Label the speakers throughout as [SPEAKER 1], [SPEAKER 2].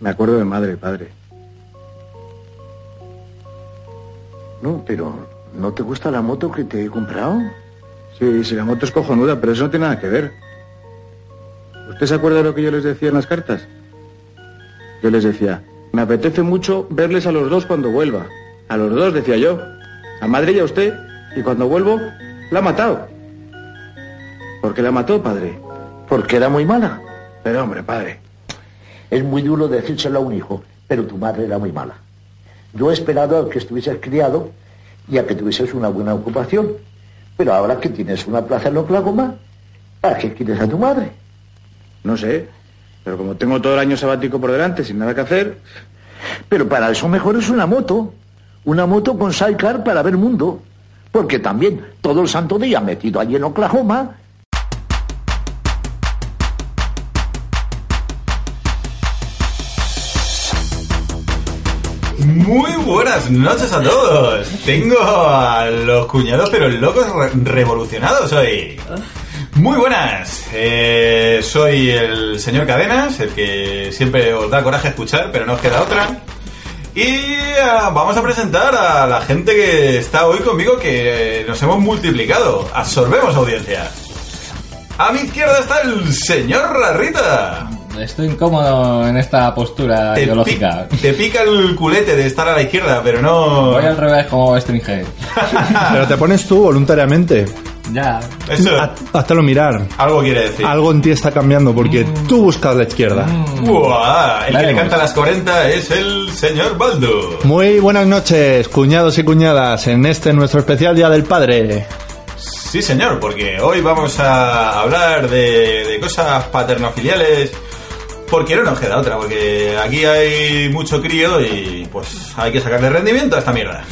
[SPEAKER 1] Me acuerdo de madre, padre.
[SPEAKER 2] No, pero ¿no te gusta la moto que te he comprado?
[SPEAKER 1] Sí, si la moto es cojonuda, pero eso no tiene nada que ver. ¿Usted se acuerda de lo que yo les decía en las cartas? Yo les decía, me apetece mucho verles a los dos cuando vuelva. A los dos, decía yo. A madre y a usted. Y cuando vuelvo, la ha matado. ¿Por qué la mató, padre?
[SPEAKER 2] Porque era muy mala.
[SPEAKER 1] Pero hombre, padre.
[SPEAKER 2] Es muy duro decírselo a un hijo, pero tu madre era muy mala. Yo he esperado a que estuvieses criado y a que tuvieses una buena ocupación. Pero ahora que tienes una plaza en Oklahoma, ¿para qué quieres a tu madre?
[SPEAKER 1] No sé, pero como tengo todo el año sabático por delante, sin nada que hacer...
[SPEAKER 2] Pero para eso mejor es una moto. Una moto con sidecar para ver mundo. Porque también todo el santo día metido allí en Oklahoma,
[SPEAKER 3] Muy buenas noches a todos. Tengo a los cuñados pero locos re- revolucionados hoy. Muy buenas. Eh, soy el señor Cadenas, el que siempre os da coraje escuchar, pero no os queda otra. Y ah, vamos a presentar a la gente que está hoy conmigo, que nos hemos multiplicado. Absorbemos audiencia. A mi izquierda está el señor Rarrita.
[SPEAKER 4] Estoy incómodo en esta postura
[SPEAKER 3] Te,
[SPEAKER 4] ideológica.
[SPEAKER 3] pi- te pica el culete de estar a la izquierda, pero no...
[SPEAKER 4] Voy al revés como Stringer.
[SPEAKER 5] Pero te pones tú voluntariamente.
[SPEAKER 4] Ya.
[SPEAKER 3] Eso,
[SPEAKER 5] A- Hasta lo mirar.
[SPEAKER 3] algo quiere decir.
[SPEAKER 5] Algo en ti está cambiando porque
[SPEAKER 3] Mm.
[SPEAKER 5] tú buscas la izquierda.
[SPEAKER 3] Buah, el que le
[SPEAKER 4] Veremos.
[SPEAKER 3] canta a las 40 es el señor Baldo.
[SPEAKER 5] Muy buenas noches, cuñados y cuñadas, en este nuestro especial Día del Padre.
[SPEAKER 3] Sí, señor, porque hoy vamos a hablar de, de cosas paternofiliales. Porque no nos queda otra, porque aquí hay mucho crío y pues hay que sacarle rendimiento a esta mierda.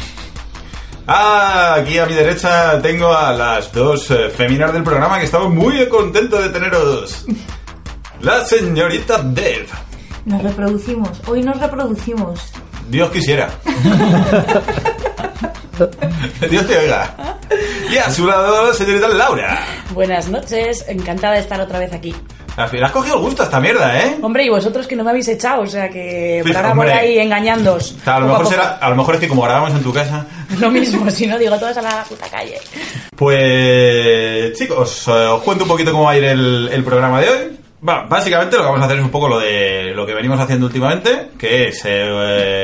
[SPEAKER 3] Ah, aquí a mi derecha tengo a las dos eh, féminas del programa que estamos muy contentos de teneros. La señorita Dev.
[SPEAKER 6] Nos reproducimos, hoy nos reproducimos.
[SPEAKER 3] Dios quisiera. Dios te oiga. Y a su lado, la señorita Laura.
[SPEAKER 7] Buenas noches, encantada de estar otra vez aquí.
[SPEAKER 3] Al final has cogido el gusto a esta mierda, ¿eh?
[SPEAKER 7] Hombre, y vosotros que no me habéis echado, o sea que
[SPEAKER 3] Sí,
[SPEAKER 7] por ahora
[SPEAKER 3] hombre.
[SPEAKER 7] por ahí engañándoos.
[SPEAKER 3] O sea, a, lo
[SPEAKER 7] poco
[SPEAKER 3] mejor será,
[SPEAKER 7] poco.
[SPEAKER 3] a lo mejor es que como grabamos en tu casa.
[SPEAKER 7] Lo mismo, si no digo todas a la puta calle.
[SPEAKER 3] Pues chicos, eh, os cuento un poquito cómo va a ir el, el programa de hoy. Va, básicamente lo que vamos a hacer es un poco lo de lo que venimos haciendo últimamente, que es eh,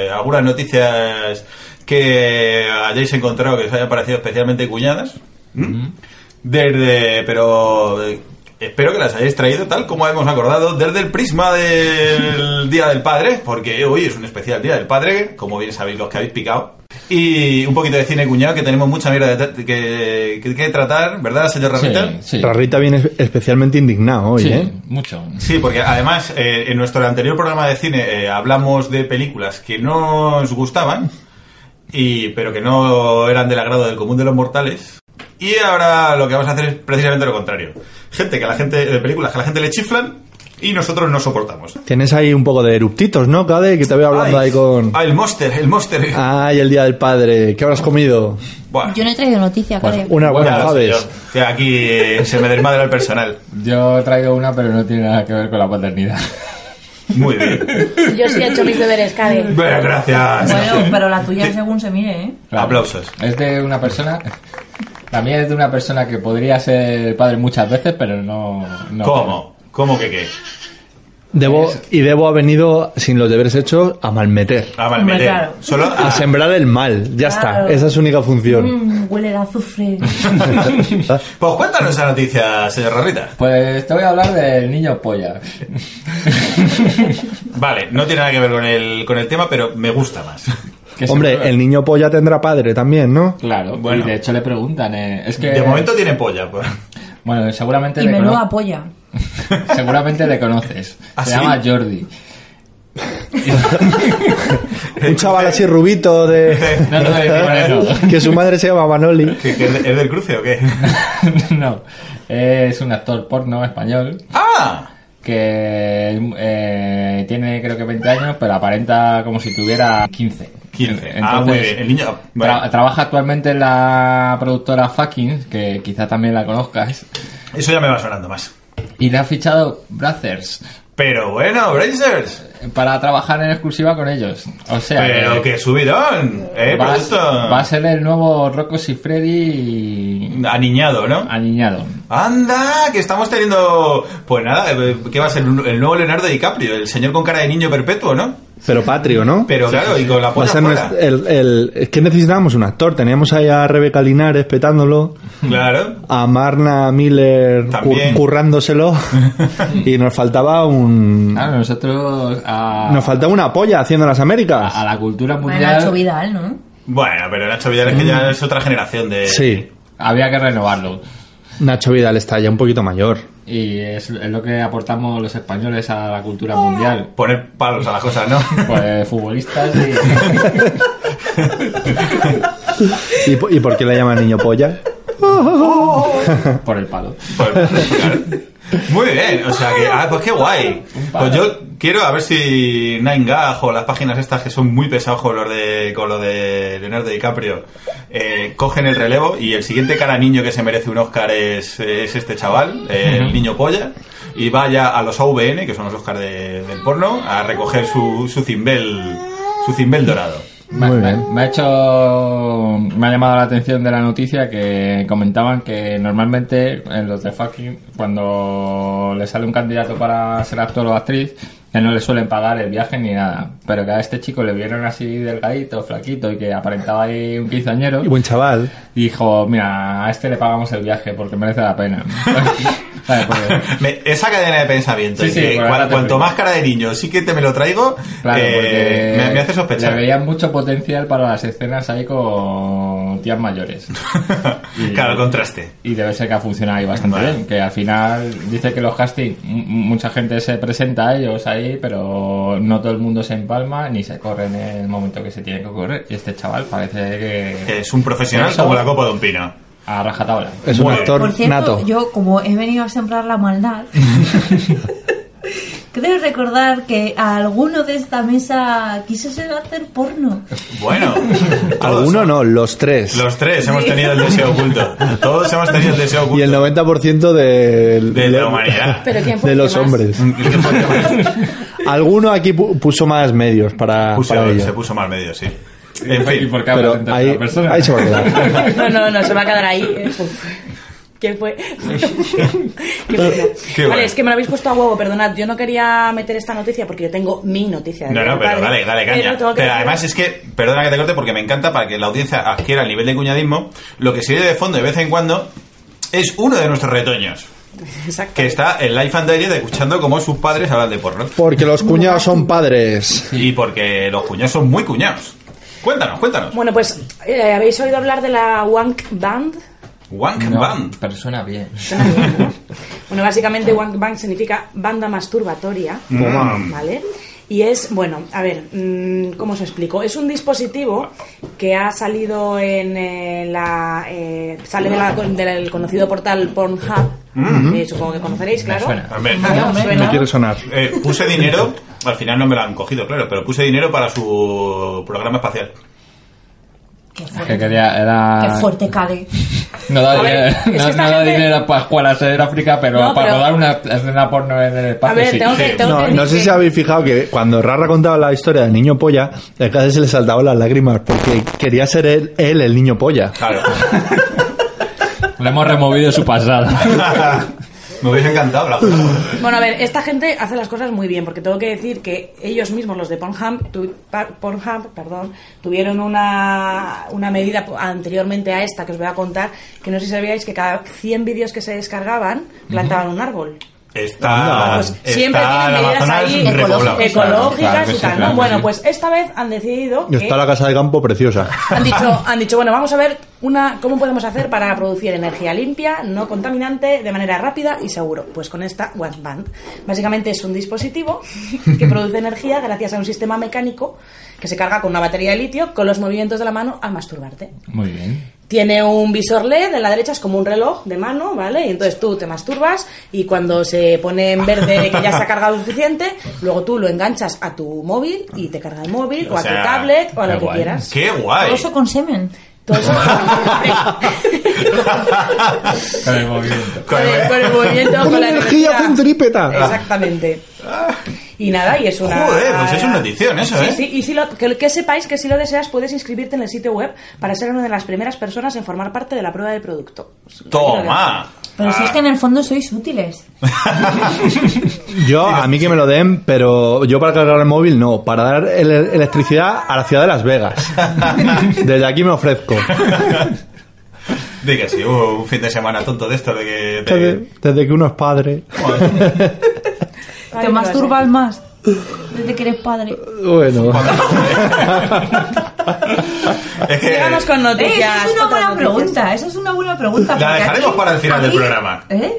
[SPEAKER 3] eh, algunas noticias que hayáis encontrado que os hayan parecido especialmente cuñadas. ¿Mm? Desde, pero eh, espero que las hayáis traído tal como hemos acordado desde el prisma del Día del Padre, porque hoy es un especial Día del Padre, como bien sabéis los que habéis picado. Y un poquito de cine cuñado, que tenemos mucha mierda de tra- que, que, que tratar, ¿verdad, señor Ramita?
[SPEAKER 4] Sí, sí.
[SPEAKER 5] Rarrita viene es- especialmente indignado hoy,
[SPEAKER 4] Sí,
[SPEAKER 5] ¿eh?
[SPEAKER 4] mucho.
[SPEAKER 3] Sí, porque además eh, en nuestro anterior programa de cine eh, hablamos de películas que nos gustaban, y, pero que no eran del agrado del común de los mortales. Y ahora lo que vamos a hacer es precisamente lo contrario. Gente que a la gente, de películas que a la gente le chiflan y nosotros no soportamos.
[SPEAKER 5] Tienes ahí un poco de eruptitos, ¿no, Cade? Que te veo hablando
[SPEAKER 3] Ay,
[SPEAKER 5] ahí con... Ah.
[SPEAKER 3] Ah, el monster, el monster.
[SPEAKER 5] Ay, el Día del Padre, ¿qué habrás comido?
[SPEAKER 3] Buah.
[SPEAKER 6] Yo no he traído noticia,
[SPEAKER 5] Pues,
[SPEAKER 6] creo.
[SPEAKER 5] una buena,
[SPEAKER 3] Bueno,
[SPEAKER 5] ¿sabes?
[SPEAKER 3] señor, que aquí eh, se me desmadra el personal.
[SPEAKER 4] Yo he traído una, pero no tiene nada que ver con la paternidad.
[SPEAKER 3] Muy bien.
[SPEAKER 7] Yo sí he hecho mis deberes, Cade.
[SPEAKER 3] Bueno, gracias.
[SPEAKER 6] Bueno, pero la tuya según se mire, ¿eh?
[SPEAKER 4] Claro.
[SPEAKER 3] Aplausos.
[SPEAKER 4] Es de una persona. También es de una persona que podría ser padre muchas veces, pero no. no
[SPEAKER 3] ¿Cómo? ¿Cómo que qué?
[SPEAKER 5] Debo, y Debo ha venido, sin los deberes hechos, a malmeter.
[SPEAKER 3] Ah, vale,
[SPEAKER 6] Hombre,
[SPEAKER 3] meter.
[SPEAKER 6] claro.
[SPEAKER 3] Solo
[SPEAKER 5] A
[SPEAKER 3] a,
[SPEAKER 5] sembrar el mal, ya
[SPEAKER 6] Claro.
[SPEAKER 5] está. Esa es su única función.
[SPEAKER 6] Mm, huele a azufre.
[SPEAKER 3] Pues cuéntanos esa noticia, señor Rarrita.
[SPEAKER 4] Pues te voy a hablar del niño polla.
[SPEAKER 3] Vale, no tiene nada que ver con el, con el tema, pero me gusta más.
[SPEAKER 4] Que se
[SPEAKER 5] Hombre,
[SPEAKER 4] pruebe.
[SPEAKER 5] el niño polla tendrá padre también, ¿no?
[SPEAKER 4] Claro,
[SPEAKER 3] Bueno.
[SPEAKER 4] y de hecho le preguntan. eh, es que.
[SPEAKER 3] De momento tiene polla. pues.
[SPEAKER 4] Bueno, seguramente
[SPEAKER 6] Y
[SPEAKER 4] le cono-
[SPEAKER 6] menuda polla.
[SPEAKER 4] Seguramente le conoces.
[SPEAKER 3] ¿Ah,
[SPEAKER 4] Se
[SPEAKER 3] sí?
[SPEAKER 4] llama Jordi.
[SPEAKER 5] Un chaval así rubito de...
[SPEAKER 4] No, no, no, no,
[SPEAKER 5] que su madre se llama Manoli.
[SPEAKER 3] ¿Que- que ¿Es de- es del cruce o qué?
[SPEAKER 4] no. No. Es un actor porno español
[SPEAKER 3] ¡Ah!
[SPEAKER 4] que eh, tiene creo que 20 años, pero aparenta como si tuviera 15.
[SPEAKER 3] 15. ah, muy bien. El niño. bueno,
[SPEAKER 4] tra- trabaja actualmente en la productora Fucking, que quizá también la conozcas,
[SPEAKER 3] eso ya me va sonando más.
[SPEAKER 4] y le ha fichado Brothers
[SPEAKER 3] Pero bueno, Brazers.
[SPEAKER 4] Para trabajar en exclusiva con ellos. O sea,
[SPEAKER 3] Pero
[SPEAKER 4] que
[SPEAKER 3] qué subidón. Eh,
[SPEAKER 4] va,
[SPEAKER 3] producto.
[SPEAKER 4] va a ser el nuevo Rocco y Freddy
[SPEAKER 3] Aniñado, ¿no?
[SPEAKER 4] aniñado.
[SPEAKER 3] Anda, que estamos teniendo... Pues nada, eh, ¿qué va a ser? El nuevo Leonardo DiCaprio, el señor con cara de niño perpetuo, ¿no?
[SPEAKER 5] Pero patrio, ¿no?
[SPEAKER 3] Pero claro, y con la
[SPEAKER 5] Va a
[SPEAKER 3] polla
[SPEAKER 5] ser
[SPEAKER 3] fuera.
[SPEAKER 5] nuestro- el- el- es que necesitábamos un actor. Teníamos ahí a Rebeca Linares petándolo,
[SPEAKER 3] Claro.
[SPEAKER 5] a Marna Miller cur-
[SPEAKER 3] También.
[SPEAKER 5] currándoselo y nos faltaba un...
[SPEAKER 4] Claro, nosotros a,
[SPEAKER 5] Nos faltaba una polla haciendo las Américas.
[SPEAKER 4] a la cultura mundial
[SPEAKER 6] Nacho Vidal, ¿no?
[SPEAKER 3] Bueno, pero Nacho Vidal es que ya es otra generación de...
[SPEAKER 5] Mm. Sí.
[SPEAKER 4] había que renovarlo.
[SPEAKER 5] Nacho Vidal está ya un poquito mayor.
[SPEAKER 4] Y es, es lo que aportamos los españoles a la cultura mundial.
[SPEAKER 3] Poner palos a las cosas, ¿no?
[SPEAKER 4] Pues futbolistas y...
[SPEAKER 5] ¿Y, po- y por qué le llaman niño polla?
[SPEAKER 4] por el palo.
[SPEAKER 3] Pues, claro. Muy bien, o sea que, ah, pues qué guay. Pues yo quiero a ver si Nine Gag o las páginas estas que son muy pesados con lo de, con lo de Leonardo DiCaprio eh, cogen el relevo y el siguiente cara niño que se merece un Oscar es, es este chaval, eh, el niño polla, y vaya a los AVN, que son los Oscars de- del porno, a recoger su, su cimbel, su cimbel dorado.
[SPEAKER 4] Me,
[SPEAKER 5] Muy
[SPEAKER 4] me-
[SPEAKER 5] bien.
[SPEAKER 4] me ha hecho. Me ha llamado la atención de la noticia que comentaban que normalmente en los de fucking, cuando le sale un candidato para ser actor o actriz, que no le suelen pagar el viaje ni nada. Pero que a este chico le vieron así delgadito, flaquito y que aparentaba ahí un quinceañero.
[SPEAKER 5] Y buen chaval.
[SPEAKER 4] Y dijo: Mira, a este le pagamos el viaje porque merece la pena. Vale, pues,
[SPEAKER 3] Me- esa cadena de pensamiento,
[SPEAKER 4] Sí,
[SPEAKER 3] y
[SPEAKER 4] sí,
[SPEAKER 3] que
[SPEAKER 4] por
[SPEAKER 3] cua-
[SPEAKER 4] ahora te
[SPEAKER 3] cuanto
[SPEAKER 4] explico.
[SPEAKER 3] más cara de niño sí que te me lo traigo,
[SPEAKER 4] Claro,
[SPEAKER 3] eh,
[SPEAKER 4] porque
[SPEAKER 3] me, me hace sospechar.
[SPEAKER 4] Le veían mucho potencial para las escenas ahí con tías mayores. Y-
[SPEAKER 3] claro, el contraste.
[SPEAKER 4] Y debe ser que ha funcionado ahí bastante
[SPEAKER 3] Vale.
[SPEAKER 4] bien. Que al final dice que los castings, m- mucha gente se presenta a ellos ahí, pero no todo el mundo se empalma ni se corre en el momento que se tiene que correr. Y este chaval parece
[SPEAKER 3] Que
[SPEAKER 4] que
[SPEAKER 3] es un profesional
[SPEAKER 4] Eso.
[SPEAKER 3] como la copa de un pino.
[SPEAKER 4] a rajatabla.
[SPEAKER 5] Es un
[SPEAKER 3] Muy
[SPEAKER 5] actor
[SPEAKER 6] Por cierto,
[SPEAKER 5] nato.
[SPEAKER 6] yo como he venido a sembrar la maldad, creo recordar que a alguno de esta mesa quiso ser hacer porno.
[SPEAKER 3] Bueno, todos-
[SPEAKER 5] Alguno no, los tres.
[SPEAKER 3] Los tres hemos tenido el deseo oculto. Todos hemos tenido el deseo
[SPEAKER 5] Y
[SPEAKER 3] oculto.
[SPEAKER 5] el 90% de,
[SPEAKER 3] De la humanidad.
[SPEAKER 7] Pero ¿quién fue
[SPEAKER 5] de
[SPEAKER 7] el que
[SPEAKER 5] los
[SPEAKER 7] más?
[SPEAKER 5] hombres.
[SPEAKER 3] Mm,
[SPEAKER 5] Alguno aquí pu- puso más medios para,
[SPEAKER 3] Puso-
[SPEAKER 5] Ah, para ello.
[SPEAKER 3] se puso mal medio, sí. En
[SPEAKER 4] ¿Y
[SPEAKER 3] fin,
[SPEAKER 4] por qué hablas
[SPEAKER 5] Pero
[SPEAKER 4] entre
[SPEAKER 5] ahí,
[SPEAKER 4] otra persona?
[SPEAKER 5] ahí se va a quedar.
[SPEAKER 7] No, no, no, se va a quedar ahí. eh. Uf. ¿Quién fue? Qué pena.
[SPEAKER 3] Qué
[SPEAKER 7] vale,
[SPEAKER 3] guay.
[SPEAKER 7] es que me lo habéis puesto a huevo, perdonad. Yo no quería meter esta noticia porque yo tengo mi noticia. de
[SPEAKER 3] No, no,
[SPEAKER 7] mi
[SPEAKER 3] pero
[SPEAKER 7] padre.
[SPEAKER 3] dale, dale,
[SPEAKER 7] Pero
[SPEAKER 3] caña.
[SPEAKER 7] tengo
[SPEAKER 3] Pero,
[SPEAKER 7] que decir-
[SPEAKER 3] además es que, perdona que te corte porque me encanta para que la audiencia adquiera el nivel de cuñadismo, lo que sirve de fondo de vez en cuando es uno de nuestros retoños,
[SPEAKER 7] Exacto.
[SPEAKER 3] que está en Life and Direct escuchando cómo sus padres hablan de porno.
[SPEAKER 5] Porque los cuñados son padres.
[SPEAKER 3] Y porque los cuñados son muy cuñados. Cuéntanos, cuéntanos.
[SPEAKER 7] Bueno, pues, eh, ¿habéis oído hablar de la Wank Band?
[SPEAKER 3] Wank
[SPEAKER 4] No,
[SPEAKER 3] Band.
[SPEAKER 4] pero suena bien.
[SPEAKER 7] Suena bien, ¿no? bueno, básicamente Wank Bang significa banda masturbatoria, ¿vale? Y es, bueno, a ver, mm, ¿cómo os explico? Es un dispositivo que ha salido en eh, la... eh, sale de la- del conocido portal Pornhub,
[SPEAKER 3] Mm.
[SPEAKER 7] que supongo que conoceréis, claro.
[SPEAKER 4] suena.
[SPEAKER 3] A ver,
[SPEAKER 7] Vale, os suena.
[SPEAKER 5] No quiere sonar.
[SPEAKER 3] eh, puse dinero, al final no me lo han cogido, claro, pero puse dinero para su programa espacial.
[SPEAKER 6] Qué
[SPEAKER 4] Que
[SPEAKER 6] fuerte,
[SPEAKER 4] quería,
[SPEAKER 6] qué
[SPEAKER 4] era.
[SPEAKER 6] fuerte Cade.
[SPEAKER 4] No
[SPEAKER 7] A
[SPEAKER 4] da
[SPEAKER 7] ver,
[SPEAKER 4] dinero,
[SPEAKER 7] es que
[SPEAKER 4] no,
[SPEAKER 7] esta
[SPEAKER 4] no da
[SPEAKER 7] gente-
[SPEAKER 4] dinero para jugar a ser África, pero
[SPEAKER 7] No,
[SPEAKER 4] para
[SPEAKER 7] pero-
[SPEAKER 4] rodar una escena porno en el espacio.
[SPEAKER 7] A ver,
[SPEAKER 4] sí.
[SPEAKER 7] tengo que...
[SPEAKER 3] sí.
[SPEAKER 7] tengo
[SPEAKER 5] No,
[SPEAKER 7] que
[SPEAKER 5] no sé
[SPEAKER 7] decir-
[SPEAKER 5] si habéis fijado que cuando Rara contaba la historia del niño polla, a casi se le saltaban las lágrimas porque quería ser él, él el niño polla.
[SPEAKER 3] Claro.
[SPEAKER 4] Le hemos removido su pasado.
[SPEAKER 3] me hubiese encantado la puta.
[SPEAKER 7] Bueno, a ver, esta gente hace las cosas muy bien, porque tengo que decir que ellos mismos, los de Pornhub, tu- pa- Pornhub, perdón, tuvieron una, una medida po- anteriormente a esta que os voy a contar, que no sé si sabíais que cada 100 vídeos que se descargaban plantaban un árbol.
[SPEAKER 4] Ah,
[SPEAKER 3] Está,
[SPEAKER 7] Pues siempre
[SPEAKER 3] está
[SPEAKER 7] tienen
[SPEAKER 3] el
[SPEAKER 7] medidas
[SPEAKER 3] Amazonas
[SPEAKER 7] ahí
[SPEAKER 3] repoblado.
[SPEAKER 7] ecológicas
[SPEAKER 4] Claro que
[SPEAKER 7] y
[SPEAKER 4] sí,
[SPEAKER 7] tal, ¿no?
[SPEAKER 4] claro que
[SPEAKER 7] bueno,
[SPEAKER 4] sí.
[SPEAKER 7] pues esta vez han decidido que
[SPEAKER 5] Está la casa de campo preciosa.
[SPEAKER 7] han dicho, han dicho, bueno, vamos a ver una cómo podemos hacer para producir energía limpia, no contaminante, de manera rápida y seguro. Pues con esta Wattband. Básicamente es un dispositivo que produce energía gracias a un sistema mecánico que se carga con una batería de litio con los movimientos de la mano al masturbarte.
[SPEAKER 4] Muy bien.
[SPEAKER 7] Tiene un visor LED, en la derecha es como un reloj de mano, ¿vale? Y entonces tú te masturbas y cuando se pone en verde que ya se ha cargado suficiente, luego tú lo enganchas a tu móvil y te carga el móvil o,
[SPEAKER 3] O
[SPEAKER 7] a
[SPEAKER 3] sea,
[SPEAKER 7] tu tablet o a
[SPEAKER 4] qué
[SPEAKER 7] lo que
[SPEAKER 4] guay.
[SPEAKER 7] quieras.
[SPEAKER 3] ¡Qué
[SPEAKER 6] Todo
[SPEAKER 3] guay!
[SPEAKER 6] eso con semen.
[SPEAKER 7] Todos
[SPEAKER 4] Con el movimiento.
[SPEAKER 7] con, el, con el movimiento, con,
[SPEAKER 5] Con
[SPEAKER 7] la
[SPEAKER 5] energía centrípeta.
[SPEAKER 7] Exactamente. Y nada, y es una.
[SPEAKER 3] Joder, pues es una notición eso,
[SPEAKER 7] Sí,
[SPEAKER 3] ¿eh?
[SPEAKER 7] sí, y si lo- que, que sepáis que si lo deseas puedes inscribirte en el sitio web para ser una de las primeras personas en formar parte de la prueba de producto.
[SPEAKER 3] Toma.
[SPEAKER 4] Ah.
[SPEAKER 6] Pero si es que en el fondo sois útiles.
[SPEAKER 5] Yo, a mí que me lo den, pero yo para cargar el móvil no, para dar ele- electricidad a la ciudad de Las Vegas. Desde aquí me ofrezco.
[SPEAKER 3] De que sí, hubo un fin de semana tonto de esto, de que... de-
[SPEAKER 5] Desde, desde que uno es padre.
[SPEAKER 7] Ay,
[SPEAKER 6] Te
[SPEAKER 7] no lo
[SPEAKER 6] masturbas más desde que eres padre.
[SPEAKER 5] Bueno,
[SPEAKER 7] sé.
[SPEAKER 3] Es que...
[SPEAKER 7] Sigamos con
[SPEAKER 6] Eh,
[SPEAKER 7] noticias.
[SPEAKER 6] eso es una
[SPEAKER 7] otras
[SPEAKER 6] buena
[SPEAKER 7] noticias.
[SPEAKER 6] pregunta, eso es una buena pregunta.
[SPEAKER 3] La
[SPEAKER 6] porque
[SPEAKER 3] dejaremos para el final del programa.
[SPEAKER 6] ¿Eh?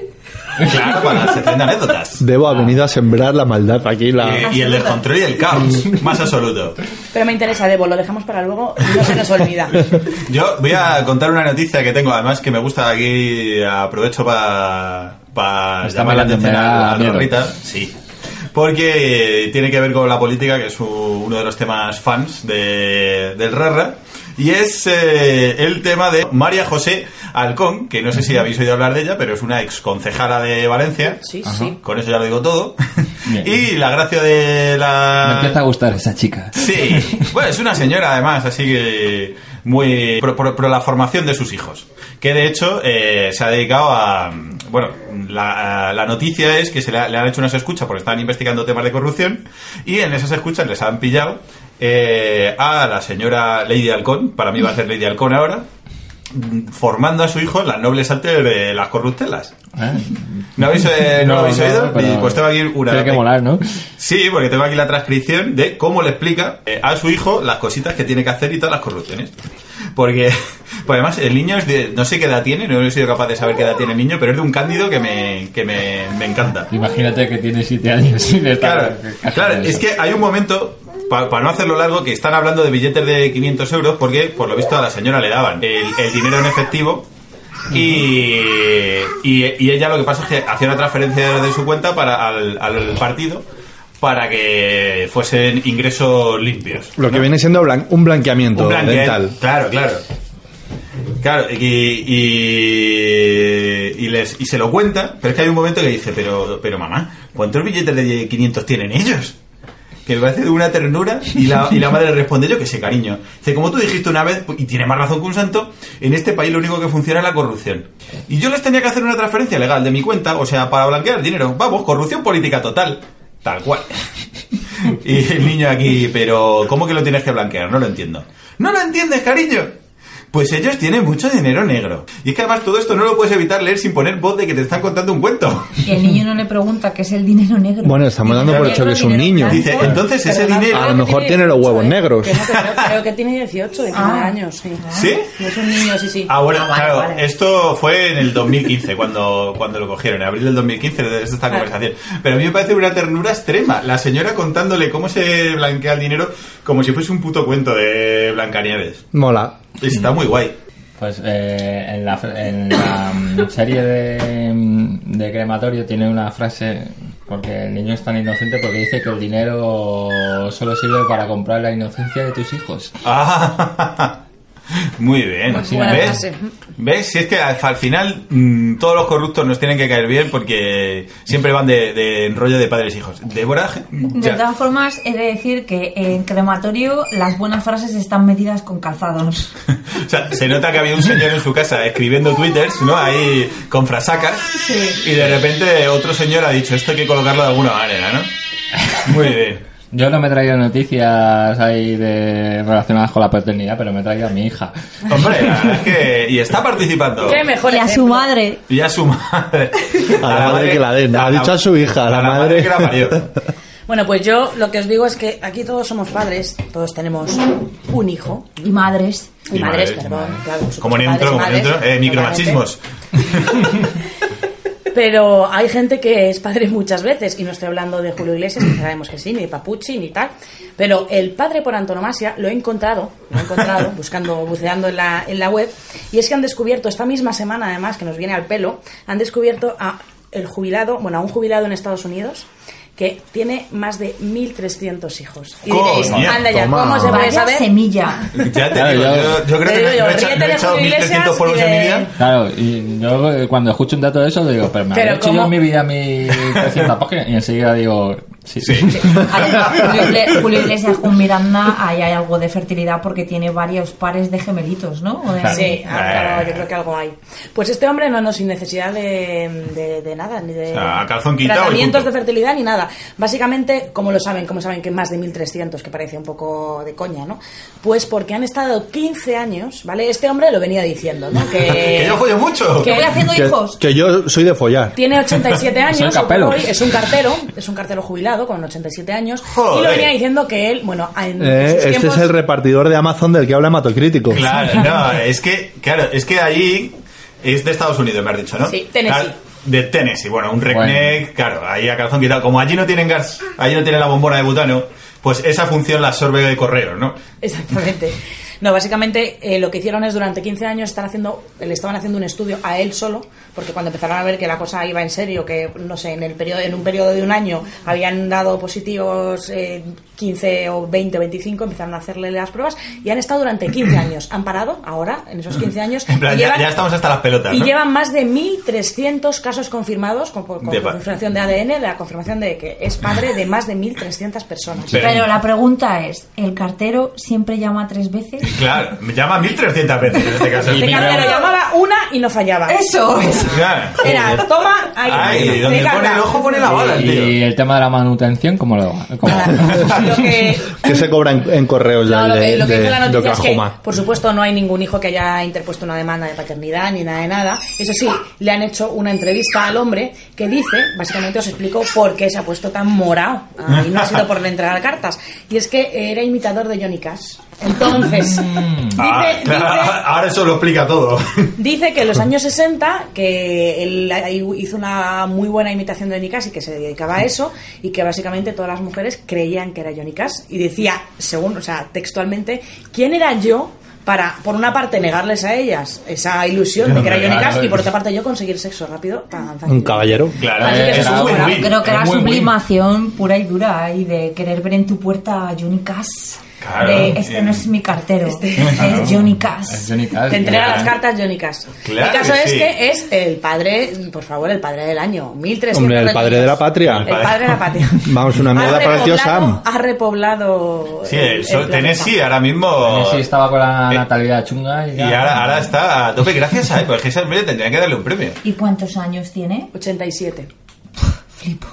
[SPEAKER 3] Claro, para la sección de anécdotas.
[SPEAKER 5] Debo ha venido a sembrar la maldad aquí. La...
[SPEAKER 3] Y, y el descontrol y el caos, más absoluto.
[SPEAKER 7] Pero me interesa, Debo, lo dejamos para luego y no se nos olvida.
[SPEAKER 3] Yo voy a contar una noticia que tengo, además que me gusta aquí, aprovecho para
[SPEAKER 4] Está
[SPEAKER 3] llamar la
[SPEAKER 4] bailando,
[SPEAKER 3] atención
[SPEAKER 4] me
[SPEAKER 3] a,
[SPEAKER 4] da
[SPEAKER 3] a
[SPEAKER 4] miedo.
[SPEAKER 3] Rita. Sí. Porque eh, tiene que ver con la política, que es u- uno de los temas fans de, del Rarra. Y es eh, el tema de María José Alcón, que no sé si habéis oído hablar de ella, pero es una ex concejala de Valencia.
[SPEAKER 7] Sí,
[SPEAKER 4] Ajá.
[SPEAKER 7] sí.
[SPEAKER 3] Con eso ya lo digo todo.
[SPEAKER 4] Bien.
[SPEAKER 3] Y la gracia de
[SPEAKER 4] Me
[SPEAKER 3] la...
[SPEAKER 4] empieza a gustar esa chica.
[SPEAKER 3] Sí, bueno, es una señora además, así que muy pro, pro- pro la formación de sus hijos. Que de hecho eh, se ha dedicado a... Bueno, la, la noticia es que se le, ha- le han hecho unas escuchas porque estaban investigando temas de corrupción y en esas escuchas les han pillado eh, a la señora Lady Halcón, para mí va a ser Lady Halcón ahora, formando a su hijo en las nobles artes de las corruptelas.
[SPEAKER 4] Ah.
[SPEAKER 3] ¿No, habéis, eh, no lo habéis oído?
[SPEAKER 4] pero
[SPEAKER 3] Pues tengo aquí una...
[SPEAKER 4] Tiene que molar, ¿no?
[SPEAKER 3] Sí, porque tengo aquí la transcripción de cómo le explica eh, a su hijo las cositas que tiene que hacer y todas las corrupciones. Porque, pues además, el niño es de. No sé qué edad tiene, no he sido capaz de saber qué edad tiene el niño, pero es de un cándido que me, que me, me encanta.
[SPEAKER 4] Imagínate que tiene 7 años y le
[SPEAKER 3] Claro,
[SPEAKER 4] está...
[SPEAKER 3] claro, es que hay un momento, para no hacerlo largo, que están hablando de billetes de 500 euros porque, por lo visto, a la señora le daban el, el dinero en efectivo y, y, y ella lo que pasa es que hacía una transferencia de su cuenta para al, al partido para que fuesen ingresos limpios.
[SPEAKER 5] Lo que viene siendo blan- un blanqueamiento
[SPEAKER 3] Un blanqueo.
[SPEAKER 5] dental.
[SPEAKER 3] Claro, claro. Claro, y, y, y les, y se lo cuenta, pero es que hay un momento que dice, pero, pero mamá, ¿cuántos billetes de 500 tienen ellos? Que me parece de una ternura y la, y la madre le responde, yo que sé, cariño. Dice, como tú dijiste una vez, y tiene más razón que un santo, en este país lo único que funciona es la corrupción. Y yo les tenía que hacer una transferencia legal de mi cuenta, o sea, para blanquear dinero. Vamos, corrupción política total. Tal cual. Y el niño aquí, pero ¿cómo que lo tienes que blanquear? No lo entiendo. ¿No lo entiendes, cariño? Pues ellos tienen mucho dinero negro. Y es que además todo esto no lo puedes evitar leer sin poner voz de que te están contando un cuento.
[SPEAKER 6] Y el niño no le pregunta qué es el dinero negro.
[SPEAKER 5] Bueno, estamos dando por hecho que es un niño.
[SPEAKER 6] Ah,
[SPEAKER 3] Dice, entonces ese dinero...
[SPEAKER 5] A lo mejor tiene los huevos negros.
[SPEAKER 7] Que no, que no, creo que tiene 18, 19
[SPEAKER 6] Ah.
[SPEAKER 7] años, sí.
[SPEAKER 3] ¿Sí?
[SPEAKER 7] No es un niño, sí, sí.
[SPEAKER 3] Ah, bueno, claro,
[SPEAKER 6] vale.
[SPEAKER 3] esto fue en el 2015 cuando, cuando lo cogieron, en abril del 2015 desde esta conversación. Pero a mí me parece una ternura extrema. La señora contándole cómo se blanquea el dinero como si fuese un puto cuento de Blancanieves.
[SPEAKER 5] Mola.
[SPEAKER 3] Está muy guay.
[SPEAKER 4] Pues eh, en la, fr- en la, mm, serie de, mm, de crematorio tiene una frase, porque el niño es tan inocente, porque dice que el dinero solo sirve para comprar la inocencia de tus hijos.
[SPEAKER 3] Ah, muy bien.
[SPEAKER 7] buena
[SPEAKER 3] ¿Ves?
[SPEAKER 7] frase.
[SPEAKER 3] ¿Ves? Si es que al, al final mm, todos los corruptos nos tienen que caer bien porque siempre van de, de rollo de padres e hijos. Débora.
[SPEAKER 6] De
[SPEAKER 3] ya.
[SPEAKER 6] todas formas, he de decir que en crematorio las buenas frases están medidas con calzados.
[SPEAKER 3] O sea, se nota que había un señor en su casa escribiendo twitters, ¿no? Ahí con frasacas. Y de repente otro señor ha dicho, esto hay que colocarlo de alguna manera, ¿no? Muy bien.
[SPEAKER 4] Yo no me he traído noticias ahí de, relacionadas con la paternidad, pero me he traído a mi hija.
[SPEAKER 3] Hombre, la verdad es que... Y está participando.
[SPEAKER 7] Qué mejor
[SPEAKER 6] Y a su
[SPEAKER 7] ejemplo.
[SPEAKER 6] madre.
[SPEAKER 3] Y a su madre.
[SPEAKER 5] A la madre que la den. Ha dicho a su hija, a la madre.
[SPEAKER 3] que la parió.
[SPEAKER 7] Bueno, pues yo lo que os digo es que aquí todos somos padres, todos tenemos un hijo.
[SPEAKER 6] Y madres.
[SPEAKER 7] Y,
[SPEAKER 3] Y
[SPEAKER 7] madres,
[SPEAKER 3] madres,
[SPEAKER 7] perdón,
[SPEAKER 3] madres.
[SPEAKER 7] claro. por supuesto,
[SPEAKER 3] Como
[SPEAKER 7] padres
[SPEAKER 3] neutro,
[SPEAKER 7] y
[SPEAKER 3] como
[SPEAKER 7] madres,
[SPEAKER 3] neutro. Eh,
[SPEAKER 7] totalmente.
[SPEAKER 3] micromachismos.
[SPEAKER 7] Pero hay gente que es padre muchas veces, y no estoy hablando de Julio Iglesias, que sabemos que sí, ni de Papucci, ni tal. Pero el padre por antonomasia lo he encontrado, lo he encontrado, buscando, buceando en la, en la web, y es que han descubierto, esta misma semana además, que nos viene al pelo, han descubierto a el jubilado, bueno, a un jubilado en Estados Unidos, que tiene más de 1.300 hijos. Y
[SPEAKER 3] Coño,
[SPEAKER 7] diréis, anda ya,
[SPEAKER 5] toma.
[SPEAKER 7] ¿cómo se puede
[SPEAKER 6] Vaya
[SPEAKER 7] saber?
[SPEAKER 6] semilla.
[SPEAKER 3] Ya te
[SPEAKER 4] Claro,
[SPEAKER 3] digo,
[SPEAKER 4] ya-
[SPEAKER 3] yo, yo creo
[SPEAKER 7] Te
[SPEAKER 3] que no
[SPEAKER 7] digo,
[SPEAKER 3] he hecha- no he
[SPEAKER 7] ríete
[SPEAKER 3] echado
[SPEAKER 7] de Julio
[SPEAKER 3] 1.300 polvos en mi
[SPEAKER 7] Iglesias
[SPEAKER 3] vida.
[SPEAKER 4] Claro, y yo eh, cuando escucho un dato de eso digo, pero me
[SPEAKER 7] Pero
[SPEAKER 4] he hecho
[SPEAKER 7] ¿cómo?
[SPEAKER 4] yo en mi vida mi 300 páginas y enseguida digo, sí,
[SPEAKER 3] Sí.
[SPEAKER 6] A ver, Julio Igle- Julio Iglesias con Miranda, ahí hay algo de fertilidad porque tiene varios pares de gemelitos, ¿no? O de-
[SPEAKER 4] Claro.
[SPEAKER 7] Sí, algo-
[SPEAKER 3] Eh.
[SPEAKER 7] yo creo que algo hay. Pues este hombre no, no, sin necesidad de, de- de nada, ni de
[SPEAKER 3] O sea, a calzón quitado y
[SPEAKER 7] tratamientos
[SPEAKER 3] punto.
[SPEAKER 7] de fertilidad ni nada. Básicamente, como lo saben, como saben que más de 1300, que parece un poco de coña, ¿no? Pues porque han estado 15 años, ¿vale? Este hombre lo venía diciendo, ¿no? Que,
[SPEAKER 3] Que yo follo mucho.
[SPEAKER 6] ¿Qué voy haciendo
[SPEAKER 5] Que,
[SPEAKER 6] hijos?
[SPEAKER 5] que yo soy de follar.
[SPEAKER 7] Tiene 87
[SPEAKER 4] Soy
[SPEAKER 7] años,
[SPEAKER 4] capelo.
[SPEAKER 7] hoy es un cartero, es un cartero jubilado con 87 años, y
[SPEAKER 3] Joder.
[SPEAKER 7] lo venía diciendo que él, bueno, en
[SPEAKER 5] Eh,
[SPEAKER 7] sus
[SPEAKER 5] este
[SPEAKER 7] tiempos-
[SPEAKER 5] es el repartidor de Amazon del que habla Matocrítico.
[SPEAKER 3] Claro, no, es que, claro, es que allí es de Estados Unidos, me has dicho, ¿no?
[SPEAKER 7] Sí, Tennessee.
[SPEAKER 3] Claro, de Tennessee, bueno, un redneck, claro, ahí a calzón quitado. Como allí no tienen gas, allí no tienen la bombona de butano, pues esa función la absorbe de correo, ¿no?
[SPEAKER 7] Exactamente. No, básicamente eh, lo que hicieron es durante 15 años están haciendo, le estaban haciendo un estudio a él solo, porque cuando empezaron a ver que la cosa iba en serio, que no sé, en el periodo, en un periodo de un año habían dado positivos eh, 15 o 20 o 25, empezaron a hacerle las pruebas y han estado durante 15 años. Han parado ahora, en esos 15 años.
[SPEAKER 3] En plan,
[SPEAKER 7] y
[SPEAKER 3] ya,
[SPEAKER 7] llevan-
[SPEAKER 3] ya estamos hasta las pelotas,
[SPEAKER 7] y
[SPEAKER 3] ¿no?
[SPEAKER 7] llevan más de 1.300 casos confirmados con, con
[SPEAKER 3] De pa-
[SPEAKER 7] confirmación de ADN, de la confirmación de que es padre de más de 1.300 personas.
[SPEAKER 3] Pero-
[SPEAKER 6] Pero la pregunta es, ¿el cartero siempre llama tres veces?
[SPEAKER 3] Claro, me llama 1.300 veces en este caso.
[SPEAKER 4] Y
[SPEAKER 7] Este
[SPEAKER 4] mira-
[SPEAKER 7] cartero llamaba una y no fallaba.
[SPEAKER 6] Eso es.
[SPEAKER 3] Claro.
[SPEAKER 7] Era, toma, ahí.
[SPEAKER 3] Ay,
[SPEAKER 7] me
[SPEAKER 3] donde
[SPEAKER 7] encanta.
[SPEAKER 3] pone el ojo pone la bala,
[SPEAKER 4] Y,
[SPEAKER 3] tío.
[SPEAKER 4] el tema de la manutención, ¿cómo lo cómo?
[SPEAKER 7] Nada, Lo que,
[SPEAKER 5] Que se cobra en, en correos ya
[SPEAKER 7] no, lo
[SPEAKER 5] de,
[SPEAKER 7] que, lo que
[SPEAKER 5] de-
[SPEAKER 7] dice la
[SPEAKER 5] de
[SPEAKER 7] noticia es que,
[SPEAKER 5] Oklahoma.
[SPEAKER 7] por supuesto, no hay ningún hijo que haya interpuesto una demanda de paternidad ni nada de nada. Eso sí, le han hecho una entrevista al hombre que dice, básicamente os explico por qué se ha puesto tan morado. Ah, y no ha sido por entregar cartas. Y es que era imitador de Johnny Cash. Entonces,
[SPEAKER 3] Ah,
[SPEAKER 7] dice,
[SPEAKER 3] claro,
[SPEAKER 7] dice
[SPEAKER 3] ahora eso lo explica todo.
[SPEAKER 7] Dice que en los años 60, que él ahí hizo una muy buena imitación de Johnny Cash y que se dedicaba a eso, y que básicamente todas las mujeres creían que era Johnny Cash. Y decía, según, o sea, textualmente, ¿quién era yo para, por una parte, negarles a ellas esa ilusión de que era Johnny Cash y por otra parte yo conseguir sexo rápido tan fácil?
[SPEAKER 5] Un caballero.
[SPEAKER 3] Claro,
[SPEAKER 7] Así que
[SPEAKER 5] Eh,
[SPEAKER 3] eso
[SPEAKER 7] era
[SPEAKER 3] es
[SPEAKER 7] un-
[SPEAKER 3] win-win.
[SPEAKER 6] Creo que
[SPEAKER 4] Es
[SPEAKER 6] era
[SPEAKER 4] muy
[SPEAKER 6] sublimación pura y dura y de querer ver en tu puerta a Johnny Cash.
[SPEAKER 3] Claro.
[SPEAKER 6] de, este
[SPEAKER 3] Eh,
[SPEAKER 6] no es mi cartero,
[SPEAKER 4] Claro.
[SPEAKER 6] es Johnny Cash.
[SPEAKER 4] Es Johnny Cash,
[SPEAKER 7] Te entrega
[SPEAKER 4] claro.
[SPEAKER 7] las cartas Johnny Cash.
[SPEAKER 3] Ah, ¿eh? Claro
[SPEAKER 7] el caso
[SPEAKER 3] que
[SPEAKER 7] es
[SPEAKER 3] sí.
[SPEAKER 7] que es el padre, por favor, el padre del año. 1300.
[SPEAKER 5] Hombre, el padre de la patria.
[SPEAKER 7] El padre de la patria.
[SPEAKER 5] Vamos, una
[SPEAKER 7] Ha
[SPEAKER 5] mierda para el tío
[SPEAKER 7] repoblado-
[SPEAKER 5] Sam.
[SPEAKER 7] Ha repoblado.
[SPEAKER 3] Sí,
[SPEAKER 7] el-
[SPEAKER 3] el
[SPEAKER 7] el
[SPEAKER 3] sol-
[SPEAKER 7] planeta.
[SPEAKER 3] Tennessee ahora mismo.
[SPEAKER 4] Sí, estaba con la
[SPEAKER 3] Eh,
[SPEAKER 4] natalidad chunga y,
[SPEAKER 3] Y
[SPEAKER 4] ya.
[SPEAKER 3] ahora, ahora está a tope, gracias a él, porque ese hombre tendría que darle un premio.
[SPEAKER 6] ¿Y cuántos años tiene?
[SPEAKER 7] 87.
[SPEAKER 6] Flipo.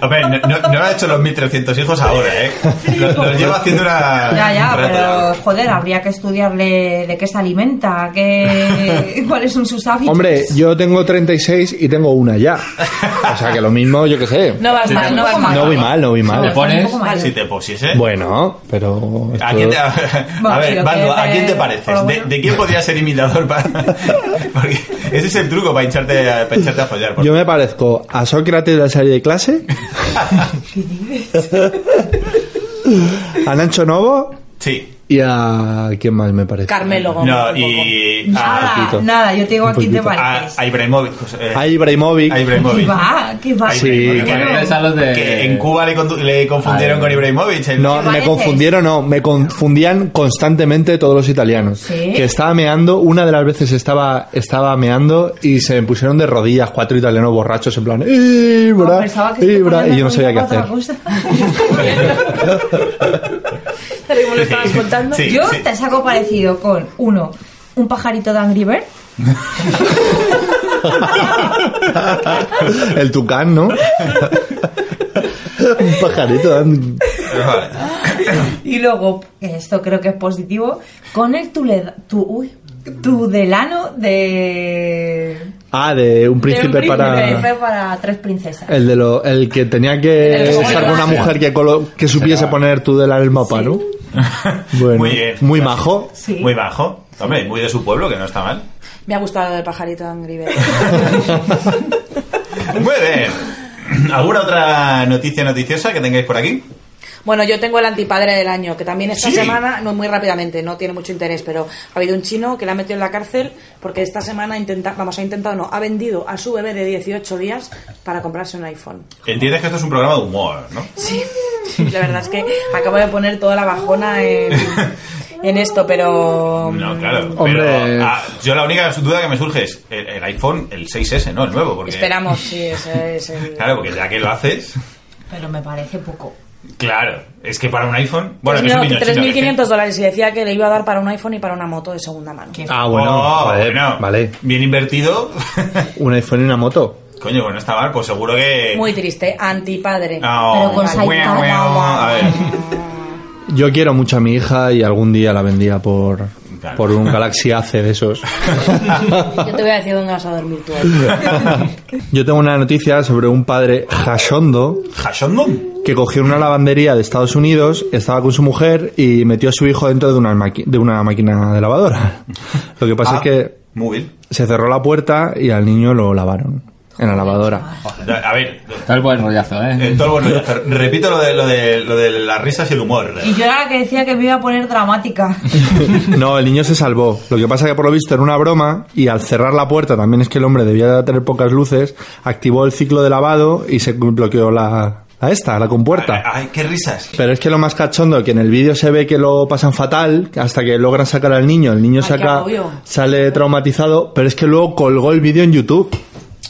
[SPEAKER 3] Hombre, no, no, no lo ha hecho los 1300 hijos ahora, ¿eh? Lo, lo lleva haciendo una.
[SPEAKER 6] Ya, ya,
[SPEAKER 3] un rato
[SPEAKER 6] pero joder, habría que estudiarle de qué se alimenta, qué, cuáles son sus hábitos.
[SPEAKER 5] Hombre, yo tengo 36 y tengo una ya. O sea que lo mismo, yo qué sé.
[SPEAKER 7] No vas mal, no vas mal.
[SPEAKER 5] No voy mal, no voy mal.
[SPEAKER 4] Te pones-
[SPEAKER 3] ya. Si te pusiese.
[SPEAKER 5] Bueno, pero.
[SPEAKER 3] ¿A
[SPEAKER 5] esto-
[SPEAKER 3] quién te, a,
[SPEAKER 6] Bueno,
[SPEAKER 3] ver,
[SPEAKER 6] si lo
[SPEAKER 3] Bando,
[SPEAKER 6] quieres
[SPEAKER 3] ¿a quién te
[SPEAKER 6] ver, por lo
[SPEAKER 3] pareces? ¿De,
[SPEAKER 6] menos.
[SPEAKER 3] de quién podría ser imitador? Para... Porque ese es el truco para echarte, a- para echarte a follar. por-
[SPEAKER 5] Yo me parezco a Sócrates de la serie de clase. A Nacho Novo
[SPEAKER 3] Sí.
[SPEAKER 5] y a. ¿Quién más me parece?
[SPEAKER 7] Carmelo Gómez.
[SPEAKER 3] No,
[SPEAKER 7] un
[SPEAKER 3] y.
[SPEAKER 6] Nada,
[SPEAKER 3] A,
[SPEAKER 5] poquito.
[SPEAKER 6] nada, yo te digo
[SPEAKER 5] Un
[SPEAKER 6] aquí te
[SPEAKER 5] poquito.
[SPEAKER 3] a,
[SPEAKER 6] pareces.
[SPEAKER 3] a Ibrahimovic. pues, eh,
[SPEAKER 5] A Ibrahimovic.
[SPEAKER 3] a
[SPEAKER 6] ¿Qué
[SPEAKER 3] Ibrahimovic.
[SPEAKER 6] va? ¿Qué va?
[SPEAKER 3] A
[SPEAKER 5] Sí.
[SPEAKER 3] Ibrahimovic,
[SPEAKER 4] Bueno,
[SPEAKER 3] que-
[SPEAKER 4] eres a los de-
[SPEAKER 3] que en Cuba le, condu- le confundieron
[SPEAKER 4] Ay.
[SPEAKER 3] con Ibrahimovic. el-
[SPEAKER 5] No, me
[SPEAKER 6] pareces?
[SPEAKER 5] confundieron, no, me confundían constantemente todos los italianos.
[SPEAKER 6] ¿Sí?
[SPEAKER 5] Que estaba meando, una de las veces estaba, estaba meando y se me pusieron de rodillas cuatro italianos borrachos en plan,
[SPEAKER 6] No,
[SPEAKER 5] Ibra,
[SPEAKER 6] pensaba que se
[SPEAKER 5] Ibra,
[SPEAKER 6] ponía
[SPEAKER 5] y yo no sabía qué
[SPEAKER 6] para otra
[SPEAKER 5] hacer.
[SPEAKER 6] cosa.
[SPEAKER 7] poco. Pero como lo estabas contando.
[SPEAKER 3] Sí,
[SPEAKER 6] yo
[SPEAKER 3] sí.
[SPEAKER 6] te saco parecido con uno, un pajarito de Angry Bird.
[SPEAKER 5] El tucán, ¿no? Un pajarito. dan-
[SPEAKER 6] Y luego, esto creo que es positivo, con el tuleda- tu, uy, tudelano de...
[SPEAKER 5] Ah, de un príncipe
[SPEAKER 6] de un príncipe
[SPEAKER 5] para...
[SPEAKER 6] para tres princesas.
[SPEAKER 5] El, de lo, el que tenía que
[SPEAKER 7] El de
[SPEAKER 5] estar con una
[SPEAKER 7] Google.
[SPEAKER 5] mujer que, colo- que supiese poner tú del el mapa, ¿no? Bueno,
[SPEAKER 3] Muy bien.
[SPEAKER 5] Muy majo.
[SPEAKER 6] Sí.
[SPEAKER 3] Muy bajo. Hombre, muy de su pueblo, que no está mal.
[SPEAKER 7] Me ha gustado el pajarito de Angry Bird.
[SPEAKER 3] Muy bien. ¿Alguna otra noticia noticiosa que tengáis por aquí?
[SPEAKER 7] Bueno, yo tengo el antipadre del año, que también esta
[SPEAKER 3] Sí.
[SPEAKER 7] semana, no muy rápidamente, no tiene mucho interés, pero ha habido un chino que la ha metido en la cárcel porque esta semana intenta, vamos, ha intentado, no, ha vendido a su bebé de 18 días para comprarse un iPhone.
[SPEAKER 3] Entiendes que esto es un programa de humor, ¿no?
[SPEAKER 7] Sí, la verdad es que acabo de poner toda la bajona en, en esto, pero...
[SPEAKER 3] No, claro.
[SPEAKER 5] Hombre.
[SPEAKER 3] Pero ah, yo la única duda que me surge es el, el iPhone, el 6S, ¿no? El nuevo. Porque,
[SPEAKER 7] Esperamos, sí, ese es el...
[SPEAKER 3] Claro, porque ya que lo haces.
[SPEAKER 6] Pero me parece poco.
[SPEAKER 3] Claro. Es que para un iPhone. Bueno, que es
[SPEAKER 7] Tres
[SPEAKER 3] un
[SPEAKER 7] mil-
[SPEAKER 3] niño chino, que es que-
[SPEAKER 7] 3.500 dólares y decía que le iba a dar para un iPhone y para una moto de segunda mano.
[SPEAKER 6] ¿Qué?
[SPEAKER 5] Ah, bueno,
[SPEAKER 3] Oh,
[SPEAKER 5] vale,
[SPEAKER 3] bueno,
[SPEAKER 5] vale.
[SPEAKER 3] Bien invertido.
[SPEAKER 5] Un iPhone y una moto.
[SPEAKER 3] Coño, bueno, está mal, pues seguro que.
[SPEAKER 7] Muy triste, antipadre.
[SPEAKER 3] Ah,
[SPEAKER 6] Pero con
[SPEAKER 3] guau,
[SPEAKER 6] sidecar.
[SPEAKER 3] guau, A ver.
[SPEAKER 5] Yo quiero mucho a mi hija y algún día la vendía por,
[SPEAKER 3] Claro.
[SPEAKER 5] por un Galaxy AC de esos.
[SPEAKER 7] Yo te voy a decir dónde vas a dormir tú. hoy.
[SPEAKER 5] Yo tengo una noticia sobre un padre Hashondo
[SPEAKER 3] ¿Hashondon?
[SPEAKER 5] que cogió en una lavandería de Estados Unidos, estaba con su mujer y metió a su hijo dentro de una, maqui- de una máquina de lavadora. Lo que pasa
[SPEAKER 3] Ah,
[SPEAKER 5] es que
[SPEAKER 3] Muy bien.
[SPEAKER 5] se cerró la puerta y al niño lo lavaron en la lavadora.
[SPEAKER 3] A ver.
[SPEAKER 4] Está el buen rollazo, ¿eh?
[SPEAKER 3] eh, todo el buen rollo. Repito lo de, lo, de, lo de las risas y el humor.
[SPEAKER 6] Y yo era la que decía que me iba a poner dramática.
[SPEAKER 5] No, el niño se salvó. Lo que pasa que por lo visto era una broma y al cerrar la puerta, también es que el hombre debía tener pocas luces, activó el ciclo de lavado y se bloqueó la, la esta, la compuerta.
[SPEAKER 4] ah.
[SPEAKER 3] Ay, qué risas.
[SPEAKER 5] Pero es que lo más cachondo, que en el vídeo se ve que lo pasan fatal, hasta que logran sacar al niño, el niño
[SPEAKER 7] Ay, qué
[SPEAKER 5] saca,
[SPEAKER 7] agobio.
[SPEAKER 5] sale traumatizado, pero es que luego colgó el vídeo en YouTube.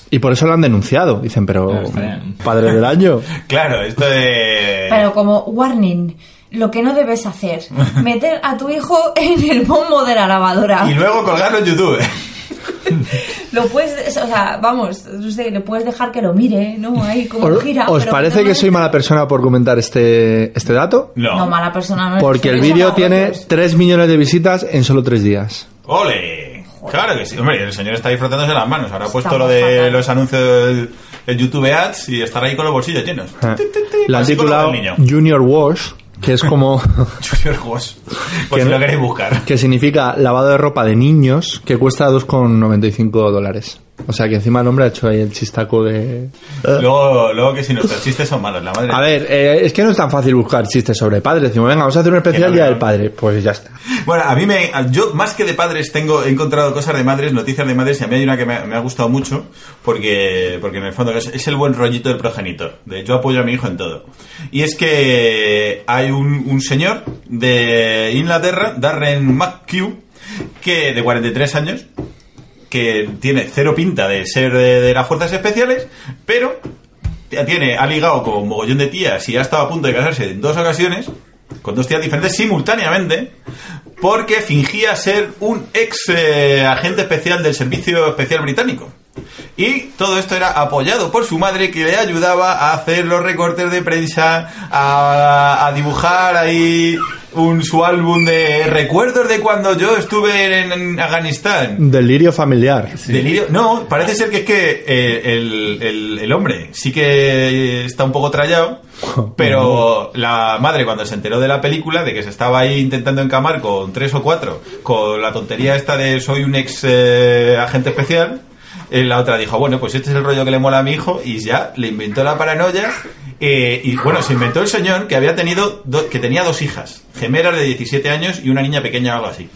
[SPEAKER 5] Y por eso lo han denunciado. Dicen, pero
[SPEAKER 4] Claro, está bien.
[SPEAKER 5] padre del año.
[SPEAKER 3] Claro, esto de.
[SPEAKER 6] Pero como warning, lo que no debes hacer, meter a tu hijo en el bombo de la
[SPEAKER 3] Y
[SPEAKER 6] lavadora.
[SPEAKER 3] luego colgarlo en YouTube.
[SPEAKER 6] Lo puedes, o sea, vamos, no sé, le puedes dejar que lo mire, ¿no? Ahí como
[SPEAKER 5] ¿Os,
[SPEAKER 6] gira.
[SPEAKER 5] os
[SPEAKER 6] pero
[SPEAKER 5] parece
[SPEAKER 6] no
[SPEAKER 5] que soy mala persona por comentar este, este dato?
[SPEAKER 3] No.
[SPEAKER 6] No, mala persona no es.
[SPEAKER 5] Porque el
[SPEAKER 6] Eso
[SPEAKER 5] vídeo
[SPEAKER 6] no,
[SPEAKER 5] tiene
[SPEAKER 6] otros.
[SPEAKER 5] 3 millones de visitas en solo 3 días.
[SPEAKER 3] ¡Ole! Claro que sí. Hombre, el señor está disfrutándose las manos. Ahora ha puesto lo
[SPEAKER 6] Estamos
[SPEAKER 3] de
[SPEAKER 6] fatal.
[SPEAKER 3] los anuncios en YouTube Ads y estar ahí con los bolsillos llenos.
[SPEAKER 5] Ah.
[SPEAKER 3] Ti, ti, ti.
[SPEAKER 5] La han
[SPEAKER 3] Así con lo
[SPEAKER 5] titulado
[SPEAKER 3] del niño.
[SPEAKER 5] Junior Wash, que es como...
[SPEAKER 3] Junior Wash.
[SPEAKER 5] Que
[SPEAKER 3] Pues si
[SPEAKER 5] no-
[SPEAKER 3] lo queréis buscar.
[SPEAKER 5] que significa lavado de ropa de niños, que cuesta 2,95 dólares. O sea que encima el hombre ha hecho ahí el chistaco de...
[SPEAKER 3] Luego, luego que si nuestros chistes son malos, la madre.
[SPEAKER 5] Ah. A ver, eh, es que no es tan fácil buscar chistes sobre padres. Decimos, venga, vamos a hacer un especial
[SPEAKER 3] Que no,
[SPEAKER 5] Día
[SPEAKER 3] que no.
[SPEAKER 5] del Padre. Pues ya está.
[SPEAKER 3] Bueno, a mí me. a- Yo, más que de padres, tengo, he encontrado cosas de madres, noticias de madres, y a mí hay una que me, me ha gustado mucho, porque, porque en el fondo es, es el buen rollito del progenitor. De yo apoyo a mi hijo en todo. Y es que hay un, un señor de Inglaterra, Darren McHugh, que de 43 años, que tiene cero pinta de ser de, de las fuerzas especiales, pero tiene, ha ligado con un mogollón de tías y ha estado a punto de casarse en dos ocasiones, con dos tías diferentes simultáneamente, porque fingía ser un ex eh, agente especial del Servicio Especial Británico. Y todo esto era apoyado por su madre que le ayudaba a hacer los recortes de prensa, a, a dibujar ahí un, su álbum de recuerdos de cuando yo estuve en- en Afganistán.
[SPEAKER 5] Delirio familiar.
[SPEAKER 3] Delirio. No, parece ser que es que eh, el, el- el hombre sí que está un poco trallado, pero la madre cuando se enteró de la película, de que se estaba ahí intentando encamar con tres o cuatro, con la tontería esta de soy un ex eh, agente especial, eh, la otra dijo, bueno, pues este es el rollo que le mola a mi hijo y ya le inventó la paranoia. eh, y bueno, se inventó el señor que había tenido, do- que tenía dos hijas, gemelas de 17 años y una niña pequeña o algo así.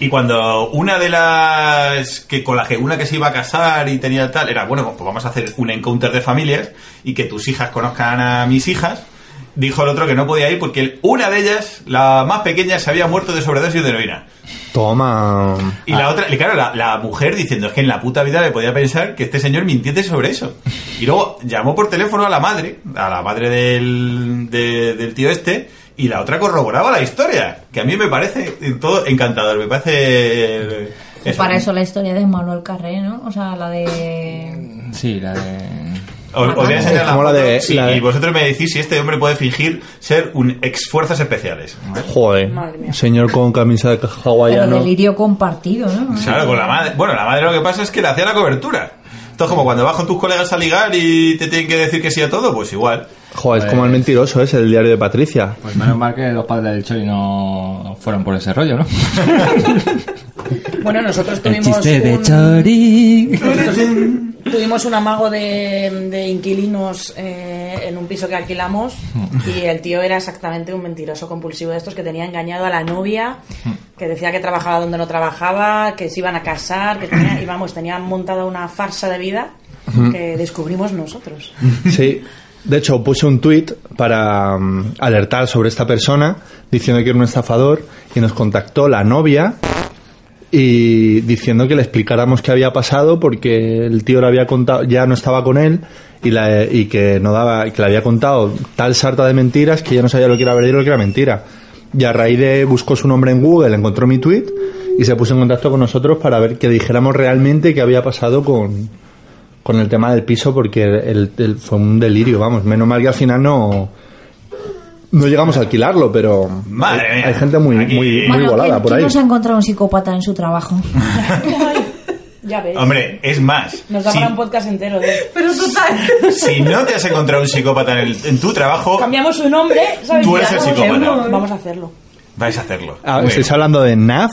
[SPEAKER 3] Y cuando una de las que con la que una que se iba a casar y tenía tal era bueno pues vamos a hacer un encounter de familias y que tus hijas conozcan a mis hijas dijo el otro que no podía ir porque el- una de ellas la más pequeña se había muerto de sobredosis de heroína
[SPEAKER 5] Toma.
[SPEAKER 3] y
[SPEAKER 5] Ah.
[SPEAKER 3] la otra y claro la, la mujer diciendo es que en la puta vida le podía pensar que este señor mintiese sobre eso y luego llamó por teléfono a la madre a la madre del, de- del tío este y la otra corroboraba la historia que a mí me parece en todo encantador me parece eh,
[SPEAKER 6] Y Para eso la historia de Manuel Carré, ¿no? O sea, la de.
[SPEAKER 4] Sí, la de...
[SPEAKER 3] Os, os voy a enseñar la
[SPEAKER 5] Como la
[SPEAKER 3] foto,
[SPEAKER 5] de-
[SPEAKER 3] sí,
[SPEAKER 5] la de-
[SPEAKER 3] y vosotros me decís si este hombre puede fingir ser un ex fuerzas especiales.
[SPEAKER 5] Joder.
[SPEAKER 7] Madre mía.
[SPEAKER 5] Señor con camisa de
[SPEAKER 6] Pero
[SPEAKER 5] hawaiano.
[SPEAKER 6] delirio compartido, ¿no?
[SPEAKER 3] Claro, con la madre. Bueno, la madre lo que pasa es que le hacía la cobertura. Esto es como cuando vas con tus colegas a ligar y te tienen que decir que sí a todo, pues igual.
[SPEAKER 5] Joder, es como el mentiroso ese del diario de Patricia.
[SPEAKER 4] Pues menos mal que los padres del Choi no fueron por ese rollo, ¿no?
[SPEAKER 7] Bueno, nosotros tuvimos un-
[SPEAKER 4] Chori.
[SPEAKER 7] Nosotros, Tuvimos un amago de, de inquilinos eh, en un piso que alquilamos
[SPEAKER 3] Mm.
[SPEAKER 7] y el tío era exactamente un mentiroso compulsivo de estos que tenía engañado a la novia,
[SPEAKER 3] Mm.
[SPEAKER 7] que decía que trabajaba donde no trabajaba, que se iban a casar, que tenía, y vamos, tenían montada una farsa de vida
[SPEAKER 3] Mm.
[SPEAKER 7] que descubrimos nosotros.
[SPEAKER 5] Sí. De hecho, puse un tuit para mm, alertar sobre esta persona, diciendo que era un estafador, y nos contactó la novia y diciendo que le explicáramos qué había pasado porque el tío le había contado, ya no estaba con él y, la- y que no daba, y que le había contado tal sarta de mentiras que ya no sabía lo que era verdad y lo que era mentira. Y a raíz de buscó su nombre en Google, encontró mi tweet y se puso en contacto con nosotros para ver que dijéramos realmente qué había pasado con, con el tema del piso porque el- el- fue un delirio, vamos. Menos mal que al final no, no llegamos a alquilarlo, pero
[SPEAKER 3] Madre
[SPEAKER 5] hay,
[SPEAKER 3] mía.
[SPEAKER 5] hay gente muy,
[SPEAKER 3] Aquí-
[SPEAKER 5] muy, muy
[SPEAKER 6] bueno,
[SPEAKER 5] volada
[SPEAKER 6] ¿quién-
[SPEAKER 5] por
[SPEAKER 6] quién
[SPEAKER 5] ahí.
[SPEAKER 6] no se ha encontrado un psicópata en su trabajo?
[SPEAKER 7] ya ves.
[SPEAKER 3] Hombre, es más.
[SPEAKER 7] Nos da
[SPEAKER 3] Si,
[SPEAKER 7] para un podcast entero. de-
[SPEAKER 6] Pero total.
[SPEAKER 3] si no te has encontrado un psicópata en, el- en tu trabajo,
[SPEAKER 7] Cambiamos su nombre, ¿sabes?
[SPEAKER 3] Tú eres
[SPEAKER 7] Ya,
[SPEAKER 3] el
[SPEAKER 7] vamos a
[SPEAKER 3] psicópata.
[SPEAKER 7] hacerlo. Vamos a hacerlo.
[SPEAKER 3] vais a hacerlo.
[SPEAKER 5] Ah,
[SPEAKER 3] Muy bien.
[SPEAKER 5] ¿Estáis hablando de NAF?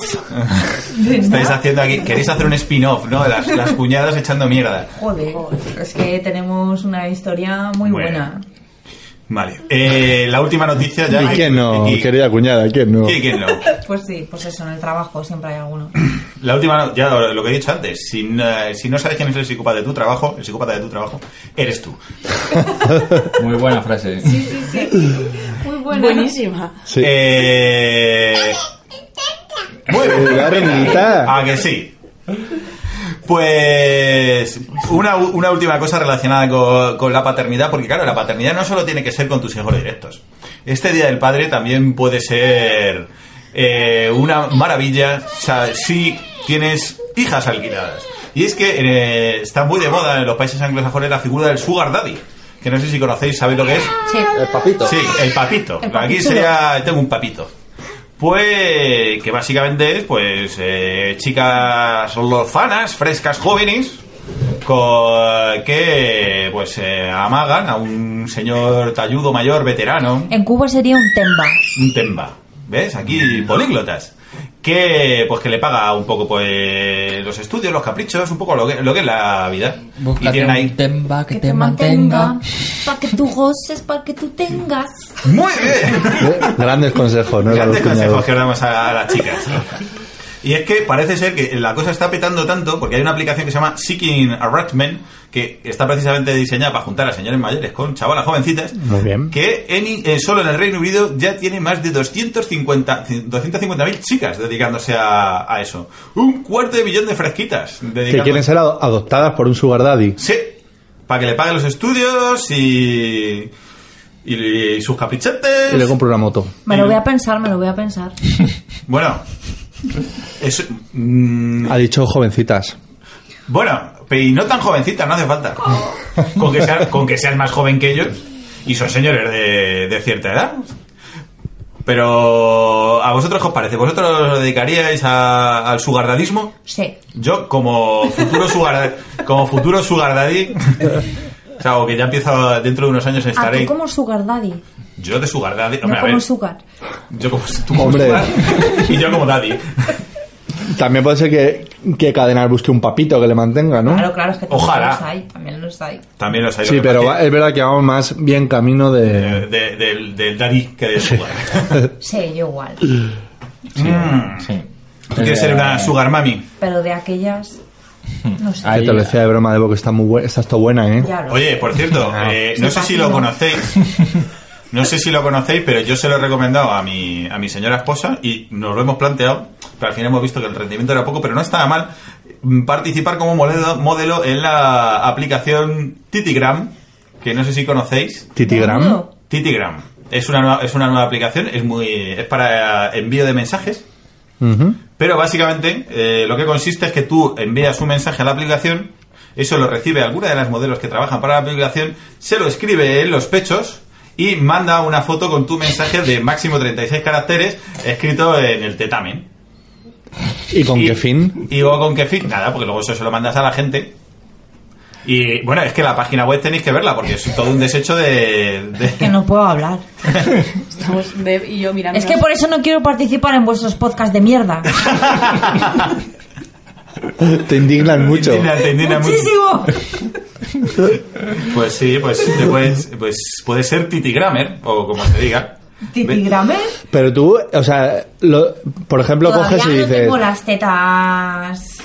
[SPEAKER 3] Estáis haciendo aquí, queréis hacer un spin-off, ¿no? De las, las cuñadas echando mierda.
[SPEAKER 6] Joder, es que tenemos una historia muy
[SPEAKER 3] Bueno.
[SPEAKER 6] buena.
[SPEAKER 3] Vale. Eh, la última noticia ya.
[SPEAKER 5] ¿Y quién no,
[SPEAKER 3] ¿Y- y-
[SPEAKER 5] querida cuñada? ¿Quién no?
[SPEAKER 3] y quién no?
[SPEAKER 6] Pues sí, pues eso, en el trabajo siempre hay alguno.
[SPEAKER 3] La última, no- ya lo, lo que he dicho antes, si, no- si no sabes quién es el psicópata de tu trabajo, el psicópata de tu trabajo, eres tú.
[SPEAKER 4] Muy buena frase.
[SPEAKER 6] Muy buena.
[SPEAKER 7] Buenísima.
[SPEAKER 5] Sí.
[SPEAKER 3] Eh... Muy bien.
[SPEAKER 5] La ermita.
[SPEAKER 3] Ah, que sí. Pues una, u- una última cosa relacionada con, con la paternidad, porque claro, la paternidad no solo tiene que ser con tus hijos directos. Este Día del Padre también puede ser eh, una maravilla o sea, si tienes hijas alquiladas. Y es que eh, está muy de moda en los países anglosajones la figura del sugar daddy, que no sé si conocéis, ¿sabéis lo que es?
[SPEAKER 6] Sí.
[SPEAKER 2] El papito.
[SPEAKER 3] Sí, el papito.
[SPEAKER 6] El papito.
[SPEAKER 3] Aquí sería, tengo un papito. Pues que básicamente es, pues, eh, chicas lozanas, frescas, jóvenes, con- que, pues, eh, amagan a un señor talludo mayor veterano,
[SPEAKER 6] En Cuba sería un temba.
[SPEAKER 3] un temba. ¿Ves? Aquí políglotas. Que, pues, que le paga un poco, pues, los estudios, los caprichos, un poco lo que, lo que es la vida. y tienen ahí
[SPEAKER 4] temba
[SPEAKER 6] Que te mantenga, para que tú goces, para que tú tengas.
[SPEAKER 3] ¡Muy bien!
[SPEAKER 5] Eh, Grandes consejos, ¿no?
[SPEAKER 3] Grandes
[SPEAKER 5] Los cuñados.
[SPEAKER 3] consejos que damos a, a las chicas. Y es que parece ser que la cosa está petando tanto porque hay una aplicación que se llama Seeking Arrangement que está precisamente diseñada para juntar a señores mayores con chavalas jovencitas.
[SPEAKER 5] Muy bien.
[SPEAKER 3] Que en- eh, solo en el Reino Unido ya tiene más de 250 250.000 chicas dedicándose a, a eso. Un cuarto de millón de fresquitas.
[SPEAKER 5] Que
[SPEAKER 3] dedicándose-
[SPEAKER 5] quieren ser ad- adoptadas por un sugar daddy.
[SPEAKER 3] Sí, para que le pague los estudios y, y, y sus caprichetes.
[SPEAKER 5] Y le compro una moto.
[SPEAKER 6] Me lo voy a pensar, me lo voy a pensar.
[SPEAKER 3] Bueno, eso, mm,
[SPEAKER 5] Ha dicho jovencitas.
[SPEAKER 3] Bueno, pe- y no tan jovencita, no hace falta.
[SPEAKER 6] Oh.
[SPEAKER 3] Con que, sea- con que seas más joven que ellos. Y son señores de, de cierta edad. Pero, ¿a vosotros qué os parece? ¿Vosotros os dedicaríais a- al sugardadismo?
[SPEAKER 6] Sí.
[SPEAKER 3] Yo, como futuro sugar, como futuro sugardadí, o sea, o que ya empiezo dentro de unos años
[SPEAKER 6] A Ah, tú
[SPEAKER 3] estaré.
[SPEAKER 6] como sugar daddy,
[SPEAKER 3] Yo de sugardadí, hombre,
[SPEAKER 6] no
[SPEAKER 3] a ver, ¿Eh?
[SPEAKER 6] como sugar.
[SPEAKER 3] yo como, tú como
[SPEAKER 5] Hombre.
[SPEAKER 3] sugar y yo como daddy.
[SPEAKER 5] También puede ser que, que Cadenar busque un papito que le mantenga, ¿no?
[SPEAKER 6] Claro, claro, es que también
[SPEAKER 3] Ojalá.
[SPEAKER 6] los hay, también los hay.
[SPEAKER 3] También los hay. lo
[SPEAKER 5] Sí,
[SPEAKER 3] que
[SPEAKER 5] pero
[SPEAKER 3] pasa
[SPEAKER 5] va- es verdad que vamos más bien camino
[SPEAKER 3] es
[SPEAKER 5] de...
[SPEAKER 3] que, eh, de- del, del daddy que del sugar.
[SPEAKER 6] Sí, yo igual.
[SPEAKER 3] Mm.
[SPEAKER 4] Sí.
[SPEAKER 3] Tú quieres ser una
[SPEAKER 4] Eh,
[SPEAKER 3] sugar mami.
[SPEAKER 6] Pero de aquellas, no sé.
[SPEAKER 5] Que te lo decía de broma de Bo, que está muy buena, está esto buena, ¿eh?
[SPEAKER 6] Ya lo
[SPEAKER 3] Oye, por cierto, eh, no sé si lo conocéis. No sé si lo conocéis, pero yo se lo he recomendado a mi, a mi señora esposa y nos lo hemos planteado. Pero al final hemos visto que el rendimiento era poco, pero no estaba mal mm, participar como modelo, modelo en la aplicación Titigram, que no sé si conocéis.
[SPEAKER 5] Titigram.
[SPEAKER 6] Menudo.
[SPEAKER 3] Titigram es una, nueva- es una nueva aplicación, es, muy, es para envío de mensajes.
[SPEAKER 5] Ujú.
[SPEAKER 3] Pero básicamente eh, lo que consiste es que tú envías un mensaje a la aplicación, eso lo recibe alguna de las modelos que trabajan para la aplicación, se lo escribe en los pechos y manda una foto con tu mensaje de máximo 36 caracteres escrito en el tetamen.
[SPEAKER 5] ¿Y con
[SPEAKER 3] Y-
[SPEAKER 5] qué fin?
[SPEAKER 3] Y luego con qué fin, nada, porque luego eso se lo mandas a la gente. Y bueno, es que la página web tenéis que verla porque es todo un desecho de...
[SPEAKER 6] Que
[SPEAKER 3] de-
[SPEAKER 6] no puedo hablar.
[SPEAKER 7] Estamos Deb y yo mirando.
[SPEAKER 6] Es que por eso no quiero participar en vuestros podcasts de mierda.
[SPEAKER 5] Te indignan mucho.
[SPEAKER 3] Indigna- te indigna mucho.
[SPEAKER 6] ¡Muchísimo!
[SPEAKER 3] Pues sí, pues, te puedes- pues puede ser Titi Grammer, o como se diga. Ve-
[SPEAKER 6] Titigramer.
[SPEAKER 5] Pero tú, o sea, lo- por ejemplo,
[SPEAKER 6] Todavía
[SPEAKER 5] coges y
[SPEAKER 6] no
[SPEAKER 5] dices,
[SPEAKER 6] tengo las tetas.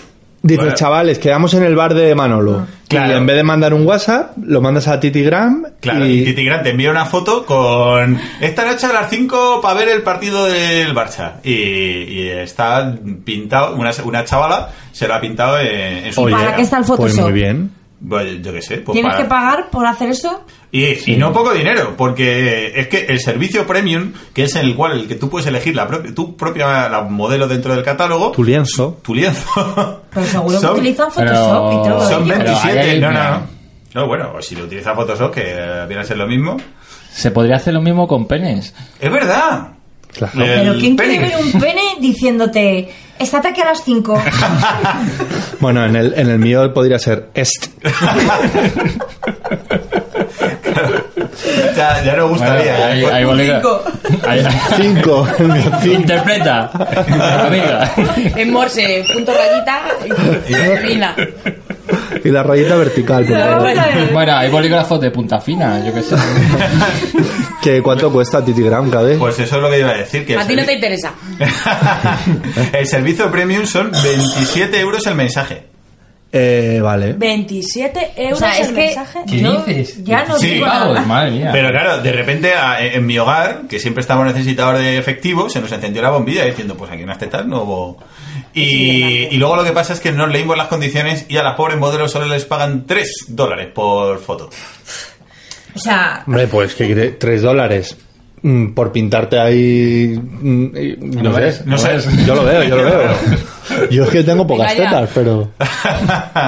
[SPEAKER 5] dices
[SPEAKER 3] Bueno.
[SPEAKER 5] chavales, quedamos en el bar de Manolo.
[SPEAKER 3] Claro.
[SPEAKER 5] Y en vez de mandar un WhatsApp, lo mandas a Titigram.
[SPEAKER 3] Claro, y Titi Grant te envía una foto con esta noche a las 5 para ver el partido del Barça. Y, y está pintado, una, una chavala se lo ha pintado en, en su
[SPEAKER 6] Oye. para qué está el Photoshop?
[SPEAKER 5] Pues muy bien.
[SPEAKER 3] Bueno, yo qué sé, pues
[SPEAKER 6] ¿Tienes
[SPEAKER 3] para-
[SPEAKER 6] que pagar por hacer eso?
[SPEAKER 3] Y, y no poco dinero, porque es que el servicio premium, que es en el cual el que tú puedes elegir la propia, tu propia la modelo dentro del catálogo,
[SPEAKER 5] Tu lienzo.
[SPEAKER 3] tu lienzo.
[SPEAKER 6] Pero seguro
[SPEAKER 3] Son-
[SPEAKER 6] que utilizan
[SPEAKER 4] pero-
[SPEAKER 6] Photoshop y todo.
[SPEAKER 3] Son
[SPEAKER 6] ¿eh?
[SPEAKER 4] Pero
[SPEAKER 3] 27,
[SPEAKER 4] hay
[SPEAKER 3] no, no,
[SPEAKER 4] alguien- ¿eh?
[SPEAKER 3] no. No, bueno, o si lo utiliza Photoshop, que eh, viene a ser lo mismo.
[SPEAKER 4] Se podría hacer lo mismo con penes.
[SPEAKER 3] ¡Es verdad!
[SPEAKER 5] Claro.
[SPEAKER 3] Eh,
[SPEAKER 6] Pero
[SPEAKER 3] el
[SPEAKER 6] ¿quién
[SPEAKER 3] pene.
[SPEAKER 6] quiere ver un pene diciéndote, estate aquí a las 5?
[SPEAKER 5] Bueno, en el, en el mío podría ser est.
[SPEAKER 3] Ya, ya no gustaría.
[SPEAKER 4] Bueno, ahí-
[SPEAKER 3] eh.
[SPEAKER 4] ahí bolígrafo. Ahí-
[SPEAKER 5] Cinco. El mío cinco.
[SPEAKER 4] Interpreta, amiga.
[SPEAKER 7] En morse, punto rayita y termina.
[SPEAKER 5] Y la rayita vertical, por favor.
[SPEAKER 4] Bueno, hay bolígrafos de punta fina, yo qué sé.
[SPEAKER 5] ¿Qué, ¿Cuánto cuesta Titigram cada vez?
[SPEAKER 3] Pues eso es lo que iba a decir. Que
[SPEAKER 7] A
[SPEAKER 3] el
[SPEAKER 7] ti no te
[SPEAKER 3] servi-
[SPEAKER 7] interesa.
[SPEAKER 3] el servicio premium son 27 euros el mensaje.
[SPEAKER 5] Eh, vale.
[SPEAKER 7] 27 euros
[SPEAKER 6] O sea, es
[SPEAKER 7] el
[SPEAKER 6] que
[SPEAKER 7] mensaje.
[SPEAKER 4] ¿Qué
[SPEAKER 6] yo
[SPEAKER 4] dices?
[SPEAKER 6] ya no
[SPEAKER 3] Sí.
[SPEAKER 6] digo
[SPEAKER 4] Vamos,
[SPEAKER 6] nada.
[SPEAKER 4] madre mía.
[SPEAKER 3] Pero claro, de repente a- e, en mi hogar, que siempre estamos necesitados de efectivo, se nos encendió la bombilla diciendo, pues aquí unas tetas no hubo... Y, y luego lo que pasa es que no leímos las condiciones y a las pobres modelos solo les pagan 3 dólares por foto.
[SPEAKER 6] O sea,
[SPEAKER 5] Hombre, pues que quiere- tres dólares mm, por pintarte ahí. mm, y- No,
[SPEAKER 4] ¿Lo
[SPEAKER 5] sé.
[SPEAKER 4] ves?
[SPEAKER 3] No sé.
[SPEAKER 5] Yo lo veo, yo lo veo. Yo es que tengo pocas
[SPEAKER 7] Venga, ya.
[SPEAKER 5] tetas, pero.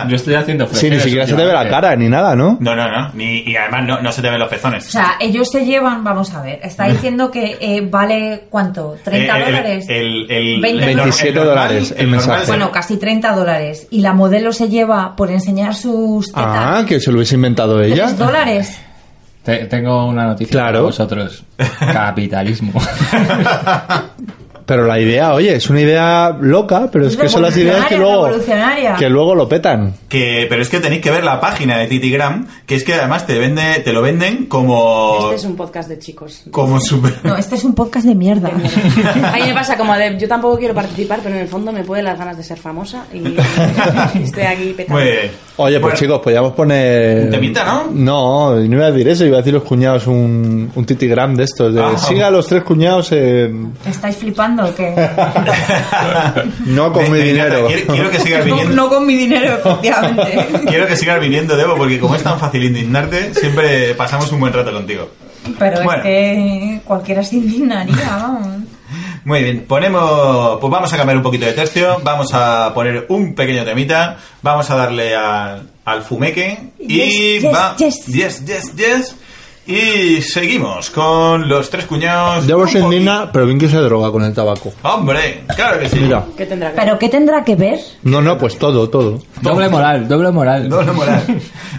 [SPEAKER 4] Yo estoy haciendo
[SPEAKER 5] Sí, ni
[SPEAKER 4] flejeos
[SPEAKER 5] siquiera se te ve la
[SPEAKER 4] últimamente.
[SPEAKER 5] cara ni nada, ¿no?
[SPEAKER 3] No, no, no. Ni- y además no, no se te ven los pezones.
[SPEAKER 6] o sea, ellos se llevan, vamos a ver, está diciendo que eh, vale cuánto, ¿30
[SPEAKER 3] Eh, el-
[SPEAKER 6] dólares?
[SPEAKER 3] El, el-
[SPEAKER 6] 20
[SPEAKER 3] el nor-
[SPEAKER 5] 27
[SPEAKER 3] normal-
[SPEAKER 5] dólares el
[SPEAKER 3] normal
[SPEAKER 5] mensaje.
[SPEAKER 3] se-
[SPEAKER 6] bueno, casi 30 dólares. Y la modelo se lleva por enseñar sus tetas.
[SPEAKER 5] Ah, que se lo hubiese inventado ella.
[SPEAKER 6] 3 dólares.
[SPEAKER 4] Te- tengo una noticia
[SPEAKER 5] Claro.
[SPEAKER 4] para vosotros. Capitalismo.
[SPEAKER 5] Pero la idea, oye, es una idea loca, pero es que son las ideas que luego.
[SPEAKER 6] Revolucionaria.
[SPEAKER 5] Que luego lo petan.
[SPEAKER 3] Que, pero es que tenéis que ver la página de Titigram, que es que además te vende, te lo venden como
[SPEAKER 7] Este es un podcast de chicos.
[SPEAKER 3] como super
[SPEAKER 6] No, este es un podcast de mierda.
[SPEAKER 7] A mí me pasa como de, yo tampoco quiero participar, pero en el fondo me pueden las ganas de ser famosa y estoy aquí petando.
[SPEAKER 3] Muy bien.
[SPEAKER 5] Oye, pues
[SPEAKER 3] Bueno,
[SPEAKER 5] chicos, podríamos poner.
[SPEAKER 3] Un temita, ¿no?
[SPEAKER 5] No, no iba a decir eso, iba a decir los cuñados un, un titigram de estos. De,
[SPEAKER 3] Ah.
[SPEAKER 5] Siga a los tres cuñados eh, en.
[SPEAKER 6] ¿Estáis flipando o qué?
[SPEAKER 5] No con mi
[SPEAKER 3] me- me encanta.
[SPEAKER 5] dinero.
[SPEAKER 3] Quiero, quiero que sigas
[SPEAKER 6] No,
[SPEAKER 3] viniendo.
[SPEAKER 6] no con mi dinero, efectivamente.
[SPEAKER 3] Quiero que sigas viniendo, Debo, porque como es tan fácil indignarte, siempre pasamos un buen rato contigo.
[SPEAKER 6] Pero es
[SPEAKER 3] Bueno.
[SPEAKER 6] que cualquiera se indignaría, vamos.
[SPEAKER 3] Muy bien, ponemos, pues vamos a cambiar un poquito de tercio, vamos a poner un pequeño temita, vamos a darle al, al fumeque y
[SPEAKER 6] Yes, yes,
[SPEAKER 3] va,
[SPEAKER 6] yes.
[SPEAKER 3] yes, yes, yes. y seguimos con los tres cuñados.
[SPEAKER 5] Debo
[SPEAKER 3] Un
[SPEAKER 5] ser
[SPEAKER 3] poqui-
[SPEAKER 5] indigna, pero bien que se droga con el tabaco.
[SPEAKER 3] Hombre, claro que sí.
[SPEAKER 5] Mira.
[SPEAKER 7] ¿Qué tendrá que
[SPEAKER 6] ¿Pero qué tendrá que ver?
[SPEAKER 5] No, no, pues todo, todo.
[SPEAKER 4] doble moral, doble moral.
[SPEAKER 3] No, no mola.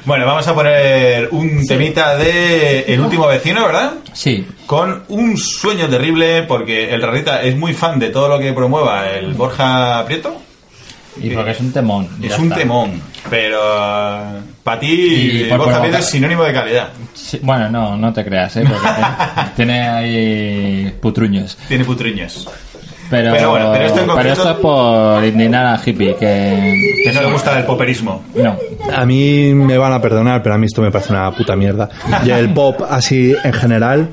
[SPEAKER 3] Bueno, vamos a poner un temita de El último vecino, ¿verdad?
[SPEAKER 4] Sí.
[SPEAKER 3] Con un sueño terrible, porque el Rarita es muy fan de todo lo que promueva el Borja Prieto.
[SPEAKER 4] Y porque es un temón. y
[SPEAKER 3] Es
[SPEAKER 4] ya
[SPEAKER 3] un
[SPEAKER 4] está.
[SPEAKER 3] temón, pero para
[SPEAKER 4] Y
[SPEAKER 3] ti el
[SPEAKER 4] por
[SPEAKER 3] Borja
[SPEAKER 4] provocar.
[SPEAKER 3] Prieto es sinónimo de calidad.
[SPEAKER 4] Sí, bueno, no, no te creas, ¿eh? Porque tiene, tiene ahí putruños.
[SPEAKER 3] Tiene putriños.
[SPEAKER 4] Pero,
[SPEAKER 3] Pero bueno, pero esto en
[SPEAKER 4] pero
[SPEAKER 3] concreto-
[SPEAKER 4] esto es por indignar a hippie, que...
[SPEAKER 3] Que no le gusta el poperismo.
[SPEAKER 4] No.
[SPEAKER 5] A mí me van a perdonar, pero a mí esto me parece una puta mierda. Y el pop, así en general,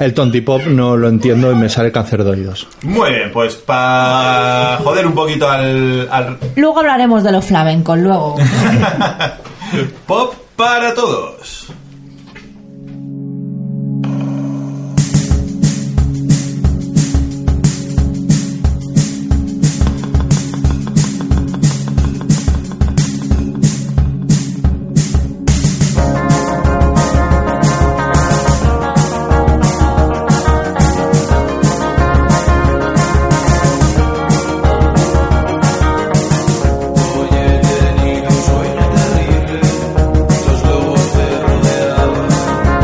[SPEAKER 5] el tontipop no lo entiendo y me sale cáncer de oídos.
[SPEAKER 3] Muy bien, pues para joder un poquito al, al
[SPEAKER 6] Luego hablaremos de los flamencos, luego.
[SPEAKER 3] pop para todos.
[SPEAKER 8] Hoy he tenido un sueño terrible, los lobos te rodean.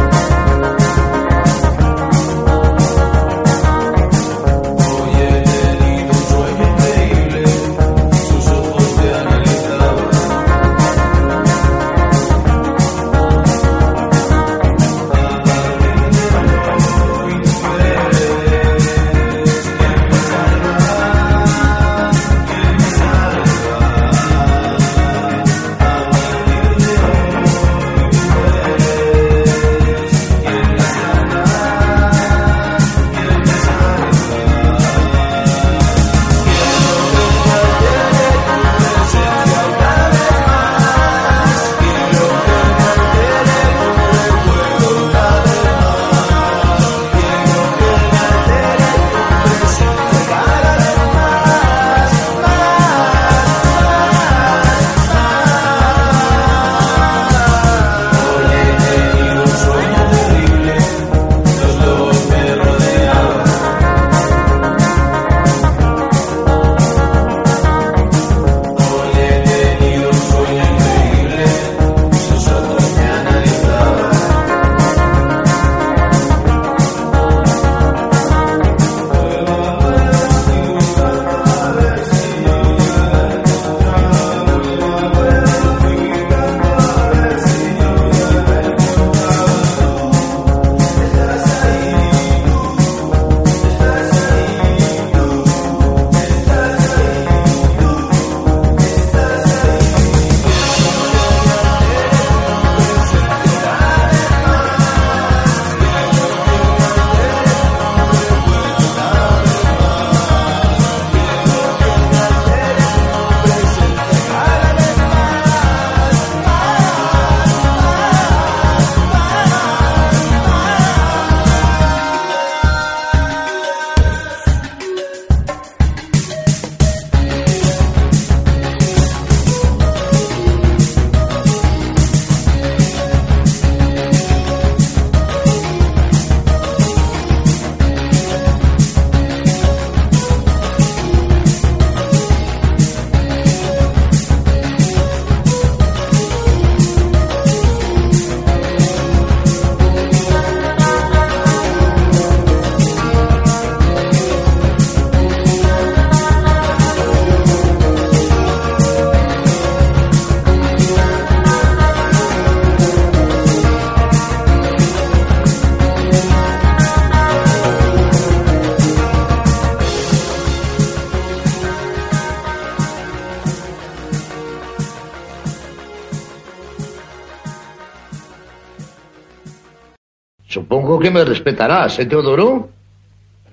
[SPEAKER 2] Supongo que me respetarás, ¿eh, Teodoro?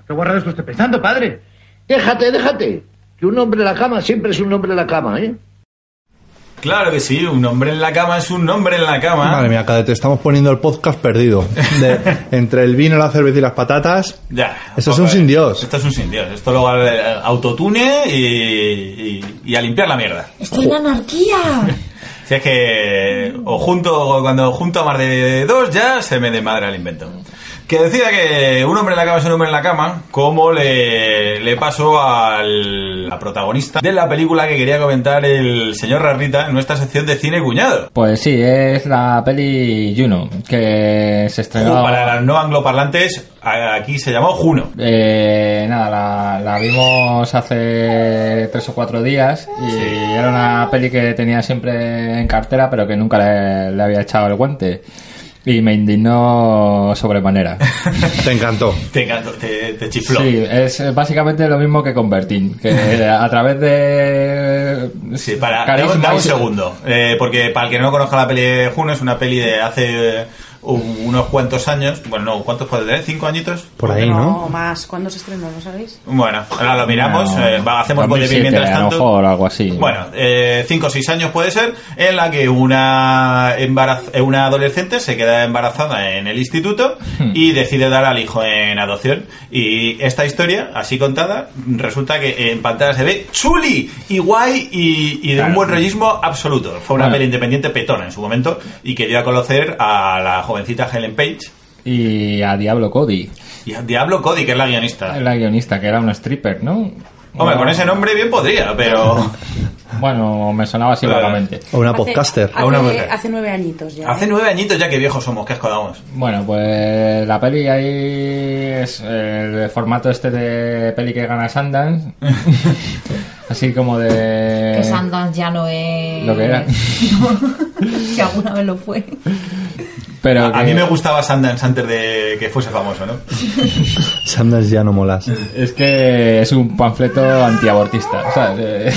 [SPEAKER 8] ¿Qué guarrado esto esté pensando, padre?
[SPEAKER 2] Déjate, déjate. Que un hombre en la cama siempre es un hombre en la cama, ¿eh?
[SPEAKER 3] Claro que sí, un hombre en la cama es un hombre en la cama.
[SPEAKER 5] Madre mía, cadete, estamos poniendo el podcast perdido. De- entre el vino, la cerveza y las patatas.
[SPEAKER 3] Ya. pues,
[SPEAKER 5] Esto es un sin Dios.
[SPEAKER 3] Esto es un sin Dios. Esto luego al, al autotune y, y- y a limpiar la mierda.
[SPEAKER 6] ¡Esto es la anarquía!
[SPEAKER 3] Si es que o junto cuando junto a más de dos ya se me desmadra el invento. Que decía que un hombre en la cama es un hombre en la cama, como le, le pasó al la protagonista de la película que quería comentar el señor Rarrita en nuestra sección de cine cuñado.
[SPEAKER 4] Pues sí, es la peli Juno, que se estrenó...
[SPEAKER 3] Uh, Para los no angloparlantes, a- aquí se llamó Juno.
[SPEAKER 4] Eh, nada, la, la vimos hace tres o cuatro días y era una peli que tenía siempre en cartera pero que nunca le, le había echado el guante y me indignó sobremanera.
[SPEAKER 5] Te encantó.
[SPEAKER 3] Te, encantó, te, te chifló.
[SPEAKER 4] Sí, es básicamente lo mismo que Convertín, que a través de...
[SPEAKER 3] Sí, para, da,
[SPEAKER 4] carisma
[SPEAKER 3] un- da
[SPEAKER 4] y-
[SPEAKER 3] un segundo. Eh, porque para el que no conozca la peli de Juno, es una peli de hace eh, un- unos cuantos años. Bueno, no, ¿cuántos puede tener? ¿Cinco añitos?
[SPEAKER 5] Por ahí, ¿no?
[SPEAKER 7] más. ¿Cuándo se estrenó? ¿No sabéis?
[SPEAKER 3] Bueno, ahora lo miramos,
[SPEAKER 4] No,
[SPEAKER 3] eh, va, hacemos un
[SPEAKER 4] 2007
[SPEAKER 3] mientras
[SPEAKER 4] a lo
[SPEAKER 3] tanto.
[SPEAKER 4] mejor, algo así.
[SPEAKER 3] Bueno, eh, cinco o seis años puede ser, en la que una, embaraz- eh, una adolescente se queda embarazada en el instituto
[SPEAKER 4] Hmm.
[SPEAKER 3] y decide dar al hijo en adopción. Y esta historia, así contada, resulta que en pantalla se ve chuli y guay y, y de un
[SPEAKER 4] Claro.
[SPEAKER 3] buen rollismo absoluto. Fue una
[SPEAKER 4] Bueno.
[SPEAKER 3] peli independiente petona en su momento y que dio a conocer a la jovencita Helen Page
[SPEAKER 4] Y a Diablo Cody,
[SPEAKER 3] y a Diablo Cody, que es la guionista.
[SPEAKER 4] la guionista, que era una stripper, ¿no?
[SPEAKER 3] Hombre, con ese nombre bien podría, pero...
[SPEAKER 4] Bueno, me sonaba así
[SPEAKER 3] Claro.
[SPEAKER 4] vagamente.
[SPEAKER 5] O una
[SPEAKER 7] Hace-
[SPEAKER 5] podcaster.
[SPEAKER 7] Hace,
[SPEAKER 3] Una mujer.
[SPEAKER 7] hace nueve añitos ya.
[SPEAKER 3] Hace
[SPEAKER 7] ¿eh?
[SPEAKER 3] nueve añitos ya que viejos somos, que asco damos.
[SPEAKER 4] Bueno, pues la peli ahí es el formato este de peli que gana Sundance. Así como de...
[SPEAKER 6] que Sundance ya no es...
[SPEAKER 4] Lo que era.
[SPEAKER 6] si alguna vez lo fue.
[SPEAKER 4] Pero
[SPEAKER 3] A
[SPEAKER 4] que-
[SPEAKER 3] mí me gustaba Sundance antes de que fuese famoso, ¿no?
[SPEAKER 5] Sanders ya no molas.
[SPEAKER 4] Es que es un panfleto antiabortista, ¿sabes? Eh,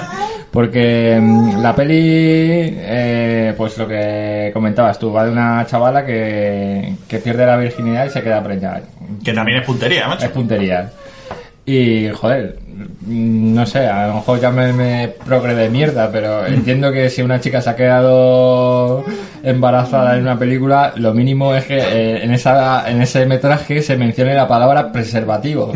[SPEAKER 4] Porque mm, la peli, eh, pues lo que comentabas tú, va de una chavala que, que pierde la virginidad y se queda preñada.
[SPEAKER 3] Que también es puntería, macho.
[SPEAKER 4] Es puntería. Y, joder, mm, no sé, a lo mejor ya me, me progre de mierda, pero entiendo que si una chica se ha quedado embarazada en una película, lo mínimo es que eh, en, esa, en ese metraje se mencione la palabra preservativo.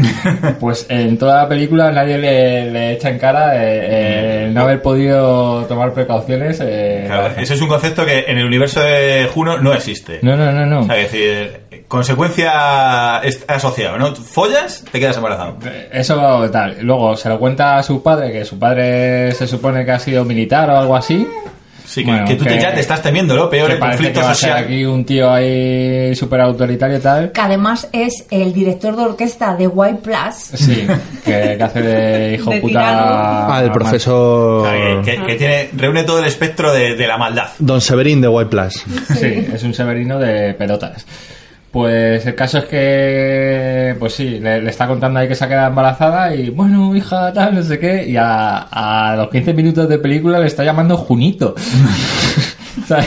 [SPEAKER 4] Pues en toda la película nadie le, le echa en cara eh, eh, no haber podido tomar precauciones. eh,
[SPEAKER 3] Claro, ese es un concepto que en el universo de Juno no existe.
[SPEAKER 4] No, no, no, no.
[SPEAKER 3] O sea, es decir, consecuencia es- asociada, ¿no? Follas, te quedas embarazado.
[SPEAKER 4] Eso tal. Luego se lo cuenta a su padre, que su padre se supone que ha sido militar o algo así.
[SPEAKER 3] Sí, que,
[SPEAKER 4] Bueno,
[SPEAKER 3] que tú te-
[SPEAKER 4] que-
[SPEAKER 3] ya te estás temiendo lo peor
[SPEAKER 4] Que
[SPEAKER 3] el
[SPEAKER 4] parece que
[SPEAKER 3] conflicto
[SPEAKER 4] va a ser
[SPEAKER 3] social.
[SPEAKER 4] aquí un tío ahí súper autoritario y tal.
[SPEAKER 6] Que además es el director de orquesta de White Plus.
[SPEAKER 4] Sí, que, que hace de hijo
[SPEAKER 6] De tirano.
[SPEAKER 4] puta.
[SPEAKER 5] Ah, el
[SPEAKER 3] O
[SPEAKER 5] profesor.
[SPEAKER 3] sea, que- que, que tiene, reúne todo el espectro de, de la maldad.
[SPEAKER 5] Don Severín de White Plus.
[SPEAKER 4] Sí, es un severino de pelotas. Pues el caso es que, pues sí, le, le está contando ahí que se ha quedado embarazada y, bueno, hija, tal, no sé qué. Y a, a los 15 minutos de película le está llamando Junito. O sea,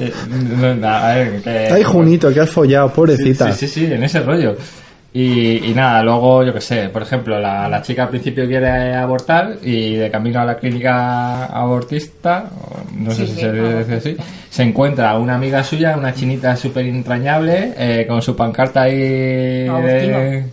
[SPEAKER 4] eh, no, no, a ver,
[SPEAKER 3] Eh,
[SPEAKER 4] que-
[SPEAKER 5] Ay, Junito, que has follado, pobrecita.
[SPEAKER 4] Sí, sí, sí, en ese rollo. Y, y nada, luego, yo qué sé, por ejemplo, la, la chica al principio quiere abortar y de camino a la clínica abortista, o no sé
[SPEAKER 6] Sí,
[SPEAKER 4] si
[SPEAKER 6] sí,
[SPEAKER 4] se dice así, se encuentra una amiga suya, una chinita súper entrañable, eh, con su pancarta ahí de...
[SPEAKER 6] Abortiva.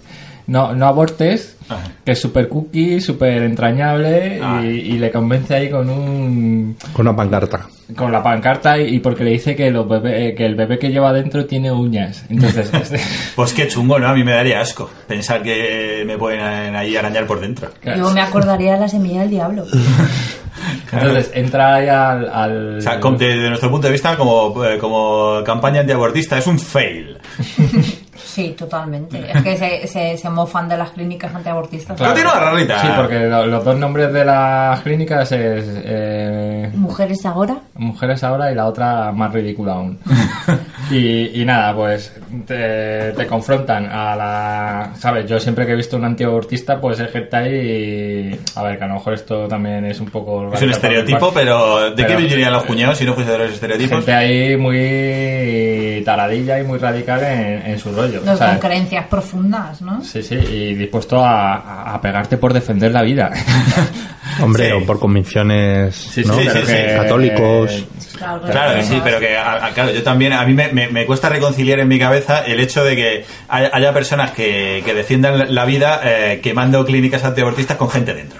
[SPEAKER 4] No, no abortes,
[SPEAKER 3] Ajá.
[SPEAKER 4] que es súper cookie, súper entrañable
[SPEAKER 3] Ah.
[SPEAKER 4] y, y le convence ahí con un
[SPEAKER 5] Con una pancarta.
[SPEAKER 4] con la pancarta y, y porque le dice que los bebé- eh, que el bebé que lleva dentro tiene uñas. Entonces, este-
[SPEAKER 3] Pues qué chungo, ¿no? A mí me daría asco pensar que me pueden ahí arañar por dentro.
[SPEAKER 6] Yo me acordaría de la semilla del diablo.
[SPEAKER 4] Entonces entra ahí al. al-
[SPEAKER 3] O sea, como- desde nuestro punto de vista, como, eh, como campaña antiabortista, es un fail.
[SPEAKER 6] Sí, totalmente. Es que se, se, se mofan de las clínicas antiabortistas.
[SPEAKER 4] Claro.
[SPEAKER 3] Continúa, Rarrita.
[SPEAKER 4] Sí, porque lo- los dos nombres de las clínicas es. eh,
[SPEAKER 6] Mujeres ahora.
[SPEAKER 4] mujeres ahora y la otra más ridícula aún. Y, y nada, pues te, te confrontan a la... ¿Sabes? Yo siempre que he visto un antiabortista, pues es hentai y... A ver, que a lo mejor esto también es un poco...
[SPEAKER 3] Es un estereotipo, pero ¿de qué
[SPEAKER 4] Pero-
[SPEAKER 3] vivirían los cuñados si no fuese de los estereotipos?
[SPEAKER 4] Gente ahí muy taradilla y muy radical en, en su rollo.
[SPEAKER 6] Los
[SPEAKER 4] ¿sabes?
[SPEAKER 6] con creencias profundas, ¿no?
[SPEAKER 4] Sí, sí, y dispuesto a, a- a pegarte por defender la vida.
[SPEAKER 5] Hombre,
[SPEAKER 3] Sí.
[SPEAKER 5] o por convicciones ¿no?
[SPEAKER 3] sí,
[SPEAKER 5] Pero
[SPEAKER 3] sí, Eh,
[SPEAKER 5] que-
[SPEAKER 3] sí.
[SPEAKER 5] católicos.
[SPEAKER 6] Claro,
[SPEAKER 3] Claro que
[SPEAKER 6] no.
[SPEAKER 3] sí, pero que a- a- claro, yo también, a mí me, me- me cuesta reconciliar en mi cabeza el hecho de que hay- haya personas que, que defiendan la vida eh, quemando clínicas antiabortistas con gente dentro.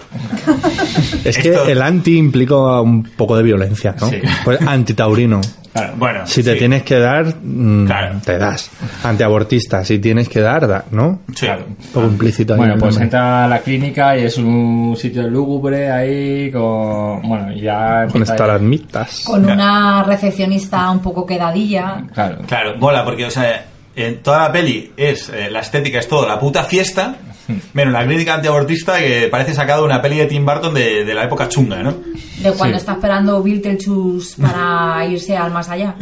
[SPEAKER 5] Es que
[SPEAKER 3] Esto-
[SPEAKER 5] el anti implica un poco de violencia, ¿no?
[SPEAKER 4] Sí.
[SPEAKER 5] Pues antitaurino.
[SPEAKER 3] Claro, bueno,
[SPEAKER 5] Si te
[SPEAKER 3] sí.
[SPEAKER 5] tienes que dar, mm,
[SPEAKER 3] Claro.
[SPEAKER 5] te das. Antiabortista, si tienes que dar, da, ¿no?
[SPEAKER 3] Sí.
[SPEAKER 5] Un
[SPEAKER 3] Ah.
[SPEAKER 5] poco implícito ahí
[SPEAKER 4] Bueno,
[SPEAKER 5] el
[SPEAKER 4] pues
[SPEAKER 5] nombre.
[SPEAKER 4] entra a la clínica y es un sitio lúgubre ahí con... Bueno, y ya...
[SPEAKER 5] Con
[SPEAKER 4] empieza-
[SPEAKER 5] estalagmitas.
[SPEAKER 6] Con
[SPEAKER 3] Claro.
[SPEAKER 6] una recepcionista un poco quedadilla.
[SPEAKER 4] Claro.
[SPEAKER 3] Claro, mola, porque, o sea, en toda la peli es, eh, la estética es todo, la puta fiesta, menos la crítica antiabortista que parece sacada de una peli de Tim Burton de, de la época chunga, ¿no?
[SPEAKER 6] De cuando
[SPEAKER 4] Sí.
[SPEAKER 6] está esperando Chus para irse al más allá.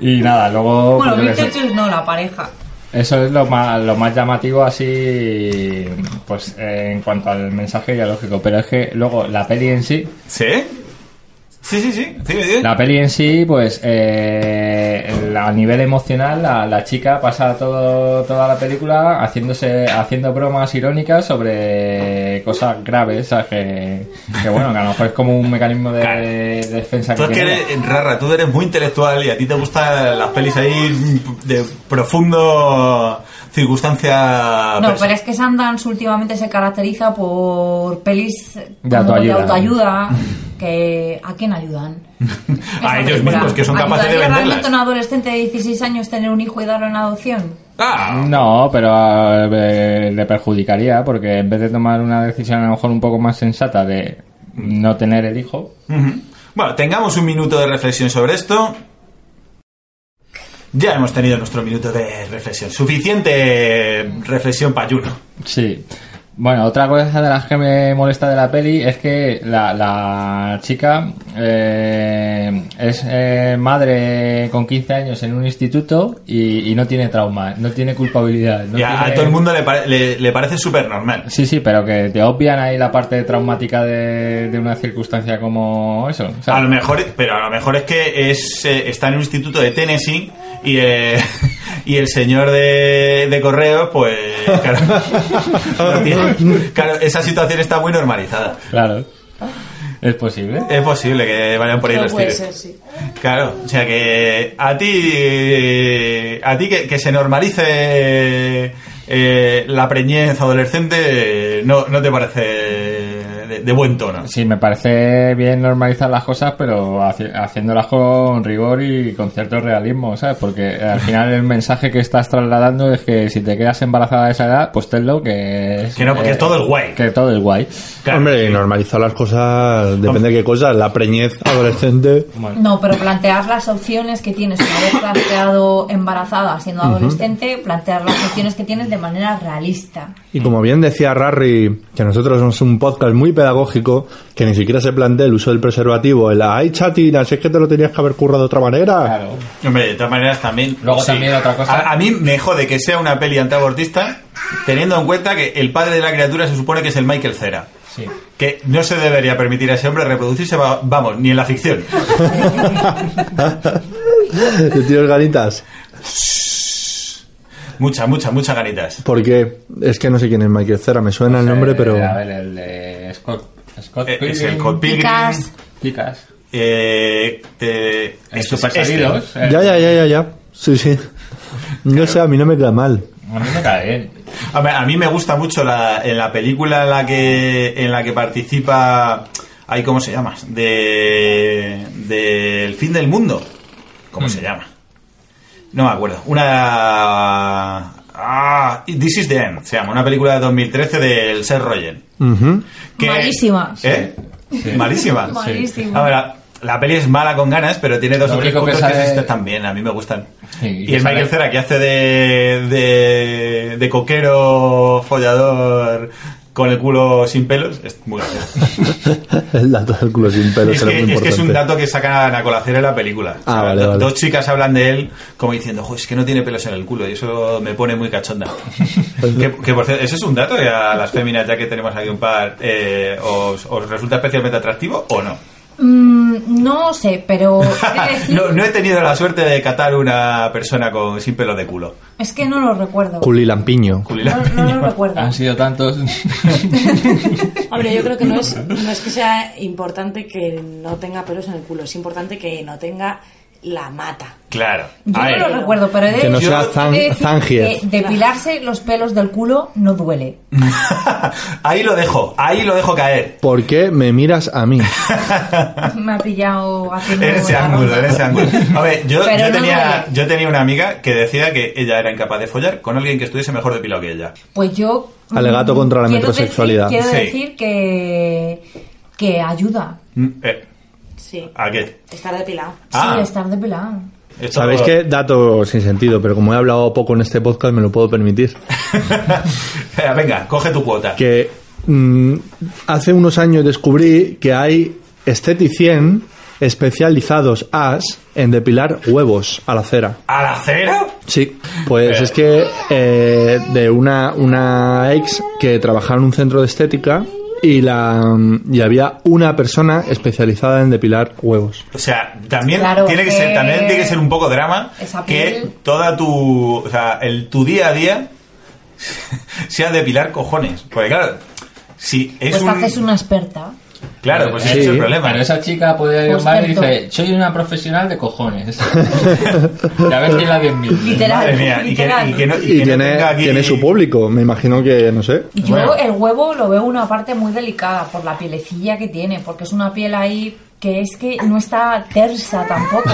[SPEAKER 4] Y nada, luego...
[SPEAKER 6] bueno,
[SPEAKER 4] pues yo qué sé.
[SPEAKER 6] Chus no, la pareja.
[SPEAKER 4] Eso es lo más, lo más llamativo así, pues eh, en cuanto al mensaje ideológico. Pero es que luego la peli en sí,
[SPEAKER 3] ¿Sí? Sí, sí, sí. sí, sí.
[SPEAKER 4] la peli en sí, pues eh, la- a nivel emocional, la, la chica pasa todo, toda la película haciéndose, haciendo bromas irónicas sobre cosas graves, ¿sabes? Que, que bueno, que a lo mejor es como un mecanismo de,
[SPEAKER 3] Claro.
[SPEAKER 4] de defensa.
[SPEAKER 3] Tú es que
[SPEAKER 4] tiene.
[SPEAKER 3] eres, Rara, tú eres muy intelectual y a ti te gustan las pelis ahí de profundo circunstancia...
[SPEAKER 6] No,
[SPEAKER 3] perso-
[SPEAKER 6] pero es que Sundance últimamente se caracteriza por pelis como
[SPEAKER 4] autoayuda.
[SPEAKER 6] autoayuda, que ¿a quién ayudan?
[SPEAKER 3] A
[SPEAKER 6] Esa
[SPEAKER 3] ellos
[SPEAKER 6] película,
[SPEAKER 3] mismos, que son capaces de
[SPEAKER 6] ¿ayudaría
[SPEAKER 3] venderlas.
[SPEAKER 6] realmente a un adolescente de 16 años tener un hijo y darlo en adopción?
[SPEAKER 3] Ah,
[SPEAKER 4] No, pero eh, le perjudicaría porque en vez de tomar una decisión a lo mejor un poco más sensata de no tener el hijo,
[SPEAKER 3] ujú. Bueno, tengamos un minuto de reflexión sobre esto. Ya hemos tenido nuestro minuto de reflexión. Suficiente reflexión payuno.
[SPEAKER 4] sí. Bueno, otra cosa de las que me molesta de la peli es que la, la chica eh, es eh, madre con 15 años en un instituto y, y no tiene trauma, no tiene culpabilidad. no
[SPEAKER 3] Y a, a
[SPEAKER 4] tiene-
[SPEAKER 3] todo el mundo le, pare- le- le parece súper normal.
[SPEAKER 4] Sí, sí, pero que te obvian ahí la parte traumática de, de una circunstancia como eso. o sea,
[SPEAKER 3] A lo mejor, pero a lo mejor es que es, eh, está en un instituto de Tennessee y, eh, y el señor de, de correo, pues claro, no tiene- claro, esa situación está muy normalizada.
[SPEAKER 4] Claro. Es posible.
[SPEAKER 3] Es posible que vayan por ahí
[SPEAKER 7] No
[SPEAKER 3] los
[SPEAKER 7] puede
[SPEAKER 3] tiros.
[SPEAKER 7] ser, sí.
[SPEAKER 3] Claro, o sea que a ti, a ti que, que se normalice eh, la preñez adolescente, eh, no, no te parece de, de buen tono.
[SPEAKER 4] Sí, me parece bien normalizar las cosas, pero haci- haciéndolas con rigor y con cierto realismo, ¿sabes? Porque al final el mensaje que estás trasladando es que si te quedas embarazada a esa edad, pues tenlo que es,
[SPEAKER 3] Que no, porque
[SPEAKER 4] eh,
[SPEAKER 3] todo es guay.
[SPEAKER 4] Que todo es guay.
[SPEAKER 3] Claro.
[SPEAKER 5] Hombre, normalizar las cosas, depende de qué cosas. La preñez adolescente.
[SPEAKER 6] No, pero plantear las opciones que tienes una vez planteado embarazada siendo adolescente, plantear las opciones que tienes de manera realista.
[SPEAKER 5] Y como bien decía Rarry, que nosotros somos un podcast muy pedagógico, que ni siquiera se plantea el uso del preservativo. El, ay, chatina, si es que te lo tenías que haber currado de otra manera.
[SPEAKER 4] Claro.
[SPEAKER 3] Hombre, de todas maneras también...
[SPEAKER 4] Luego también otra cosa.
[SPEAKER 3] A, a mí me jode que sea una peli antiabortista, teniendo en cuenta que el padre de la criatura se supone que es el Michael Cera.
[SPEAKER 4] Sí.
[SPEAKER 3] Que no se debería permitir a ese hombre reproducirse, va- vamos, ni en la ficción.
[SPEAKER 5] Te tienes ganitas.
[SPEAKER 3] Muchas, muchas, muchas ganitas.
[SPEAKER 5] Porque es que no sé quién es Michael Cera, me suena el nombre,
[SPEAKER 4] Eh,
[SPEAKER 5] pero.
[SPEAKER 4] A ver, el de Scott. Scott
[SPEAKER 3] Eh, Es el
[SPEAKER 4] Pilgrim,
[SPEAKER 3] Scott Pilgrim,
[SPEAKER 6] Chicas,
[SPEAKER 4] Chicas.
[SPEAKER 3] eh, te-
[SPEAKER 4] El
[SPEAKER 3] este-
[SPEAKER 4] Supersalidos, eh,
[SPEAKER 5] Ya, ya, ya, ya, ya. Sí, sí. No sé, a mí no me queda mal.
[SPEAKER 4] A mí me cae bien.
[SPEAKER 3] A ver, a mí me gusta mucho la, en la película en la que en la que participa ahí cómo se llama de del fin del mundo cómo
[SPEAKER 4] Hmm.
[SPEAKER 3] se llama no me acuerdo una ah This is the End se llama una película de 2013 del Seth Rogen
[SPEAKER 5] Ujú.
[SPEAKER 3] que-
[SPEAKER 6] Malísima.
[SPEAKER 3] ¿Eh? malísima
[SPEAKER 6] Malísima.
[SPEAKER 3] A ver, la, la peli es mala con ganas pero tiene dos
[SPEAKER 4] Lo
[SPEAKER 3] o tres
[SPEAKER 4] único que
[SPEAKER 3] puntos que,
[SPEAKER 4] sale-
[SPEAKER 3] se están bien a mí me gustan
[SPEAKER 4] Sí, y
[SPEAKER 3] y
[SPEAKER 4] que
[SPEAKER 3] el
[SPEAKER 4] sale-
[SPEAKER 3] Michael Cera que hace de, de, de coquero follador con el culo sin pelos, es muy gracioso.
[SPEAKER 5] El dato del culo sin pelo
[SPEAKER 3] Es
[SPEAKER 5] será muy
[SPEAKER 3] que, es que es un
[SPEAKER 5] importante.
[SPEAKER 3] dato que sacan a colación en la película.
[SPEAKER 5] Ah,
[SPEAKER 3] O sea,
[SPEAKER 5] vale,
[SPEAKER 3] do-
[SPEAKER 5] vale.
[SPEAKER 3] Dos chicas hablan de él como diciendo, "Jo, es que no tiene pelos en el culo y eso me pone muy cachonda. que, que, por cierto, ese es un dato que a las féminas, ya que tenemos aquí un par, eh, os, os resulta especialmente atractivo o no?
[SPEAKER 6] Mm, no sé, pero he de decir-
[SPEAKER 3] no, no he tenido la suerte de catar una persona con sin pelos de culo.
[SPEAKER 6] es que no lo recuerdo.
[SPEAKER 5] Culilampiño.
[SPEAKER 3] Culila.
[SPEAKER 6] No, no lo recuerdo.
[SPEAKER 3] Ah,
[SPEAKER 4] Han sido tantos.
[SPEAKER 7] Hombre, yo creo que no es, no es que sea importante que no tenga pelos en el culo, es importante que no tenga la mata.
[SPEAKER 3] Claro.
[SPEAKER 6] Yo
[SPEAKER 3] A
[SPEAKER 6] no
[SPEAKER 3] ver,
[SPEAKER 6] lo recuerdo, pero he de-
[SPEAKER 5] Que no
[SPEAKER 6] yo
[SPEAKER 5] sea
[SPEAKER 6] he de
[SPEAKER 5] zan-
[SPEAKER 6] decir
[SPEAKER 5] zangief.
[SPEAKER 6] que depilarse los pelos del culo no duele.
[SPEAKER 3] ahí lo dejo, ahí lo dejo caer.
[SPEAKER 5] ¿Por qué me miras a mí?
[SPEAKER 6] Me ha pillado haciendo...
[SPEAKER 3] En ese
[SPEAKER 6] la
[SPEAKER 3] ángulo,
[SPEAKER 6] ronda.
[SPEAKER 3] en ese ángulo. A ver, yo,
[SPEAKER 6] Pero
[SPEAKER 3] yo
[SPEAKER 6] no
[SPEAKER 3] tenía,
[SPEAKER 6] duele.
[SPEAKER 3] yo tenía una amiga que decía que ella era incapaz de follar con alguien que estuviese mejor depilado que ella.
[SPEAKER 6] Pues yo... mm,
[SPEAKER 5] Alegato contra la
[SPEAKER 6] quiero decir-
[SPEAKER 5] metrosexualidad.
[SPEAKER 6] Quiero
[SPEAKER 3] Sí.
[SPEAKER 6] decir que... Que ayuda.
[SPEAKER 3] Mm, eh,
[SPEAKER 7] Sí,
[SPEAKER 3] ¿A qué?
[SPEAKER 7] estar depilado.
[SPEAKER 3] Ah.
[SPEAKER 6] Sí, estar depilado.
[SPEAKER 3] Esto-
[SPEAKER 5] Sabéis que dato sin sentido, pero como he hablado poco en este podcast, me lo puedo permitir.
[SPEAKER 3] Espera, venga, coge tu cuota.
[SPEAKER 5] Que mm, hace unos años descubrí que hay esteticien especializados as en depilar huevos a la cera.
[SPEAKER 3] ¿A la cera?
[SPEAKER 5] Sí, pues
[SPEAKER 3] Eh.
[SPEAKER 5] es que eh, de una, una ex que trabajaba en un centro de estética y, la, y había una persona especializada en depilar huevos.
[SPEAKER 3] O sea, también
[SPEAKER 6] Claro,
[SPEAKER 3] tiene que ser,
[SPEAKER 6] eh,
[SPEAKER 3] también tiene que ser un poco drama
[SPEAKER 6] esa
[SPEAKER 3] que
[SPEAKER 6] piel.
[SPEAKER 3] toda tu, o sea, el tu día a día sea depilar cojones, porque claro, si es
[SPEAKER 6] Pues te
[SPEAKER 3] un,
[SPEAKER 6] haces una experta.
[SPEAKER 3] claro, pues ese
[SPEAKER 5] Sí.
[SPEAKER 3] es el problema.
[SPEAKER 4] Pero esa chica puede ir a un
[SPEAKER 6] Pues
[SPEAKER 4] bar y
[SPEAKER 6] cierto.
[SPEAKER 4] dice, soy una profesional de cojones. y a ver quién la 10.000.
[SPEAKER 6] Literal,
[SPEAKER 3] Madre mía, y que,
[SPEAKER 6] literal.
[SPEAKER 3] y que no, y que
[SPEAKER 5] Y
[SPEAKER 3] no
[SPEAKER 5] tiene,
[SPEAKER 3] tenga aquí-
[SPEAKER 5] tiene su público, me imagino que, no sé.
[SPEAKER 6] Yo
[SPEAKER 3] Bueno.
[SPEAKER 6] el huevo lo veo una parte muy delicada por la pielecilla que tiene, porque es una piel ahí que es que no está tersa tampoco.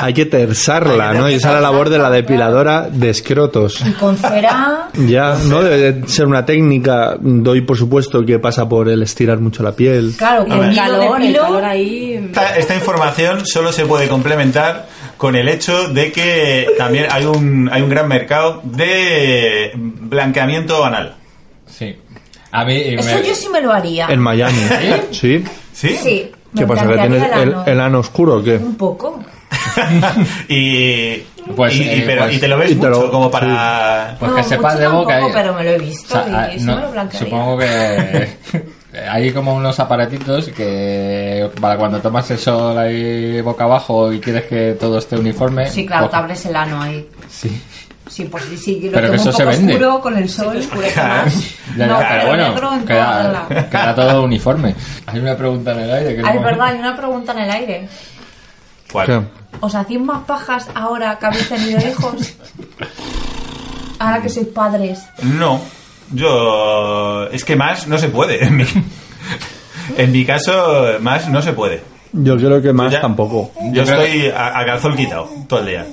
[SPEAKER 5] Hay que tersarla,
[SPEAKER 3] Hay que
[SPEAKER 5] ¿no? Y esa es la labor de la depiladora de escrotos.
[SPEAKER 6] Y con cera...
[SPEAKER 5] Ya, no debe de ser una técnica, doy por supuesto que pasa por el estirar mucho la piel.
[SPEAKER 6] Claro,
[SPEAKER 7] Y
[SPEAKER 6] con
[SPEAKER 7] el
[SPEAKER 6] hilo
[SPEAKER 7] calor,
[SPEAKER 6] de
[SPEAKER 7] el
[SPEAKER 6] pilo,
[SPEAKER 7] calor ahí.
[SPEAKER 3] Esta, esta información solo se puede complementar con el hecho de que también hay un, hay un gran mercado de blanqueamiento anal.
[SPEAKER 4] Sí. A mí... y
[SPEAKER 6] Eso
[SPEAKER 4] me-
[SPEAKER 6] yo sí me lo haría.
[SPEAKER 5] En Miami. ¿Sí?
[SPEAKER 3] ¿Sí?
[SPEAKER 6] Sí. me
[SPEAKER 5] ¿Qué pasa? ¿Que
[SPEAKER 6] plantearía
[SPEAKER 5] tienes el,
[SPEAKER 6] ano.
[SPEAKER 5] el ano oscuro o qué?
[SPEAKER 6] Un poco.
[SPEAKER 3] y,
[SPEAKER 4] Pues,
[SPEAKER 3] y, y-
[SPEAKER 4] eh,
[SPEAKER 3] pero-
[SPEAKER 4] pues-
[SPEAKER 3] y te lo ves
[SPEAKER 5] Y te lo-
[SPEAKER 3] mucho como para...
[SPEAKER 4] Pues
[SPEAKER 6] No,
[SPEAKER 4] que
[SPEAKER 6] mucho
[SPEAKER 4] sepas de boca.
[SPEAKER 6] tampoco,
[SPEAKER 4] eh.
[SPEAKER 6] pero me lo he visto y
[SPEAKER 4] ah,
[SPEAKER 6] sí me lo blanquearía.
[SPEAKER 4] Supongo que hay como unos aparatitos que para cuando tomas el sol ahí boca abajo y quieres que todo esté uniforme.
[SPEAKER 6] Sí, claro, te
[SPEAKER 4] coge-
[SPEAKER 6] abres el ano ahí.
[SPEAKER 4] Sí.
[SPEAKER 6] Sí, pues sí, sí, yo lo
[SPEAKER 4] Pero que
[SPEAKER 6] tengo
[SPEAKER 4] eso
[SPEAKER 6] un
[SPEAKER 4] se
[SPEAKER 6] poco
[SPEAKER 4] vende.
[SPEAKER 6] oscuro con el sol, oscurece más.
[SPEAKER 4] Ya,
[SPEAKER 6] no,
[SPEAKER 4] ya, pero
[SPEAKER 6] pelo negro
[SPEAKER 4] bueno,
[SPEAKER 6] en toda
[SPEAKER 4] queda,
[SPEAKER 6] la...
[SPEAKER 4] queda todo uniforme. Hay una pregunta en el aire que
[SPEAKER 6] Ah,
[SPEAKER 4] no-
[SPEAKER 6] es verdad, hay una pregunta en el aire.
[SPEAKER 3] ¿Cuál?
[SPEAKER 5] ¿Qué?
[SPEAKER 6] ¿Os hacéis más pajas ahora que habéis tenido hijos? Ahora que sois padres.
[SPEAKER 3] No, yo... Es que más no se puede. En mi, en mi caso, más no se puede.
[SPEAKER 5] Yo creo que más
[SPEAKER 3] Ya.
[SPEAKER 5] tampoco.
[SPEAKER 3] Yo
[SPEAKER 4] Yo creo
[SPEAKER 3] estoy a, a calzón quitado todo el día.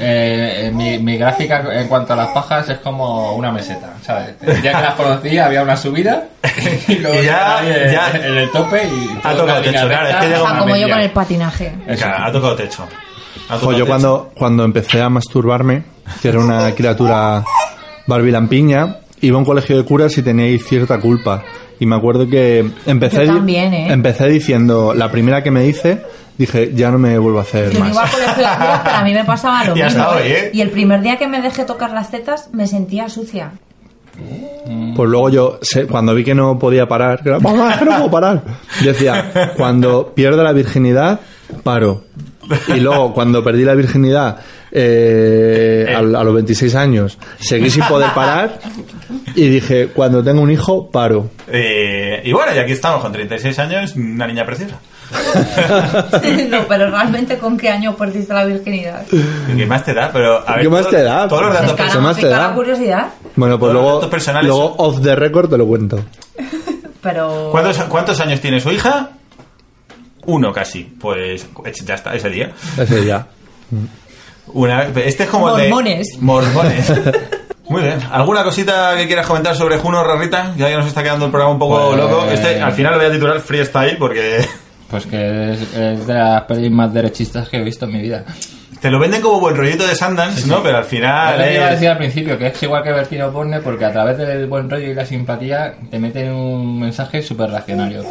[SPEAKER 4] Eh, eh, mi, mi gráfica en cuanto a las pajas es como una meseta, ¿sabes? Ya que las conocí había una subida y luego
[SPEAKER 3] Y ya-
[SPEAKER 4] ahí, eh,
[SPEAKER 3] ya-
[SPEAKER 4] en el tope y...
[SPEAKER 3] Ha
[SPEAKER 4] todo
[SPEAKER 3] tocado
[SPEAKER 4] una línea
[SPEAKER 3] techo, claro,
[SPEAKER 4] recta.
[SPEAKER 3] es que
[SPEAKER 6] O
[SPEAKER 3] llega
[SPEAKER 6] sea,
[SPEAKER 3] una
[SPEAKER 6] como yo
[SPEAKER 3] media.
[SPEAKER 6] con el patinaje.
[SPEAKER 4] Eso.
[SPEAKER 3] Ha tocado techo. Ha tocado
[SPEAKER 5] Ojo, Pues yo
[SPEAKER 3] techo.
[SPEAKER 5] cuando, cuando empecé a masturbarme, que era una criatura barbilampiña, iba a un colegio de curas y teníais cierta culpa. Y me acuerdo que empecé,
[SPEAKER 6] Yo también, ¿eh?
[SPEAKER 5] empecé diciendo, la primera que me hice, dije, ya no me vuelvo a hacer
[SPEAKER 6] Yo
[SPEAKER 5] más.
[SPEAKER 6] iba al colegio de curas, pero a mí me pasaba lo
[SPEAKER 3] Y hasta
[SPEAKER 6] mismo.
[SPEAKER 3] hoy, ¿eh?
[SPEAKER 6] Y el primer día que me dejé tocar las tetas me sentía sucia.
[SPEAKER 5] Pues luego yo, se- cuando vi que no podía parar, que era, mamá, que no puedo parar. Yo decía, cuando pierda la virginidad, paro. Y luego, cuando perdí la virginidad eh, al- a, los 26 años, seguí sin poder parar. Y dije, cuando tengo un hijo, paro.
[SPEAKER 3] Eh, y bueno, y aquí estamos con 36 años, una niña preciosa.
[SPEAKER 6] no, pero realmente con qué año perdiste la virginidad.
[SPEAKER 3] ¿Qué más te da? Pero, a ver,
[SPEAKER 5] ¿Qué más
[SPEAKER 3] todo-
[SPEAKER 5] te da?
[SPEAKER 3] Todos los
[SPEAKER 5] Pues
[SPEAKER 3] datos
[SPEAKER 5] es que
[SPEAKER 3] personales.
[SPEAKER 5] se me hace
[SPEAKER 6] pica la
[SPEAKER 5] edad.
[SPEAKER 6] curiosidad,
[SPEAKER 5] Bueno, pues
[SPEAKER 3] Todos los
[SPEAKER 5] luego,
[SPEAKER 3] datos personales
[SPEAKER 5] luego off the record te lo cuento.
[SPEAKER 6] pero...
[SPEAKER 3] ¿Cuántos, cuántos años tiene su hija? Uno casi. Pues ya está, ese día.
[SPEAKER 5] Ese ya.
[SPEAKER 3] Una, este es como el de-
[SPEAKER 6] Mormones.
[SPEAKER 3] Mormones. Muy bien. ¿Alguna cosita que quieras comentar sobre Juno Rarrita? Ya que nos está quedando el programa un poco
[SPEAKER 4] Pues-
[SPEAKER 3] loco. Este, al final lo voy a titular Freestyle porque...
[SPEAKER 4] Pues que es, es de las pelis más derechistas que he visto en mi vida.
[SPEAKER 3] Te lo venden como buen rollito de Sundance, ¿no? Pero al final.
[SPEAKER 4] Yo te iba a
[SPEAKER 3] es-
[SPEAKER 4] decir al principio que es igual que Bertino Borne porque a través del buen rollo y la simpatía te meten un mensaje súper reaccionario.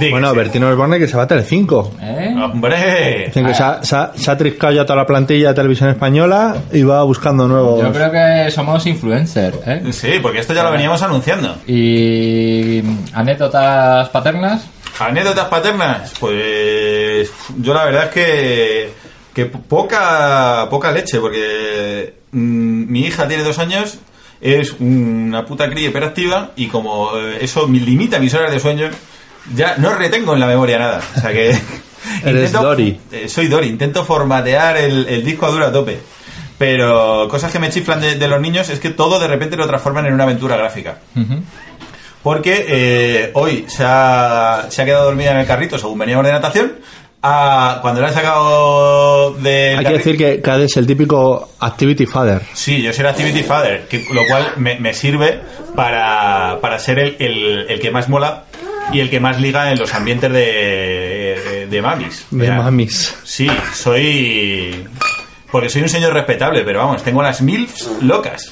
[SPEAKER 3] Dick,
[SPEAKER 5] Bueno,
[SPEAKER 3] sí.
[SPEAKER 5] Bertino Osborne que se va a Telecinco.
[SPEAKER 4] ¿Eh?
[SPEAKER 3] Oh. ¡Hombre!
[SPEAKER 5] Dicen que se ha, se ha- se ha triscado ya toda la plantilla de televisión española y va buscando nuevos.
[SPEAKER 4] Yo creo que somos influencers, ¿eh?
[SPEAKER 3] Sí, porque esto ya lo veníamos anunciando.
[SPEAKER 4] Y anécdotas paternas.
[SPEAKER 3] ¿Anécdotas paternas? Pues yo la verdad es que, que po- poca, poca leche, porque mm, mi hija tiene dos años, es una puta cría hiperactiva y como eh, eso me limita mis horas de sueño, ya no retengo en la memoria nada. O sea que...
[SPEAKER 5] Eres Dory.
[SPEAKER 3] eh, soy Dory, intento formatear el, el disco a dura tope. Pero cosas que me chiflan de, de los niños es que todo de repente lo transforman en una aventura gráfica. Porque eh, hoy se ha, se ha quedado dormida en el carrito según veníamos de natación. Ah, cuando la han sacado de.
[SPEAKER 5] Hay que decir que cada es el típico Activity Father.
[SPEAKER 3] Sí, yo soy el Activity Father, que, lo cual me, me sirve para, para ser el, el- el que más mola y el que más liga en los ambientes de, de, de mamis.
[SPEAKER 5] De
[SPEAKER 3] O sea,
[SPEAKER 5] mamis.
[SPEAKER 3] Sí, soy. Porque soy un señor respetable, pero vamos, tengo las MILFs locas.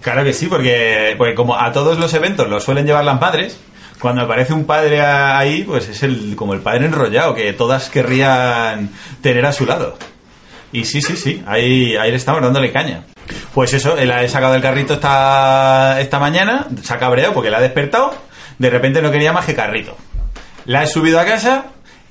[SPEAKER 3] Claro que sí, porque, porque como a todos los eventos los suelen llevar las madres, cuando aparece un padre a- ahí, pues es el, como el padre enrollado que todas querrían tener a su lado. Y sí, sí, sí, ahí, ahí le estamos dándole caña. Pues eso, la he sacado del carrito esta, esta mañana, se ha cabreado porque la ha despertado, de repente no quería más que carrito. La he subido a casa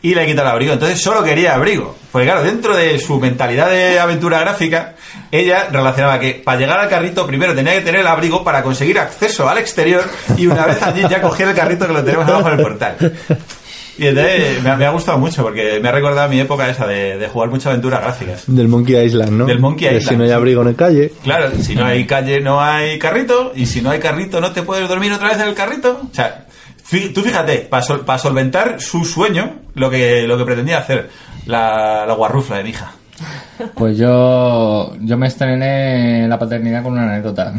[SPEAKER 3] y le he quitado el abrigo, entonces solo quería abrigo. Porque claro, dentro de su mentalidad de aventura gráfica, ella relacionaba que para llegar al carrito primero tenía que tener el abrigo para conseguir acceso al exterior y una vez allí ya cogía el carrito que lo tenemos abajo en el portal. Y entonces me, ha- me ha gustado mucho porque me ha recordado mi época esa de, de jugar muchas aventuras gráficas.
[SPEAKER 5] Del Monkey Island, ¿no?
[SPEAKER 3] Del Monkey
[SPEAKER 5] Que
[SPEAKER 3] Island,
[SPEAKER 5] Si no hay
[SPEAKER 3] sí.
[SPEAKER 5] abrigo en la calle.
[SPEAKER 3] Claro, si no hay calle no hay carrito y si no hay carrito no te puedes dormir otra vez en el carrito. O sea, fí- tú fíjate, para solventar su sueño, lo que, lo que pretendía hacer la, la guarrufla de mi hija.
[SPEAKER 4] Pues yo, yo me estrené en la paternidad con una anécdota.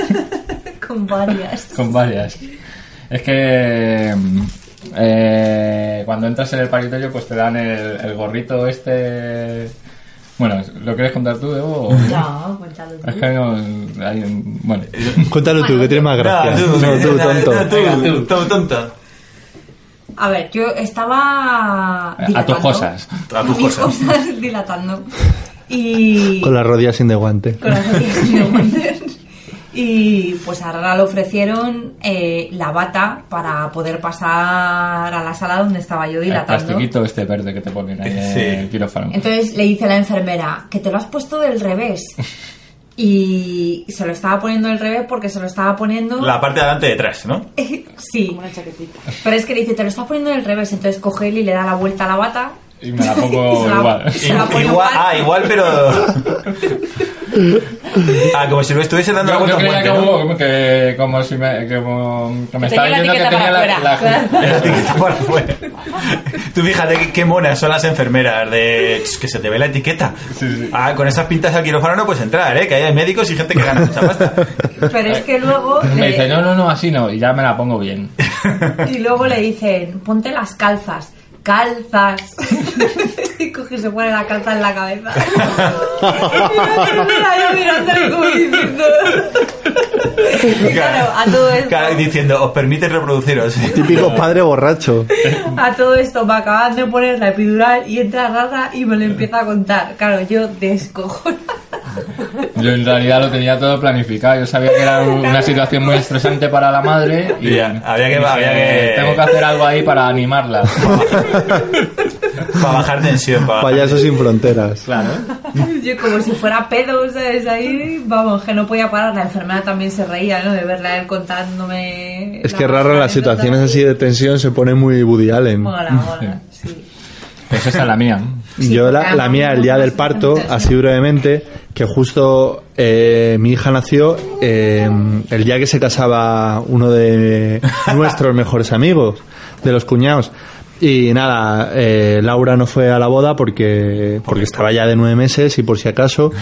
[SPEAKER 6] Con varias.
[SPEAKER 4] Con varias. Es que mm, eh, cuando entras en el paritorio pues te dan el, el gorrito este... Bueno, ¿lo quieres contar tú, Evo? o-
[SPEAKER 6] No, cuéntalo tú.
[SPEAKER 4] Es que no... hay un- bueno.
[SPEAKER 5] Cuéntalo tú, que tienes más gracia.
[SPEAKER 3] No, tú,
[SPEAKER 5] No, tú,
[SPEAKER 3] no,
[SPEAKER 5] tonto.
[SPEAKER 3] no, tú,
[SPEAKER 4] Venga,
[SPEAKER 3] tú, tonto.
[SPEAKER 6] A ver, yo estaba.
[SPEAKER 4] A
[SPEAKER 6] dilatando.
[SPEAKER 4] tus cosas.
[SPEAKER 3] A tus
[SPEAKER 6] Mis
[SPEAKER 3] cosas.
[SPEAKER 6] cosas dilatando. Y.
[SPEAKER 5] Con las rodillas sin de guante.
[SPEAKER 6] con las rodillas de Wonder. Y pues a Rara le ofrecieron eh, la bata para poder pasar a la sala donde estaba yo
[SPEAKER 4] El
[SPEAKER 6] dilatando.
[SPEAKER 4] plastiquito este verde que te ponen ahí en el
[SPEAKER 3] Sí.
[SPEAKER 4] quirófano.
[SPEAKER 6] Entonces le dice a la enfermera que te lo has puesto del revés. Y se lo estaba poniendo del revés porque se lo estaba poniendo.
[SPEAKER 3] La parte de adelante detrás, ¿no?
[SPEAKER 6] Sí,
[SPEAKER 7] Como una chaquetita.
[SPEAKER 6] pero es que le dice, te lo estás poniendo del revés. Entonces coge él y le da la vuelta a la bata.
[SPEAKER 4] Y me la
[SPEAKER 6] Y
[SPEAKER 4] pongo
[SPEAKER 6] se la-
[SPEAKER 4] igual.
[SPEAKER 6] Se la pone
[SPEAKER 3] igual,
[SPEAKER 6] igual.
[SPEAKER 3] ah, igual, pero. Ah, como si me estuviese dando la
[SPEAKER 4] Yo,
[SPEAKER 3] vuelta a
[SPEAKER 4] yo
[SPEAKER 3] un puente,
[SPEAKER 4] creía que,
[SPEAKER 3] ¿no?
[SPEAKER 4] hubo como que como si me, que como- que me
[SPEAKER 7] Que
[SPEAKER 4] estaba
[SPEAKER 7] tenía la
[SPEAKER 4] diciendo que
[SPEAKER 7] etiqueta
[SPEAKER 4] tenía
[SPEAKER 7] para
[SPEAKER 4] la, la-
[SPEAKER 7] afuera,
[SPEAKER 3] Espérate que está por afuera. Tú fíjate qué- qué monas son las enfermeras de "Ch, que se te ve la etiqueta. Ah, con esas pintas al quirófano no puedes entrar, ¿eh? Que ahí hay médicos y gente que gana mucha pasta.
[SPEAKER 6] Pero es que luego.
[SPEAKER 4] Me
[SPEAKER 6] le-
[SPEAKER 4] dice, no, no, no, así no, y ya me la pongo bien.
[SPEAKER 6] Y luego le dicen, ponte las calzas. Calzas. y coge y se pone la calza en la cabeza. y la enfermera yo mirándole como diciendo. y claro, a todo esto.
[SPEAKER 3] Claro, Diciendo, os permite reproduciros.
[SPEAKER 5] Típico padre borracho.
[SPEAKER 6] A todo esto me acaban de poner la epidural y entra Rara y me lo empieza a contar. Claro, yo descojonada.
[SPEAKER 4] Yo en realidad lo tenía todo planificado, yo sabía que era un- una situación muy estresante para la madre y
[SPEAKER 3] Ya, había que-
[SPEAKER 4] dije,
[SPEAKER 3] había que-
[SPEAKER 4] tengo que hacer algo ahí para animarla.
[SPEAKER 3] Para bajar tensión. Para bajar
[SPEAKER 5] Payaso sin fronteras.
[SPEAKER 4] Claro.
[SPEAKER 6] Yo como si fuera pedo, ¿sabes? Ahí, vamos, que no podía parar. La enfermera también se reía, ¿no? De verla él contándome...
[SPEAKER 5] Es
[SPEAKER 6] la
[SPEAKER 5] que raro las
[SPEAKER 6] anécdota.
[SPEAKER 5] situaciones así de tensión se pone muy Woody Allen.
[SPEAKER 6] Mola, mola, sí.
[SPEAKER 4] Pues esa es la mía.
[SPEAKER 6] Sí,
[SPEAKER 5] Yo la,
[SPEAKER 6] porque
[SPEAKER 5] la mía, el día del parto, así brevemente, que justo eh, mi hija nació eh, el día que se casaba uno de nuestros mejores amigos, de los cuñados. Y nada, eh, Laura no fue a la boda porque, porque estaba ya de nueve meses y por si acuesto.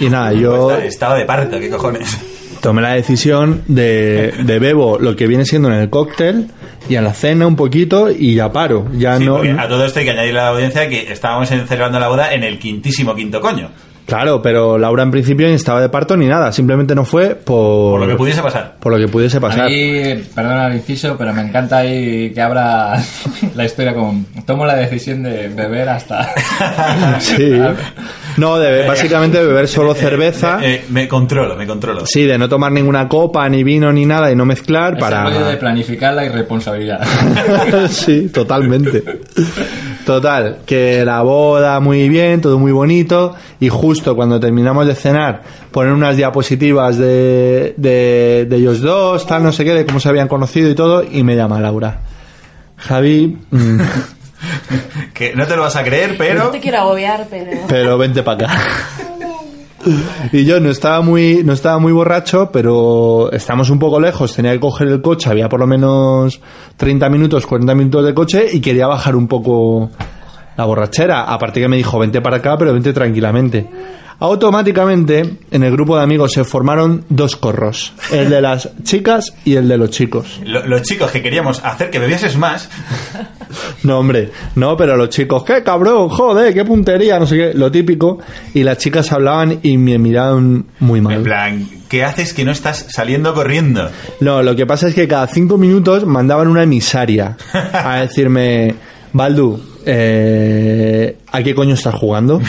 [SPEAKER 5] Y nada, yo...
[SPEAKER 3] Estado de parto, qué cojones.
[SPEAKER 5] tomé la decisión de, de bebo lo que viene siendo en el cóctel y a la cena un poquito y ya paro. Ya
[SPEAKER 3] Sí,
[SPEAKER 5] Ah, no.
[SPEAKER 3] porque A todo esto hay que añadir a la audiencia que estábamos en- celebrando la boda en el quintísimo quinto coño.
[SPEAKER 5] Claro, pero Laura en principio ni estaba de parto ni nada, simplemente no fue por,
[SPEAKER 3] Por lo que pudiese pasar.
[SPEAKER 5] por lo que pudiese pasar.
[SPEAKER 4] A mí, perdona el inciso, pero me encanta ahí que abra la historia con tomo la decisión de beber hasta
[SPEAKER 5] Sí. No, de, básicamente de beber solo cerveza.
[SPEAKER 3] Eh, eh, me controlo, me controlo.
[SPEAKER 5] Sí, de no tomar ninguna copa, ni vino, ni nada, y no mezclar
[SPEAKER 4] para de
[SPEAKER 5] para...
[SPEAKER 4] planificar la irresponsabilidad.
[SPEAKER 5] sí, totalmente. Total, que la boda muy bien, todo muy bonito, y justo cuando terminamos de cenar, poner unas diapositivas de, de, de ellos dos, tal, no sé qué, de cómo se habían conocido y todo, y me llama Laura. Javi, mm,
[SPEAKER 3] Que no te lo vas a creer,
[SPEAKER 7] No
[SPEAKER 3] pero
[SPEAKER 7] te quiero agobiar, pero...
[SPEAKER 5] pero vente para acá. Y yo no estaba muy, no estaba muy borracho, pero estamos un poco lejos, tenía que coger el coche, había por lo menos 30 minutos, 40 minutos de coche y quería bajar un poco la borrachera. Aparte que me dijo, vente para acá, pero vente tranquilamente. Automáticamente, en el grupo de amigos se formaron dos corros, el de las chicas y el de los chicos.
[SPEAKER 3] lo- los chicos que queríamos hacer que bebieses más,
[SPEAKER 5] No, hombre, no, pero los chicos, qué cabrón, joder, qué puntería, no sé qué, lo típico. Y las chicas hablaban y me miraban muy
[SPEAKER 3] en
[SPEAKER 5] mal.
[SPEAKER 3] plan, ¿qué haces que no estás saliendo corriendo?
[SPEAKER 5] No, lo que pasa es que cada cinco minutos mandaban una emisaria a decirme, Baldu, eh, ¿a qué coño estás jugando?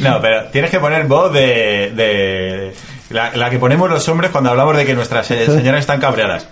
[SPEAKER 3] no, pero tienes que poner voz de... de- la, la que ponemos los hombres cuando hablamos de que nuestras eh, señoras están cabreadas.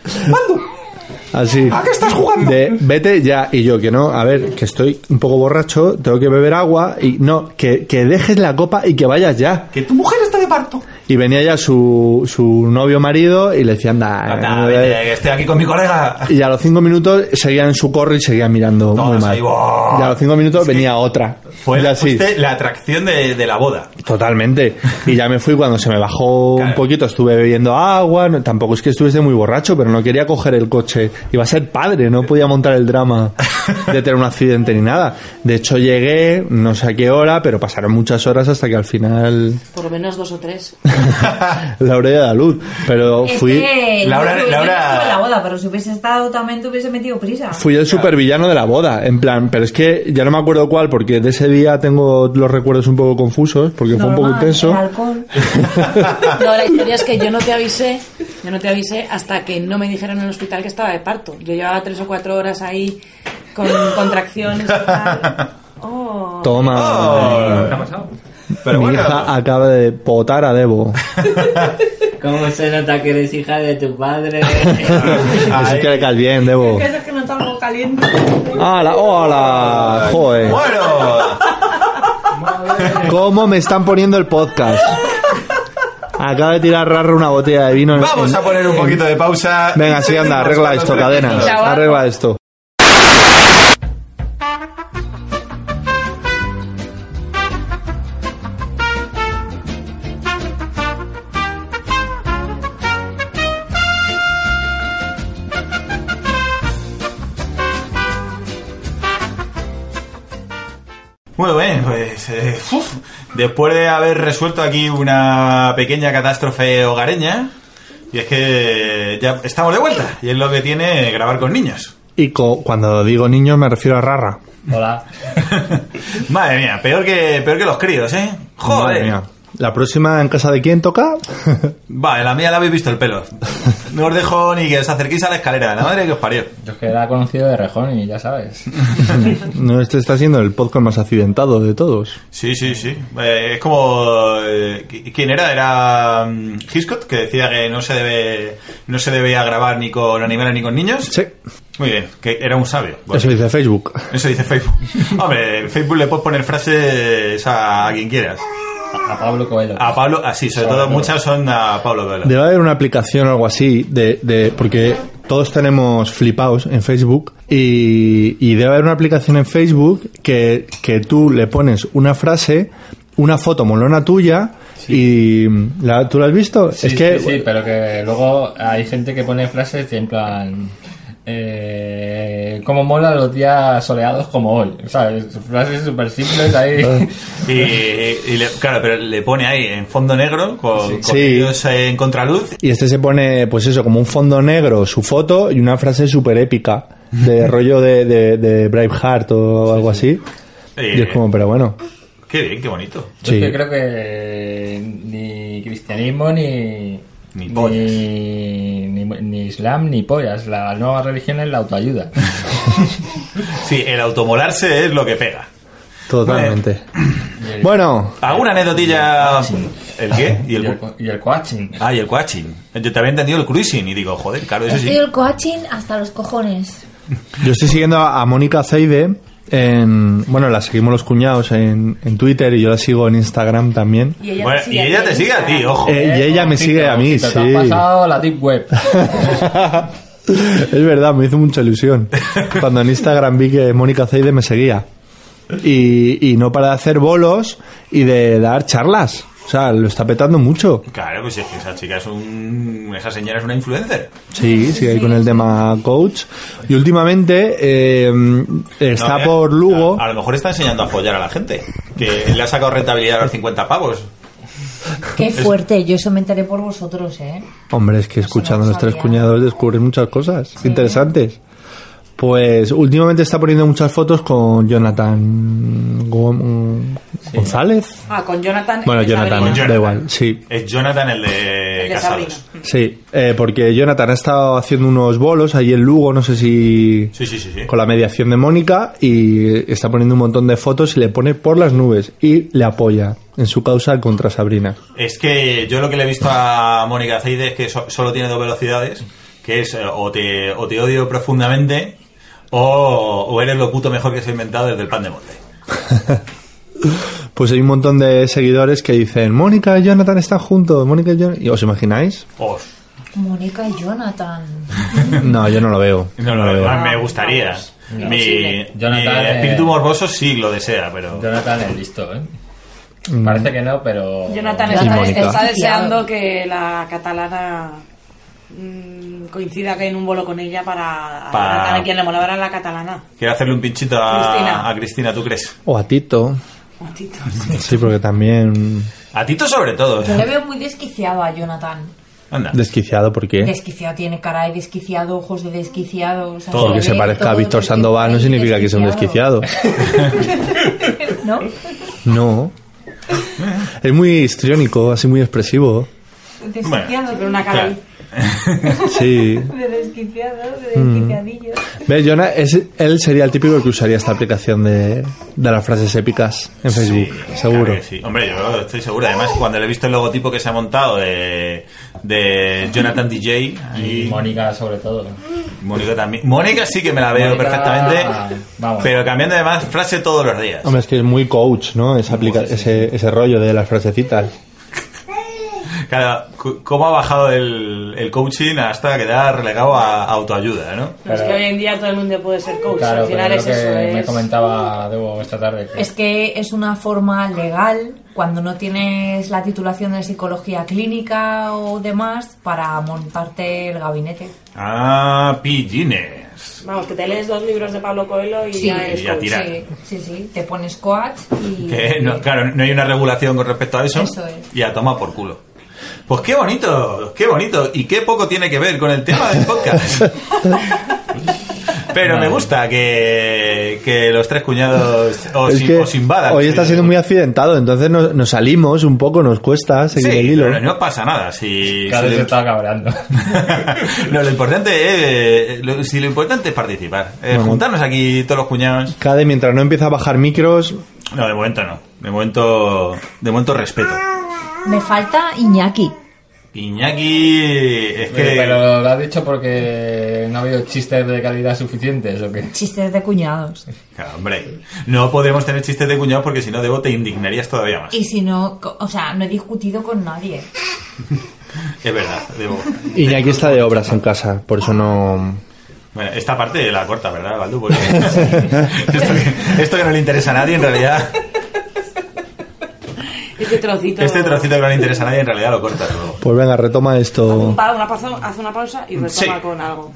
[SPEAKER 5] Así. ¿A qué estás jugando? De, vete ya. Y yo, que no, a ver, que estoy un poco borracho, tengo que beber agua y no, que, que dejes la copa y que vayas ya.
[SPEAKER 3] Que tu mujer está de parto.
[SPEAKER 5] Y venía ya su, su novio marido y le decía, anda,
[SPEAKER 3] Anda,
[SPEAKER 5] eh,
[SPEAKER 3] vete, que estoy aquí con mi colega.
[SPEAKER 5] Y a los cinco minutos seguían en su corro y seguían mirando
[SPEAKER 3] Todos
[SPEAKER 5] muy mal.
[SPEAKER 3] ahí, ¡buah!
[SPEAKER 5] Y a los cinco minutos
[SPEAKER 3] Es que
[SPEAKER 5] venía otra.
[SPEAKER 3] Fue
[SPEAKER 5] Y así,
[SPEAKER 3] fuiste la atracción de, de la boda.
[SPEAKER 5] Totalmente. Y ya me fui cuando se me bajó
[SPEAKER 3] Claro.
[SPEAKER 5] un poquito. Estuve bebiendo agua. no- tampoco es que estuviese muy borracho, pero no quería coger el coche. Iba a ser padre, no podía montar el drama de tener un accidente ni nada. De hecho, llegué, no sé a qué hora, pero pasaron muchas horas hasta que al final
[SPEAKER 7] Por lo menos dos o tres.
[SPEAKER 5] Laura ya da luz. Pero
[SPEAKER 6] Es
[SPEAKER 5] fui,
[SPEAKER 6] que yo
[SPEAKER 3] Laura-
[SPEAKER 6] no- yo no
[SPEAKER 3] Laura-
[SPEAKER 6] estuve en la boda, pero si hubiese estado también te hubiese metido prisa.
[SPEAKER 5] Fui el supervillano de la boda, en plan, pero es que ya no me acuerdo cuál, porque de ese día tengo los recuerdos un poco confusos, porque fue un poco
[SPEAKER 6] Normal,
[SPEAKER 5] intenso.
[SPEAKER 6] el alcohol.
[SPEAKER 7] No, la historia es que yo no te avisé, yo no te avisé hasta que no me dijeron en el hospital que estaba de parto. Yo llevaba tres o cuatro horas ahí con contracciones y tal. Oh,
[SPEAKER 5] Toma.
[SPEAKER 3] ¿Qué ha pasado? Oh. Pero
[SPEAKER 5] Mi
[SPEAKER 3] bueno,
[SPEAKER 5] hija acaba de potar a Debo.
[SPEAKER 9] ¿Cómo se nota que eres hija de tu padre?
[SPEAKER 5] Así
[SPEAKER 3] ahí-
[SPEAKER 5] que le caes bien, Debo.
[SPEAKER 6] Que eso es que no está algo caliente.
[SPEAKER 5] ¡Hala! ¡Hola! ¡Joder!
[SPEAKER 3] Bueno,
[SPEAKER 5] ¿Cómo me están poniendo el podcast? Acaba de tirar Rarro una botella de vino. en-
[SPEAKER 3] vamos
[SPEAKER 5] en-
[SPEAKER 3] a poner un poquito de pausa.
[SPEAKER 5] Venga, sí, anda, arregla esto, cadena. Arregla esto.
[SPEAKER 3] Muy bien, pues eh, uf, después de haber resuelto aquí una pequeña catástrofe hogareña, y es que ya estamos de vuelta, y es lo que tiene grabar con niños.
[SPEAKER 5] Y co- cuando digo niños me refiero a Rarra.
[SPEAKER 4] Hola.
[SPEAKER 3] Madre mía, peor que, peor que los críos, ¿eh?
[SPEAKER 5] Madre
[SPEAKER 3] Joder.
[SPEAKER 5] mía. La próxima en casa de quién toca.
[SPEAKER 3] Vale, la mía la habéis visto el pelo. No os dejo ni que os acerquéis a la escalera, la madre que os parió.
[SPEAKER 4] Yo es que era conocido de Rejón y ya sabes.
[SPEAKER 5] No, este está siendo el podcast más accidentado de todos.
[SPEAKER 3] Sí, sí, sí. Eh, es como... eh, qui- ¿Quién era? Era mm, Hitchcock, que decía que no se debe no se debía grabar ni con animales ni con niños. Muy bien, que era un sabio. Bueno,
[SPEAKER 5] Eso dice Facebook.
[SPEAKER 3] Eso dice Facebook. Hombre, en Facebook le puedes poner frases a quien quieras.
[SPEAKER 4] A Pablo Coelho.
[SPEAKER 3] A Pablo, así, sobre todo muchas son a Pablo Coelho.
[SPEAKER 5] Debe haber una aplicación o algo así de, de- porque todos tenemos flipaos en Facebook y, y debe haber una aplicación en Facebook que, que tú le pones una frase, una foto molona tuya y la, ¿tú la has visto?
[SPEAKER 4] Sí,
[SPEAKER 5] es que
[SPEAKER 4] sí, sí, pero que luego hay gente que pone frases en plan eh, cómo mola los días soleados como hoy. ¿Sabes? Frases súper simples
[SPEAKER 5] Ah,
[SPEAKER 4] ahí.
[SPEAKER 3] Y, y le- claro, pero le pone ahí en fondo negro con, con
[SPEAKER 5] Sí.
[SPEAKER 3] ellos eh, en contraluz.
[SPEAKER 5] Y este se pone, pues eso, como un fondo negro, su foto y una frase súper épica, de rollo de, de, de Braveheart o algo así.
[SPEAKER 3] Eh,
[SPEAKER 5] Y es como, pero bueno.
[SPEAKER 3] Qué bien, qué bonito.
[SPEAKER 4] Yo es
[SPEAKER 5] Sí.
[SPEAKER 4] que creo que ni cristianismo ni.
[SPEAKER 3] Ni pollas.
[SPEAKER 4] ni, ni, ni islam ni pollas. La nueva religión es la autoayuda.
[SPEAKER 3] Sí, el automolarse es lo que pega.
[SPEAKER 5] Totalmente. Bueno,
[SPEAKER 3] ¿Alguna anedotilla? ¿El qué? ¿Y
[SPEAKER 4] Y
[SPEAKER 3] el,
[SPEAKER 4] el,
[SPEAKER 3] cu-
[SPEAKER 4] y el coaching.
[SPEAKER 3] ah, y el coaching. Yo te había entendido el cruising y digo, joder, claro, eso sí.
[SPEAKER 6] Estoy el coaching hasta los cojones.
[SPEAKER 5] yo estoy siguiendo a, a Mónica Zeide en... Bueno, la seguimos los cuñados en, en Twitter y yo la sigo en Instagram también.
[SPEAKER 7] Y ella
[SPEAKER 3] Bueno,
[SPEAKER 7] te sigue
[SPEAKER 3] y
[SPEAKER 7] a
[SPEAKER 3] ella
[SPEAKER 7] ti
[SPEAKER 3] te
[SPEAKER 7] en
[SPEAKER 3] sigue a ti,
[SPEAKER 7] Instagram.
[SPEAKER 3] ojo.
[SPEAKER 5] Eh, y ella me
[SPEAKER 4] Ojito,
[SPEAKER 5] sigue a mí,
[SPEAKER 4] ojito,
[SPEAKER 5] sí.
[SPEAKER 4] Te has pasado la deep web.
[SPEAKER 5] es verdad, me hizo mucha ilusión. Cuando en Instagram vi que Mónica Zeide me seguía. Y, y no para de hacer bolos y de dar charlas. O sea, lo está petando mucho.
[SPEAKER 3] Claro, pues es que esa chica es un... Esa señora es una influencer.
[SPEAKER 5] Sí, sigue ahí con el tema coach. Y últimamente eh, está
[SPEAKER 3] No, eh,
[SPEAKER 5] por Lugo.
[SPEAKER 3] A, a lo mejor está enseñando a follar a la gente. Que le ha sacado rentabilidad a los 50 pavos.
[SPEAKER 6] Qué fuerte, yo eso me enteré por vosotros, ¿eh?
[SPEAKER 5] Hombre, es que escuchando
[SPEAKER 6] no
[SPEAKER 5] a
[SPEAKER 6] lo
[SPEAKER 5] los tres
[SPEAKER 6] sabía.
[SPEAKER 5] cuñados descubres muchas cosas interesantes. Pues últimamente está poniendo muchas fotos con Jonathan Gon- González.
[SPEAKER 7] Ah, con Jonathan.
[SPEAKER 5] Bueno,
[SPEAKER 7] el de
[SPEAKER 5] Jonathan,
[SPEAKER 7] Sabrina.
[SPEAKER 5] da igual, sí.
[SPEAKER 3] Es Jonathan el de,
[SPEAKER 7] El de
[SPEAKER 3] Casados.
[SPEAKER 7] Sabrina.
[SPEAKER 5] Sí, eh, porque Jonathan ha estado haciendo unos bolos ahí en Lugo, no sé si
[SPEAKER 3] Sí, sí, sí, sí.
[SPEAKER 5] con la mediación de Mónica y está poniendo un montón de fotos y le pone por las nubes y le apoya en su causa contra Sabrina.
[SPEAKER 3] Es que yo lo que le he visto a Mónica Zeide es que so- solo tiene dos velocidades, que es eh, o te, o te odio profundamente o, o eres lo puto mejor que se ha inventado desde el pan de molde.
[SPEAKER 5] Pues hay un montón de seguidores que dicen, Mónica y Jonathan están juntos, Mónica y Jonathan... ¿Os imagináis?
[SPEAKER 3] Os.
[SPEAKER 6] Mónica y Jonathan.
[SPEAKER 5] No, yo no lo veo.
[SPEAKER 3] No, no, no, me gustaría. Mi,
[SPEAKER 7] imposible.
[SPEAKER 3] mi
[SPEAKER 4] Jonathan, eh,
[SPEAKER 3] espíritu morboso sí lo desea, pero...
[SPEAKER 4] Jonathan es listo, ¿eh?
[SPEAKER 5] Mm.
[SPEAKER 4] Parece que no, pero.
[SPEAKER 5] eh,
[SPEAKER 7] Jonathan
[SPEAKER 5] Y
[SPEAKER 7] está,
[SPEAKER 5] Mónica.
[SPEAKER 7] está deseando que la catalana mm, coincida que en un bolo con ella para,
[SPEAKER 3] Pa-
[SPEAKER 7] tratar a quien le molaba era la catalana.
[SPEAKER 3] Quiero hacerle un pinchito a
[SPEAKER 7] Cristina.
[SPEAKER 3] a Cristina, ¿tú crees?
[SPEAKER 5] O a Tito.
[SPEAKER 7] Montito.
[SPEAKER 5] Sí, porque también
[SPEAKER 3] A Tito sobre todo.
[SPEAKER 6] Yo le veo muy desquiciado a Jonathan.
[SPEAKER 3] Anda.
[SPEAKER 5] desquiciado porque...
[SPEAKER 6] Desquiciado tiene cara de desquiciado, ojos de desquiciado. o sea,
[SPEAKER 3] Todo.
[SPEAKER 5] Porque
[SPEAKER 6] le
[SPEAKER 5] se
[SPEAKER 6] veo
[SPEAKER 5] parezca a
[SPEAKER 6] todo
[SPEAKER 5] Víctor
[SPEAKER 6] desquiciado
[SPEAKER 5] Sandoval no
[SPEAKER 6] y
[SPEAKER 5] significa que sea un desquiciado.
[SPEAKER 6] ¿No?
[SPEAKER 5] No. Es muy histriónico, así muy expresivo.
[SPEAKER 6] Desquiciado.
[SPEAKER 7] Con una cara
[SPEAKER 3] Claro.
[SPEAKER 7] ahí.
[SPEAKER 5] Sí.
[SPEAKER 6] De desquiciado, de desquiciadillo.
[SPEAKER 5] ¿Ves, Jonah? Es, él sería el típico que usaría esta aplicación de, de las frases épicas en Facebook,
[SPEAKER 3] Sí,
[SPEAKER 5] seguro.
[SPEAKER 3] claro que sí. Hombre, yo estoy seguro. Además, cuando le he visto el logotipo que se ha montado de, de Jonathan DJ
[SPEAKER 4] Y
[SPEAKER 3] y
[SPEAKER 4] Mónica, sobre todo.
[SPEAKER 3] Mónica también. Mónica sí que me la veo
[SPEAKER 4] Mónica,
[SPEAKER 3] perfectamente.
[SPEAKER 4] vamos.
[SPEAKER 3] Pero cambiando además frase todos los días.
[SPEAKER 5] Hombre, es que es muy coach, ¿no? Esa aplica ese, ese rollo de las frasecitas.
[SPEAKER 3] Claro, cu- cómo ha bajado el, el coaching hasta quedar relegado a autoayuda, ¿no?
[SPEAKER 7] No, Es que
[SPEAKER 4] Claro.
[SPEAKER 7] hoy en día todo el mundo puede ser coach.
[SPEAKER 4] Claro,
[SPEAKER 7] Pues Al
[SPEAKER 4] pero
[SPEAKER 7] final es
[SPEAKER 4] es lo que
[SPEAKER 7] eso.
[SPEAKER 4] me
[SPEAKER 7] Es...
[SPEAKER 4] comentaba Debo esta tarde. que-
[SPEAKER 6] Es que es una forma legal, cuando no tienes la titulación de psicología clínica o demás, para montarte el gabinete.
[SPEAKER 3] Ah, pillines.
[SPEAKER 7] Vamos, que te lees dos libros de Pablo Coelho y
[SPEAKER 6] Sí.
[SPEAKER 7] ya eres
[SPEAKER 3] Y ya
[SPEAKER 7] coach.
[SPEAKER 3] tira.
[SPEAKER 6] Sí, sí, sí. Te pones coach y...
[SPEAKER 3] Que no- claro, no hay una regulación con respecto a eso.
[SPEAKER 6] Eso es.
[SPEAKER 3] Y a tomar por culo. Pues qué bonito, qué bonito. Y qué poco tiene que ver con el tema del podcast. Pero me gusta que, que los tres cuñados os,
[SPEAKER 5] Es que
[SPEAKER 3] os invadan.
[SPEAKER 5] hoy está siendo muy accidentado, entonces nos, nos salimos un poco, nos cuesta seguir
[SPEAKER 3] Sí,
[SPEAKER 5] el hilo.
[SPEAKER 3] pero no pasa nada. Si,
[SPEAKER 4] Cada
[SPEAKER 3] si
[SPEAKER 4] vez
[SPEAKER 3] lo-
[SPEAKER 4] se está cabreando.
[SPEAKER 3] no, lo importante es, eh, lo- si lo importante es participar. Eh,
[SPEAKER 5] Bueno.
[SPEAKER 3] Juntarnos aquí todos los cuñados.
[SPEAKER 5] Cade, mientras no empieza a bajar micros,
[SPEAKER 3] No, de momento no. De momento, de momento respeto.
[SPEAKER 6] Me falta Iñaki.
[SPEAKER 3] Iñaki es que...
[SPEAKER 4] Pero lo has dicho porque no ha habido chistes de calidad suficientes o qué.
[SPEAKER 6] Chistes de cuñados.
[SPEAKER 3] Claro, hombre, no podemos tener chistes de cuñado porque si no, Debo, te indignarías todavía más.
[SPEAKER 6] Y si no, co- o sea, no he discutido con nadie.
[SPEAKER 3] Es verdad, Debo.
[SPEAKER 5] Iñaki está de obras en casa, por eso no...
[SPEAKER 3] Bueno, esta parte la corta, ¿verdad, Baldu? Porque esto, que, esto que no le interesa a nadie, en realidad,
[SPEAKER 7] Este trocito.
[SPEAKER 3] este trocito que no le interesa a nadie, en realidad lo cortas luego.
[SPEAKER 5] Pues venga, retoma
[SPEAKER 7] Haz un
[SPEAKER 5] esto.
[SPEAKER 7] pa- una pausa, haz una pausa y retoma
[SPEAKER 3] Sí.
[SPEAKER 7] con algo.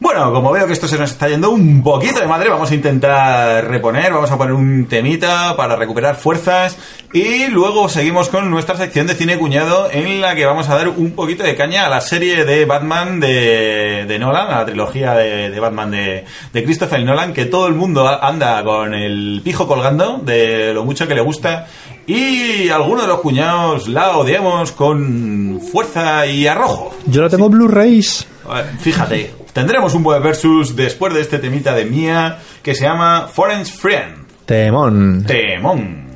[SPEAKER 3] Bueno, como veo que esto se nos está yendo un poquito de madre, vamos a intentar reponer, vamos a poner un temita para recuperar fuerzas y luego seguimos con nuestra sección de cine cuñado en la que vamos a dar un poquito de caña a la serie de Batman de, de Nolan, a la trilogía de, de Batman de, de Christopher Nolan, que todo el mundo a- anda con el pijo colgando de lo mucho que le gusta y algunos de los cuñados la odiamos con fuerza y arrojo.
[SPEAKER 5] Yo la tengo Blu-rays.
[SPEAKER 3] A ver, Eh, Fíjate, tendremos un buen versus después de este temita de Mía que se llama Foreign Friend.
[SPEAKER 5] Temón.
[SPEAKER 3] Temón.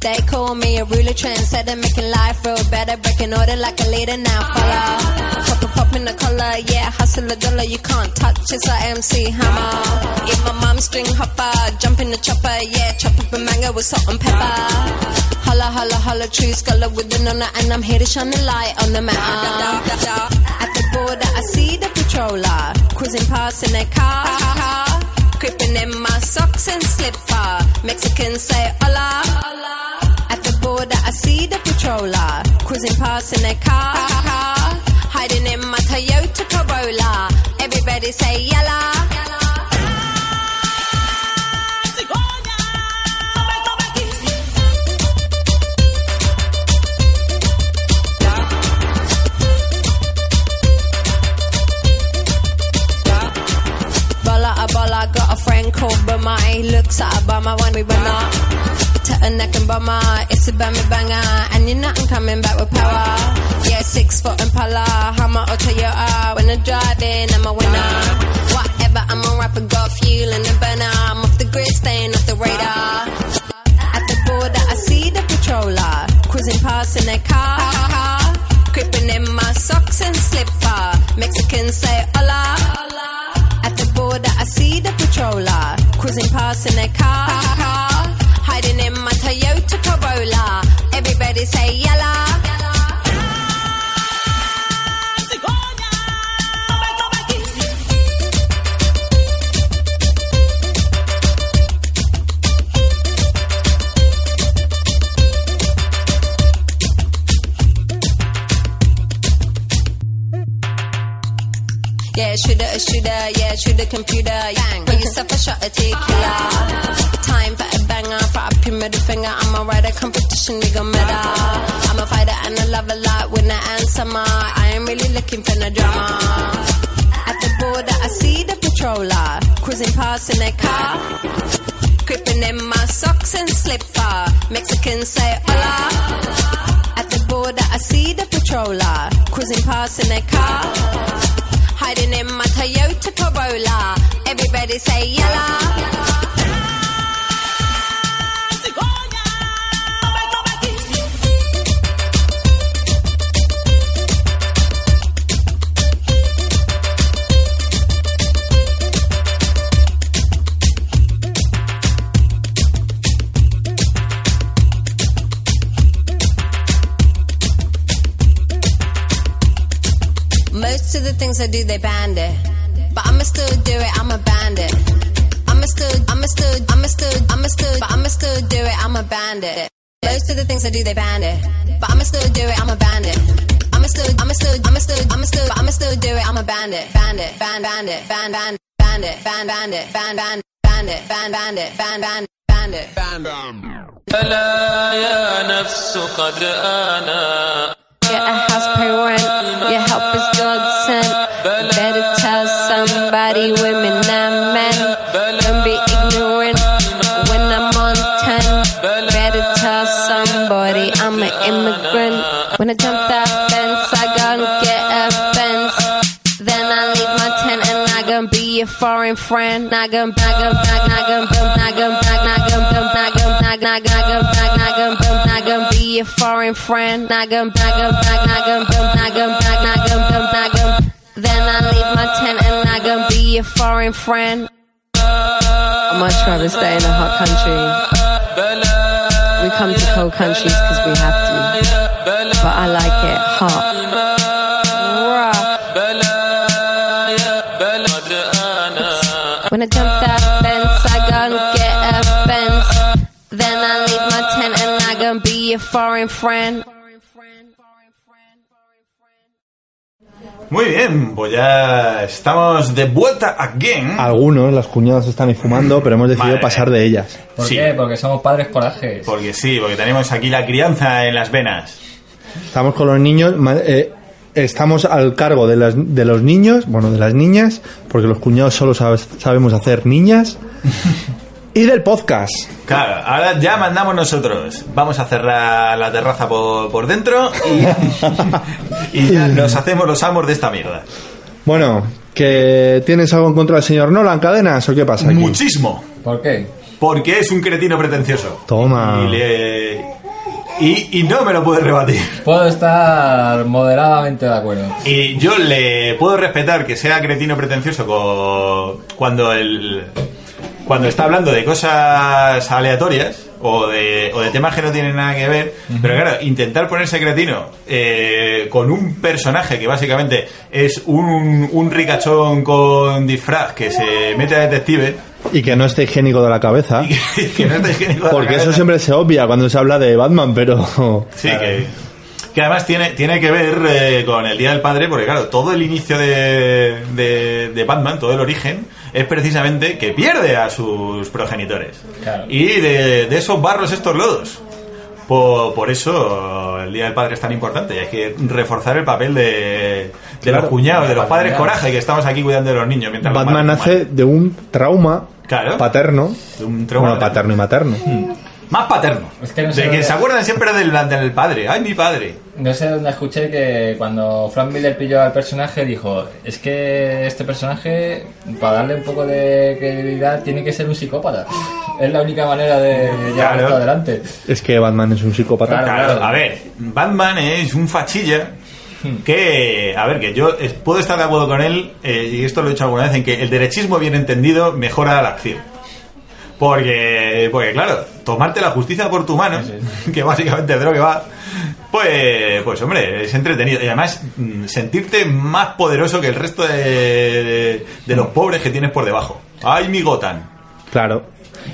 [SPEAKER 10] They call me a ruler, trendsetter, making life real better, breaking order like a leader now. Follow, pop a pop in the color, yeah, hustle a dollar, you can't touch, it's a MC Hammer. In my mom's string hopper, jump in the chopper, yeah, chop up a mango with salt and pepper. Holla, holla, holla, true scholar with an honor, and I'm here to shine the light on the matter. At the border, I see the patroller, cruising past in their car. Crippin' in my socks and slipper. Mexicans say hola. At the border, I see the patroller. Cruising past in their car. Hiding in my Toyota Corolla. Everybody say yalla. Bala a bala, got a friend called Bama. He looks at a bummer when we run up. Tat a neck and bummer, it's a bummy banger. And you're not coming back with power. Yeah, six foot Impala, Hummer or Toyota. When I'm driving, I'm a winner. Whatever, I'm a rapper, got fuel in the burner. I'm off the grid, staying off the radar. At the border, I see the patroller. Cruising past in their car. Crippin' in my socks and slipper. Mexicans say hola. At the border, I see the patroller cruising past in their car, hiding in my Toyota Corolla. Everybody say yalla. Yeah, shooter, a shooter, yeah, shooter, computer, yang. Call yourself a shot, a tequila. Time for a banger, for a pyramid finger. I'm a rider, competition, nigga, meta. I'm a fighter and a lover, like winner and summer. I ain't really looking for no drama. At the border, I see the patroller, cruising past in their car. Crippin' in my socks and slipper. Mexicans say hola. At the border, I see the patroller, cruising past in their car. Hiding in my Toyota Corolla. Everybody say yalla. Most of the things I do, they banned it. But I'ma still do it, I'm a bandit. I'ma still, I'ma still, I'ma still, I'ma still, but I'ma still do it, I'm a bandit. Most of the things I do, they banned it. But I'ma still do it, I'm a bandit. I'ma still, I'ma still, I'ma still, I'ma still, but I'ma still do it, I'm a bandit. Bandit, ban, bandit, ban, ban, bandit, ban, bandit, ban, ban, bandit, ban, bandit, ban, ban, bandit. Get a house pay rent. Your help is God sent. Better tell somebody, women and men. Don't be ignorant when I'm on 10. Better tell somebody I'm an immigrant. When I jump that fence, I gonna get a fence. Then I leave my tent and I gonna be a foreign friend. I gonna, I gonna, I gonna, I gonna, I gonna, I gonna, I gonna, I gonna, I gonna, I gonna, I gonna, I gonna, I gonna be a foreign friend. I gonna, I gonna, I gonna, I gonna, I gonna, I gonna, I gonna. Then I leave my tent and I gonna be a foreign friend. I much rather stay in a hot country. We come to cold countries because we have to. But I like it hot. Raw. When I jump that fence, I got your foreign friend.
[SPEAKER 3] Muy bien, pues ya estamos de vuelta again.
[SPEAKER 5] Algunos, las cuñadas están ahí fumando, pero hemos decidido
[SPEAKER 3] Madre.
[SPEAKER 5] pasar de ellas.
[SPEAKER 4] ¿Por
[SPEAKER 3] Sí.
[SPEAKER 4] qué? Porque somos padres corajes.
[SPEAKER 3] Porque sí, porque tenemos aquí la crianza en las venas.
[SPEAKER 5] Estamos con los niños, ma- eh, estamos al cargo de, las, de los niños, bueno, de las niñas, porque los cuñados solo sab- sabemos hacer niñas, y del podcast.
[SPEAKER 3] Claro, ahora ya mandamos nosotros. Vamos a cerrar la terraza por, por dentro y, y ya nos hacemos los amos de esta mierda.
[SPEAKER 5] Bueno, ¿que ¿tienes algo en contra del señor Nolan Cadenas o qué pasa aquí?
[SPEAKER 3] Muchísimo.
[SPEAKER 4] ¿Por qué?
[SPEAKER 3] Porque es un cretino pretencioso.
[SPEAKER 5] Toma.
[SPEAKER 3] Y, le- y, y no me lo puede rebatir.
[SPEAKER 4] Puedo estar moderadamente de acuerdo.
[SPEAKER 3] Y yo le puedo respetar que sea cretino pretencioso co- cuando el cuando está hablando de cosas aleatorias o de, o de temas que no tienen nada que ver, pero claro, intentar ponerse cretino eh, con un personaje que básicamente es un, un ricachón con disfraz que se mete a detective
[SPEAKER 5] Y que no esté higiénico de la cabeza.
[SPEAKER 3] y que, que no es de higiénico de la
[SPEAKER 5] Porque eso
[SPEAKER 3] cabeza.
[SPEAKER 5] siempre se obvia cuando se habla de Batman, pero...
[SPEAKER 3] Sí, que, que además tiene, tiene que ver eh, con el Día del Padre, porque claro, todo el inicio de, de, de Batman, todo el origen, es precisamente que pierde a sus progenitores.
[SPEAKER 4] Claro.
[SPEAKER 3] Y de, de esos barros, estos lodos. Por, por eso el Día del Padre es tan importante. y Hay que reforzar el papel de, de los cuñados, de los padres coraje, que estamos aquí cuidando de los niños. Mientras los
[SPEAKER 5] Batman
[SPEAKER 3] padres fuman.
[SPEAKER 5] nace de un trauma
[SPEAKER 3] Claro.
[SPEAKER 5] paterno.
[SPEAKER 3] De un trauma Mm.
[SPEAKER 5] Bueno, paterno y materno.
[SPEAKER 3] Más paterno.
[SPEAKER 4] Es que no
[SPEAKER 3] de
[SPEAKER 4] sé
[SPEAKER 3] que
[SPEAKER 4] dónde-
[SPEAKER 3] se acuerdan siempre del, del padre. ¡Ay, mi padre!
[SPEAKER 4] No sé dónde escuché que cuando Frank Miller pilló al personaje dijo, es que este personaje, para darle un poco de credibilidad, tiene que ser un psicópata. Es la única manera de llevar
[SPEAKER 3] Claro.
[SPEAKER 4] esto adelante.
[SPEAKER 5] Es que Batman es un psicópata.
[SPEAKER 4] Claro.
[SPEAKER 3] Claro, a ver, Batman es un fachilla que, a ver, que yo es- puedo estar de acuerdo con él, eh, y esto lo he dicho alguna vez, en que el derechismo bien entendido mejora la acción. Porque, porque claro, tomarte la justicia por tu mano, que básicamente es de lo que va, pues, pues hombre, es entretenido. Y además, mm, sentirte más poderoso que el resto de, de- de los pobres que tienes por debajo. ¡Ay, mi Gotham!
[SPEAKER 5] Claro.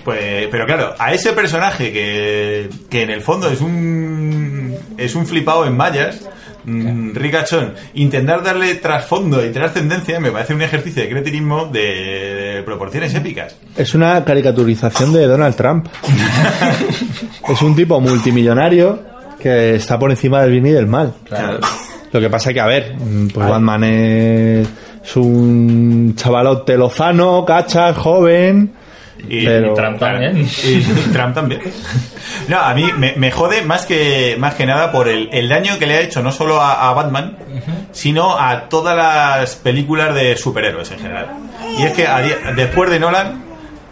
[SPEAKER 3] Pues, pero claro, a ese personaje que, que en el fondo es un es un flipado en mallas, mm, ricachón, intentar darle trasfondo y trascendencia me parece un ejercicio de cretinismo de, de proporciones épicas.
[SPEAKER 5] Es una caricaturización de Donald Trump. es un tipo multimillonario que está por encima del bien y del mal.
[SPEAKER 3] Claro.
[SPEAKER 5] Lo que pasa que, a ver, mm, pues Batman es, es un chavalote lozano, cachas, joven.
[SPEAKER 3] Y,
[SPEAKER 5] Pero-
[SPEAKER 4] Trump también.
[SPEAKER 3] y Trump también. No, a mí me, me jode más que más que nada por el, el daño que le ha hecho no solo a, a Batman, sino a todas las películas de superhéroes en general. Y es que a día- después de Nolan,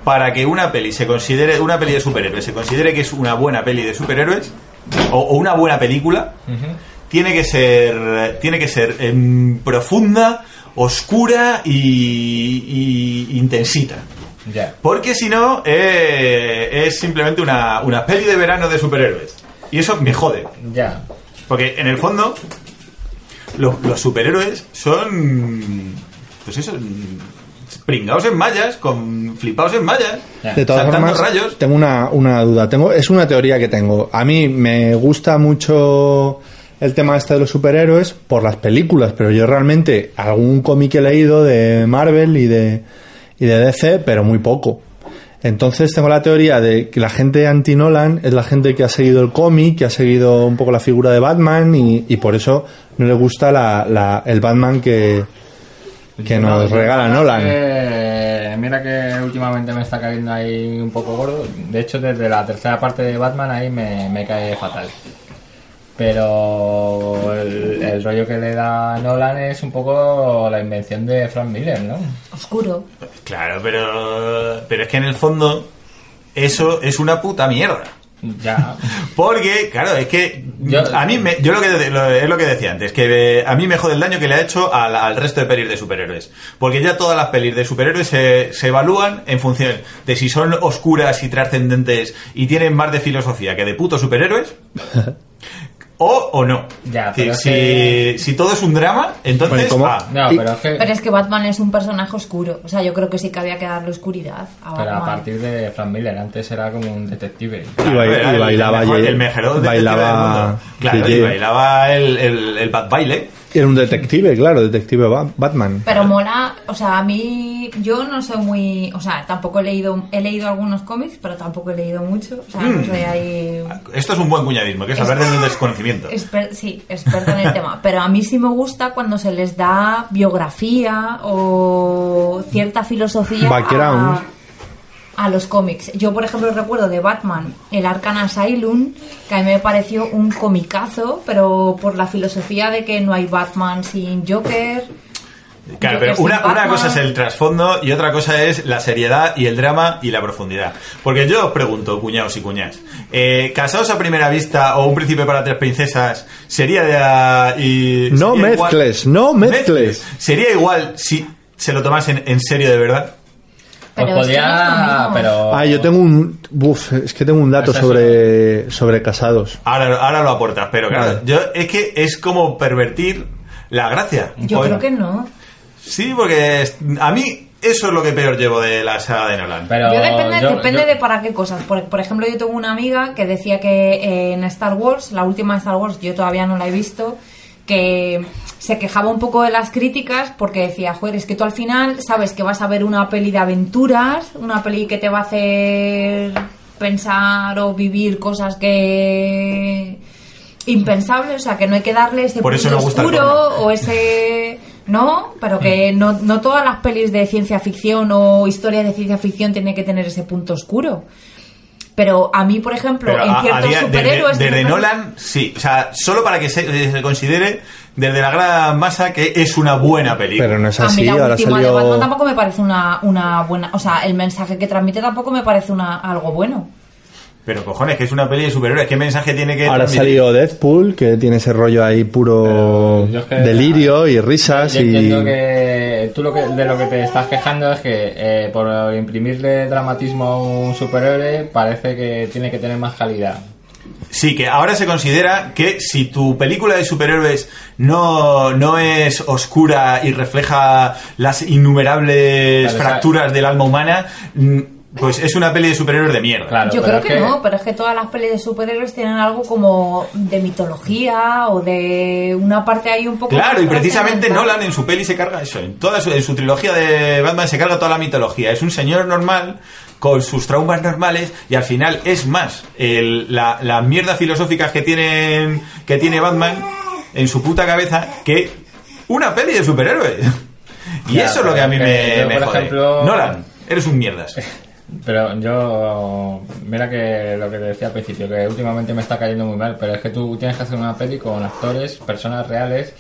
[SPEAKER 3] para que una peli se considere una peli de superhéroes se considere que es una buena peli de superhéroes o, o una buena película, tiene que ser tiene que ser em, profunda, oscura y- y intensita.
[SPEAKER 4] Ya.
[SPEAKER 3] Porque si no, eh, es simplemente una, una peli de verano de superhéroes. Y eso me jode.
[SPEAKER 4] Ya.
[SPEAKER 3] Porque en el fondo, los, los superhéroes son. Pues eso. Pringados en mallas, con flipados en mallas,
[SPEAKER 4] Ya.
[SPEAKER 5] De todas
[SPEAKER 3] saltando
[SPEAKER 5] formas,
[SPEAKER 3] rayos.
[SPEAKER 5] tengo una, una duda. Tengo, es una teoría que tengo. A mí me gusta mucho el tema este de los superhéroes por las películas, pero yo realmente algún cómic he leído de Marvel y de, y de DC, pero muy poco. Entonces tengo la teoría de que la gente anti-Nolan es la gente que ha seguido el cómic, que ha seguido un poco la figura de Batman y, y por eso no le gusta la- la- el Batman que, que nos regala Nolan.
[SPEAKER 4] Eh, mira que últimamente me está cayendo ahí un poco gordo. De hecho, desde la tercera parte de Batman ahí me, me cae fatal. Pero el, el rollo que le da Nolan es un poco la invención de Frank Miller, ¿no?
[SPEAKER 6] Oscuro.
[SPEAKER 3] Claro, pero. Pero es que en el fondo, eso es una puta mierda.
[SPEAKER 4] Ya.
[SPEAKER 3] Porque, claro, es que
[SPEAKER 4] Yo-
[SPEAKER 3] a mí me, yo lo que de- lo- es lo que decía antes, que eh, a mí me jode el daño que le ha hecho al, al resto de pelis de superhéroes. Porque ya todas las pelis de superhéroes se, se evalúan en función de si son oscuras y trascendentes y tienen más de filosofía que de putos superhéroes. o o no.
[SPEAKER 4] Ya,
[SPEAKER 3] si,
[SPEAKER 4] pero es
[SPEAKER 3] si-
[SPEAKER 4] que-
[SPEAKER 3] si todo es un drama, entonces
[SPEAKER 5] Bueno, ¿cómo?
[SPEAKER 3] ah,
[SPEAKER 4] No, pero es que.
[SPEAKER 6] Pero es que Batman es un personaje oscuro. O sea, yo creo que sí que había que darle oscuridad a
[SPEAKER 4] Pero a
[SPEAKER 6] Batman.
[SPEAKER 4] partir de Frank Miller, antes era como un detective.
[SPEAKER 5] Y, bail-
[SPEAKER 3] era
[SPEAKER 5] y
[SPEAKER 3] el-
[SPEAKER 5] bailaba.
[SPEAKER 3] el mejor-
[SPEAKER 5] Ye-
[SPEAKER 3] el mejor detective del
[SPEAKER 5] bailaba.
[SPEAKER 3] mundo. Claro,
[SPEAKER 5] Ye-
[SPEAKER 3] y bailaba el, el, el bad baile.
[SPEAKER 5] Era un detective, claro, detective Ba- Batman.
[SPEAKER 6] Pero mola, o sea, a mí yo no soy muy, o sea, tampoco he leído, he leído algunos cómics, pero tampoco he leído mucho, o sea, no soy ahí...
[SPEAKER 3] Esto es un buen cuñadismo, que es
[SPEAKER 6] Es-
[SPEAKER 3] hablar de un desconocimiento.
[SPEAKER 6] Exper- sí, experta en el tema, pero a mí sí me gusta cuando se les da biografía o cierta filosofía
[SPEAKER 5] Background.
[SPEAKER 6] a, a los cómics. Yo, por ejemplo, recuerdo de Batman, el Arkham Asylum, que a mí me pareció un comicazo, pero por la filosofía de que no hay Batman sin Joker.
[SPEAKER 3] Claro,
[SPEAKER 6] Yo
[SPEAKER 3] pero
[SPEAKER 6] que soy
[SPEAKER 3] una, una
[SPEAKER 6] Batman.
[SPEAKER 3] cosa es el trasfondo y otra cosa es la seriedad y el drama y la profundidad. Porque yo os pregunto, cuñados y cuñas, eh, ¿casados a primera vista o un príncipe para tres princesas sería de... la- y-
[SPEAKER 5] No
[SPEAKER 3] sería igual-
[SPEAKER 5] mezcles, no mezcles.
[SPEAKER 3] ¿Sería igual si se lo tomasen en serio de verdad?
[SPEAKER 6] Pero
[SPEAKER 4] Pues
[SPEAKER 6] es que no es lo
[SPEAKER 4] podía.
[SPEAKER 6] mismo.
[SPEAKER 4] Pero.
[SPEAKER 5] Ah, yo tengo un. Buf, es que tengo un dato
[SPEAKER 4] Esa es
[SPEAKER 5] sobre, sobre casados.
[SPEAKER 3] Ahora, ahora lo aportas, pero claro,
[SPEAKER 5] Vale.
[SPEAKER 3] yo, es que es como pervertir la gracia.
[SPEAKER 6] Yo
[SPEAKER 3] Joder.
[SPEAKER 6] creo que no.
[SPEAKER 3] Sí, porque es- a mí eso es lo que peor llevo de la saga de Nolan.
[SPEAKER 4] pero
[SPEAKER 6] yo depende,
[SPEAKER 4] yo-
[SPEAKER 6] depende
[SPEAKER 4] yo-
[SPEAKER 6] de para qué cosas. Por, por ejemplo, yo tengo una amiga que decía que eh, en Star Wars, la última de Star Wars, yo todavía no la he visto, que se quejaba un poco de las críticas porque decía, joder, es que tú al final sabes que vas a ver una peli de aventuras, una peli que te va a hacer pensar o vivir cosas que impensables, o sea, que no hay que darle ese
[SPEAKER 3] Por eso
[SPEAKER 6] punto
[SPEAKER 3] no gusta el
[SPEAKER 6] oscuro
[SPEAKER 3] porno.
[SPEAKER 6] o ese no, pero que no, no todas las pelis de ciencia ficción o historias de ciencia ficción tienen que tener ese punto oscuro. Pero a mí, por ejemplo,
[SPEAKER 3] Pero
[SPEAKER 6] en
[SPEAKER 3] a- a
[SPEAKER 6] ciertos
[SPEAKER 3] día- desde-
[SPEAKER 6] superhéroes...
[SPEAKER 3] Desde,
[SPEAKER 6] que me parecen-
[SPEAKER 3] Nolan, sí. O sea, solo para que se, se considere desde la gran masa que es una buena película.
[SPEAKER 5] Pero no es
[SPEAKER 6] A mí
[SPEAKER 5] así,
[SPEAKER 6] la
[SPEAKER 5] ahora
[SPEAKER 6] última Ah, de Batman
[SPEAKER 5] salió.
[SPEAKER 6] tampoco me parece una, una buena... O sea, el mensaje que transmite tampoco me parece una, algo bueno.
[SPEAKER 3] Pero cojones, que es una peli de superhéroes. ¿Qué mensaje tiene que.?
[SPEAKER 5] Ahora
[SPEAKER 3] transmitir?
[SPEAKER 5] salió Deadpool, que tiene ese rollo ahí puro
[SPEAKER 4] Pero yo es que-
[SPEAKER 5] delirio y risas
[SPEAKER 4] Yo
[SPEAKER 5] y.
[SPEAKER 4] entiendo que tú lo que, de lo que te estás quejando es que eh, por imprimirle dramatismo a un superhéroe parece que tiene que tener más calidad.
[SPEAKER 3] Sí, que ahora se considera que si tu película de superhéroes no, no es oscura y refleja las innumerables
[SPEAKER 4] Claro,
[SPEAKER 3] fracturas del alma humana, mm, pues es una peli de superhéroes de mierda.
[SPEAKER 4] Claro,
[SPEAKER 6] Yo
[SPEAKER 4] pero
[SPEAKER 6] creo que,
[SPEAKER 4] es
[SPEAKER 6] no, pero es que todas las pelis de superhéroes tienen algo como de mitología o de una parte ahí un poco...
[SPEAKER 3] Claro, y precisamente
[SPEAKER 6] trascendental.
[SPEAKER 3] Nolan en su peli se carga eso. En toda su, en su trilogía de Batman se carga toda la mitología. Es un señor normal con sus traumas normales y al final es más el- la- las mierdas filosóficas que tienen que tiene Batman en su puta cabeza que una peli de superhéroes. Y
[SPEAKER 4] Ya,
[SPEAKER 3] eso es lo que a mí
[SPEAKER 4] pero
[SPEAKER 3] me,
[SPEAKER 4] yo,
[SPEAKER 3] me
[SPEAKER 4] por
[SPEAKER 3] jode.
[SPEAKER 4] ejemplo-
[SPEAKER 3] Nolan, eres un mierdas.
[SPEAKER 4] Pero yo, mira que lo que te decía al principio, que últimamente me está cayendo muy mal, pero es que tú tienes que hacer una peli con actores, personas reales,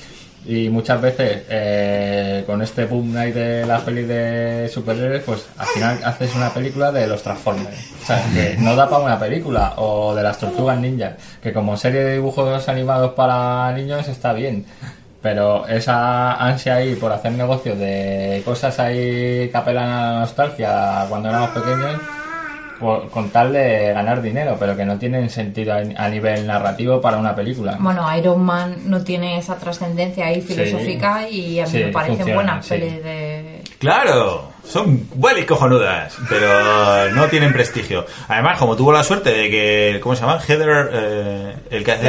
[SPEAKER 4] y muchas veces eh, con este boom night de las pelis de superhéroes, pues al final haces una película de los Transformers. O sea, que no da para una película, o de las Tortugas Ninja, que como serie de dibujos animados para niños está bien. Pero esa ansia ahí por hacer negocios de cosas ahí que apelan a la nostalgia cuando éramos pequeños, por- con tal de ganar dinero, pero que no tienen sentido a, a nivel narrativo para una película.
[SPEAKER 6] Bueno, Iron Man no tiene esa trascendencia ahí filosófica y a mí
[SPEAKER 4] Sí,
[SPEAKER 6] me parecen
[SPEAKER 4] funciona,
[SPEAKER 6] buenas
[SPEAKER 4] sí.
[SPEAKER 6] pelis de...
[SPEAKER 3] Claro, son buenas cojonudas, pero no tienen prestigio. Además, como tuvo la suerte de que, ¿cómo se llama? Heather, eh, el que hace...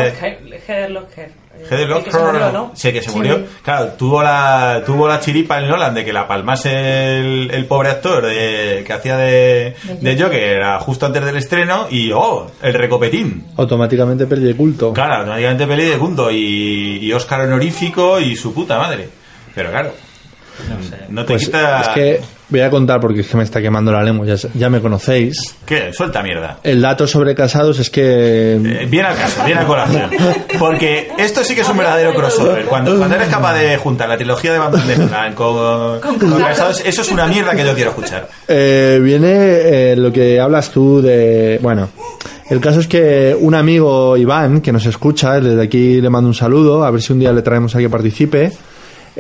[SPEAKER 7] Heather Locker. eh,
[SPEAKER 3] Heather
[SPEAKER 7] el que se murió,
[SPEAKER 3] Locker,
[SPEAKER 7] ¿no?
[SPEAKER 3] sí, que se murió. Claro, tuvo la, tuvo la chiripa el Nolan de que la palmase el, el pobre actor de- que hacía de,
[SPEAKER 6] De
[SPEAKER 3] de Joker a- justo antes del estreno y ¡oh! El recopetín.
[SPEAKER 5] Automáticamente perdí el culto.
[SPEAKER 3] Claro, automáticamente peli de punto y, y Oscar honorífico y su puta madre. Pero claro, no te
[SPEAKER 5] Pues
[SPEAKER 3] quita...
[SPEAKER 5] es que voy a contar porque es que me está quemando la lengua, ya, ya me conocéis.
[SPEAKER 3] ¿Qué? Suelta mierda.
[SPEAKER 5] El dato sobre casados es que...
[SPEAKER 3] Eh, Bien al caso, bien al corazón. Porque esto sí que es un verdadero crossover. Cuando, cuando eres capaz de juntar la trilogía de Batman de Nolan con, con Casados, eso es una mierda que yo quiero escuchar.
[SPEAKER 5] Eh, viene eh, lo que hablas tú de... Bueno, el caso es que un amigo Iván, que nos escucha, desde aquí le mando un saludo, a ver si un día le traemos a que participe,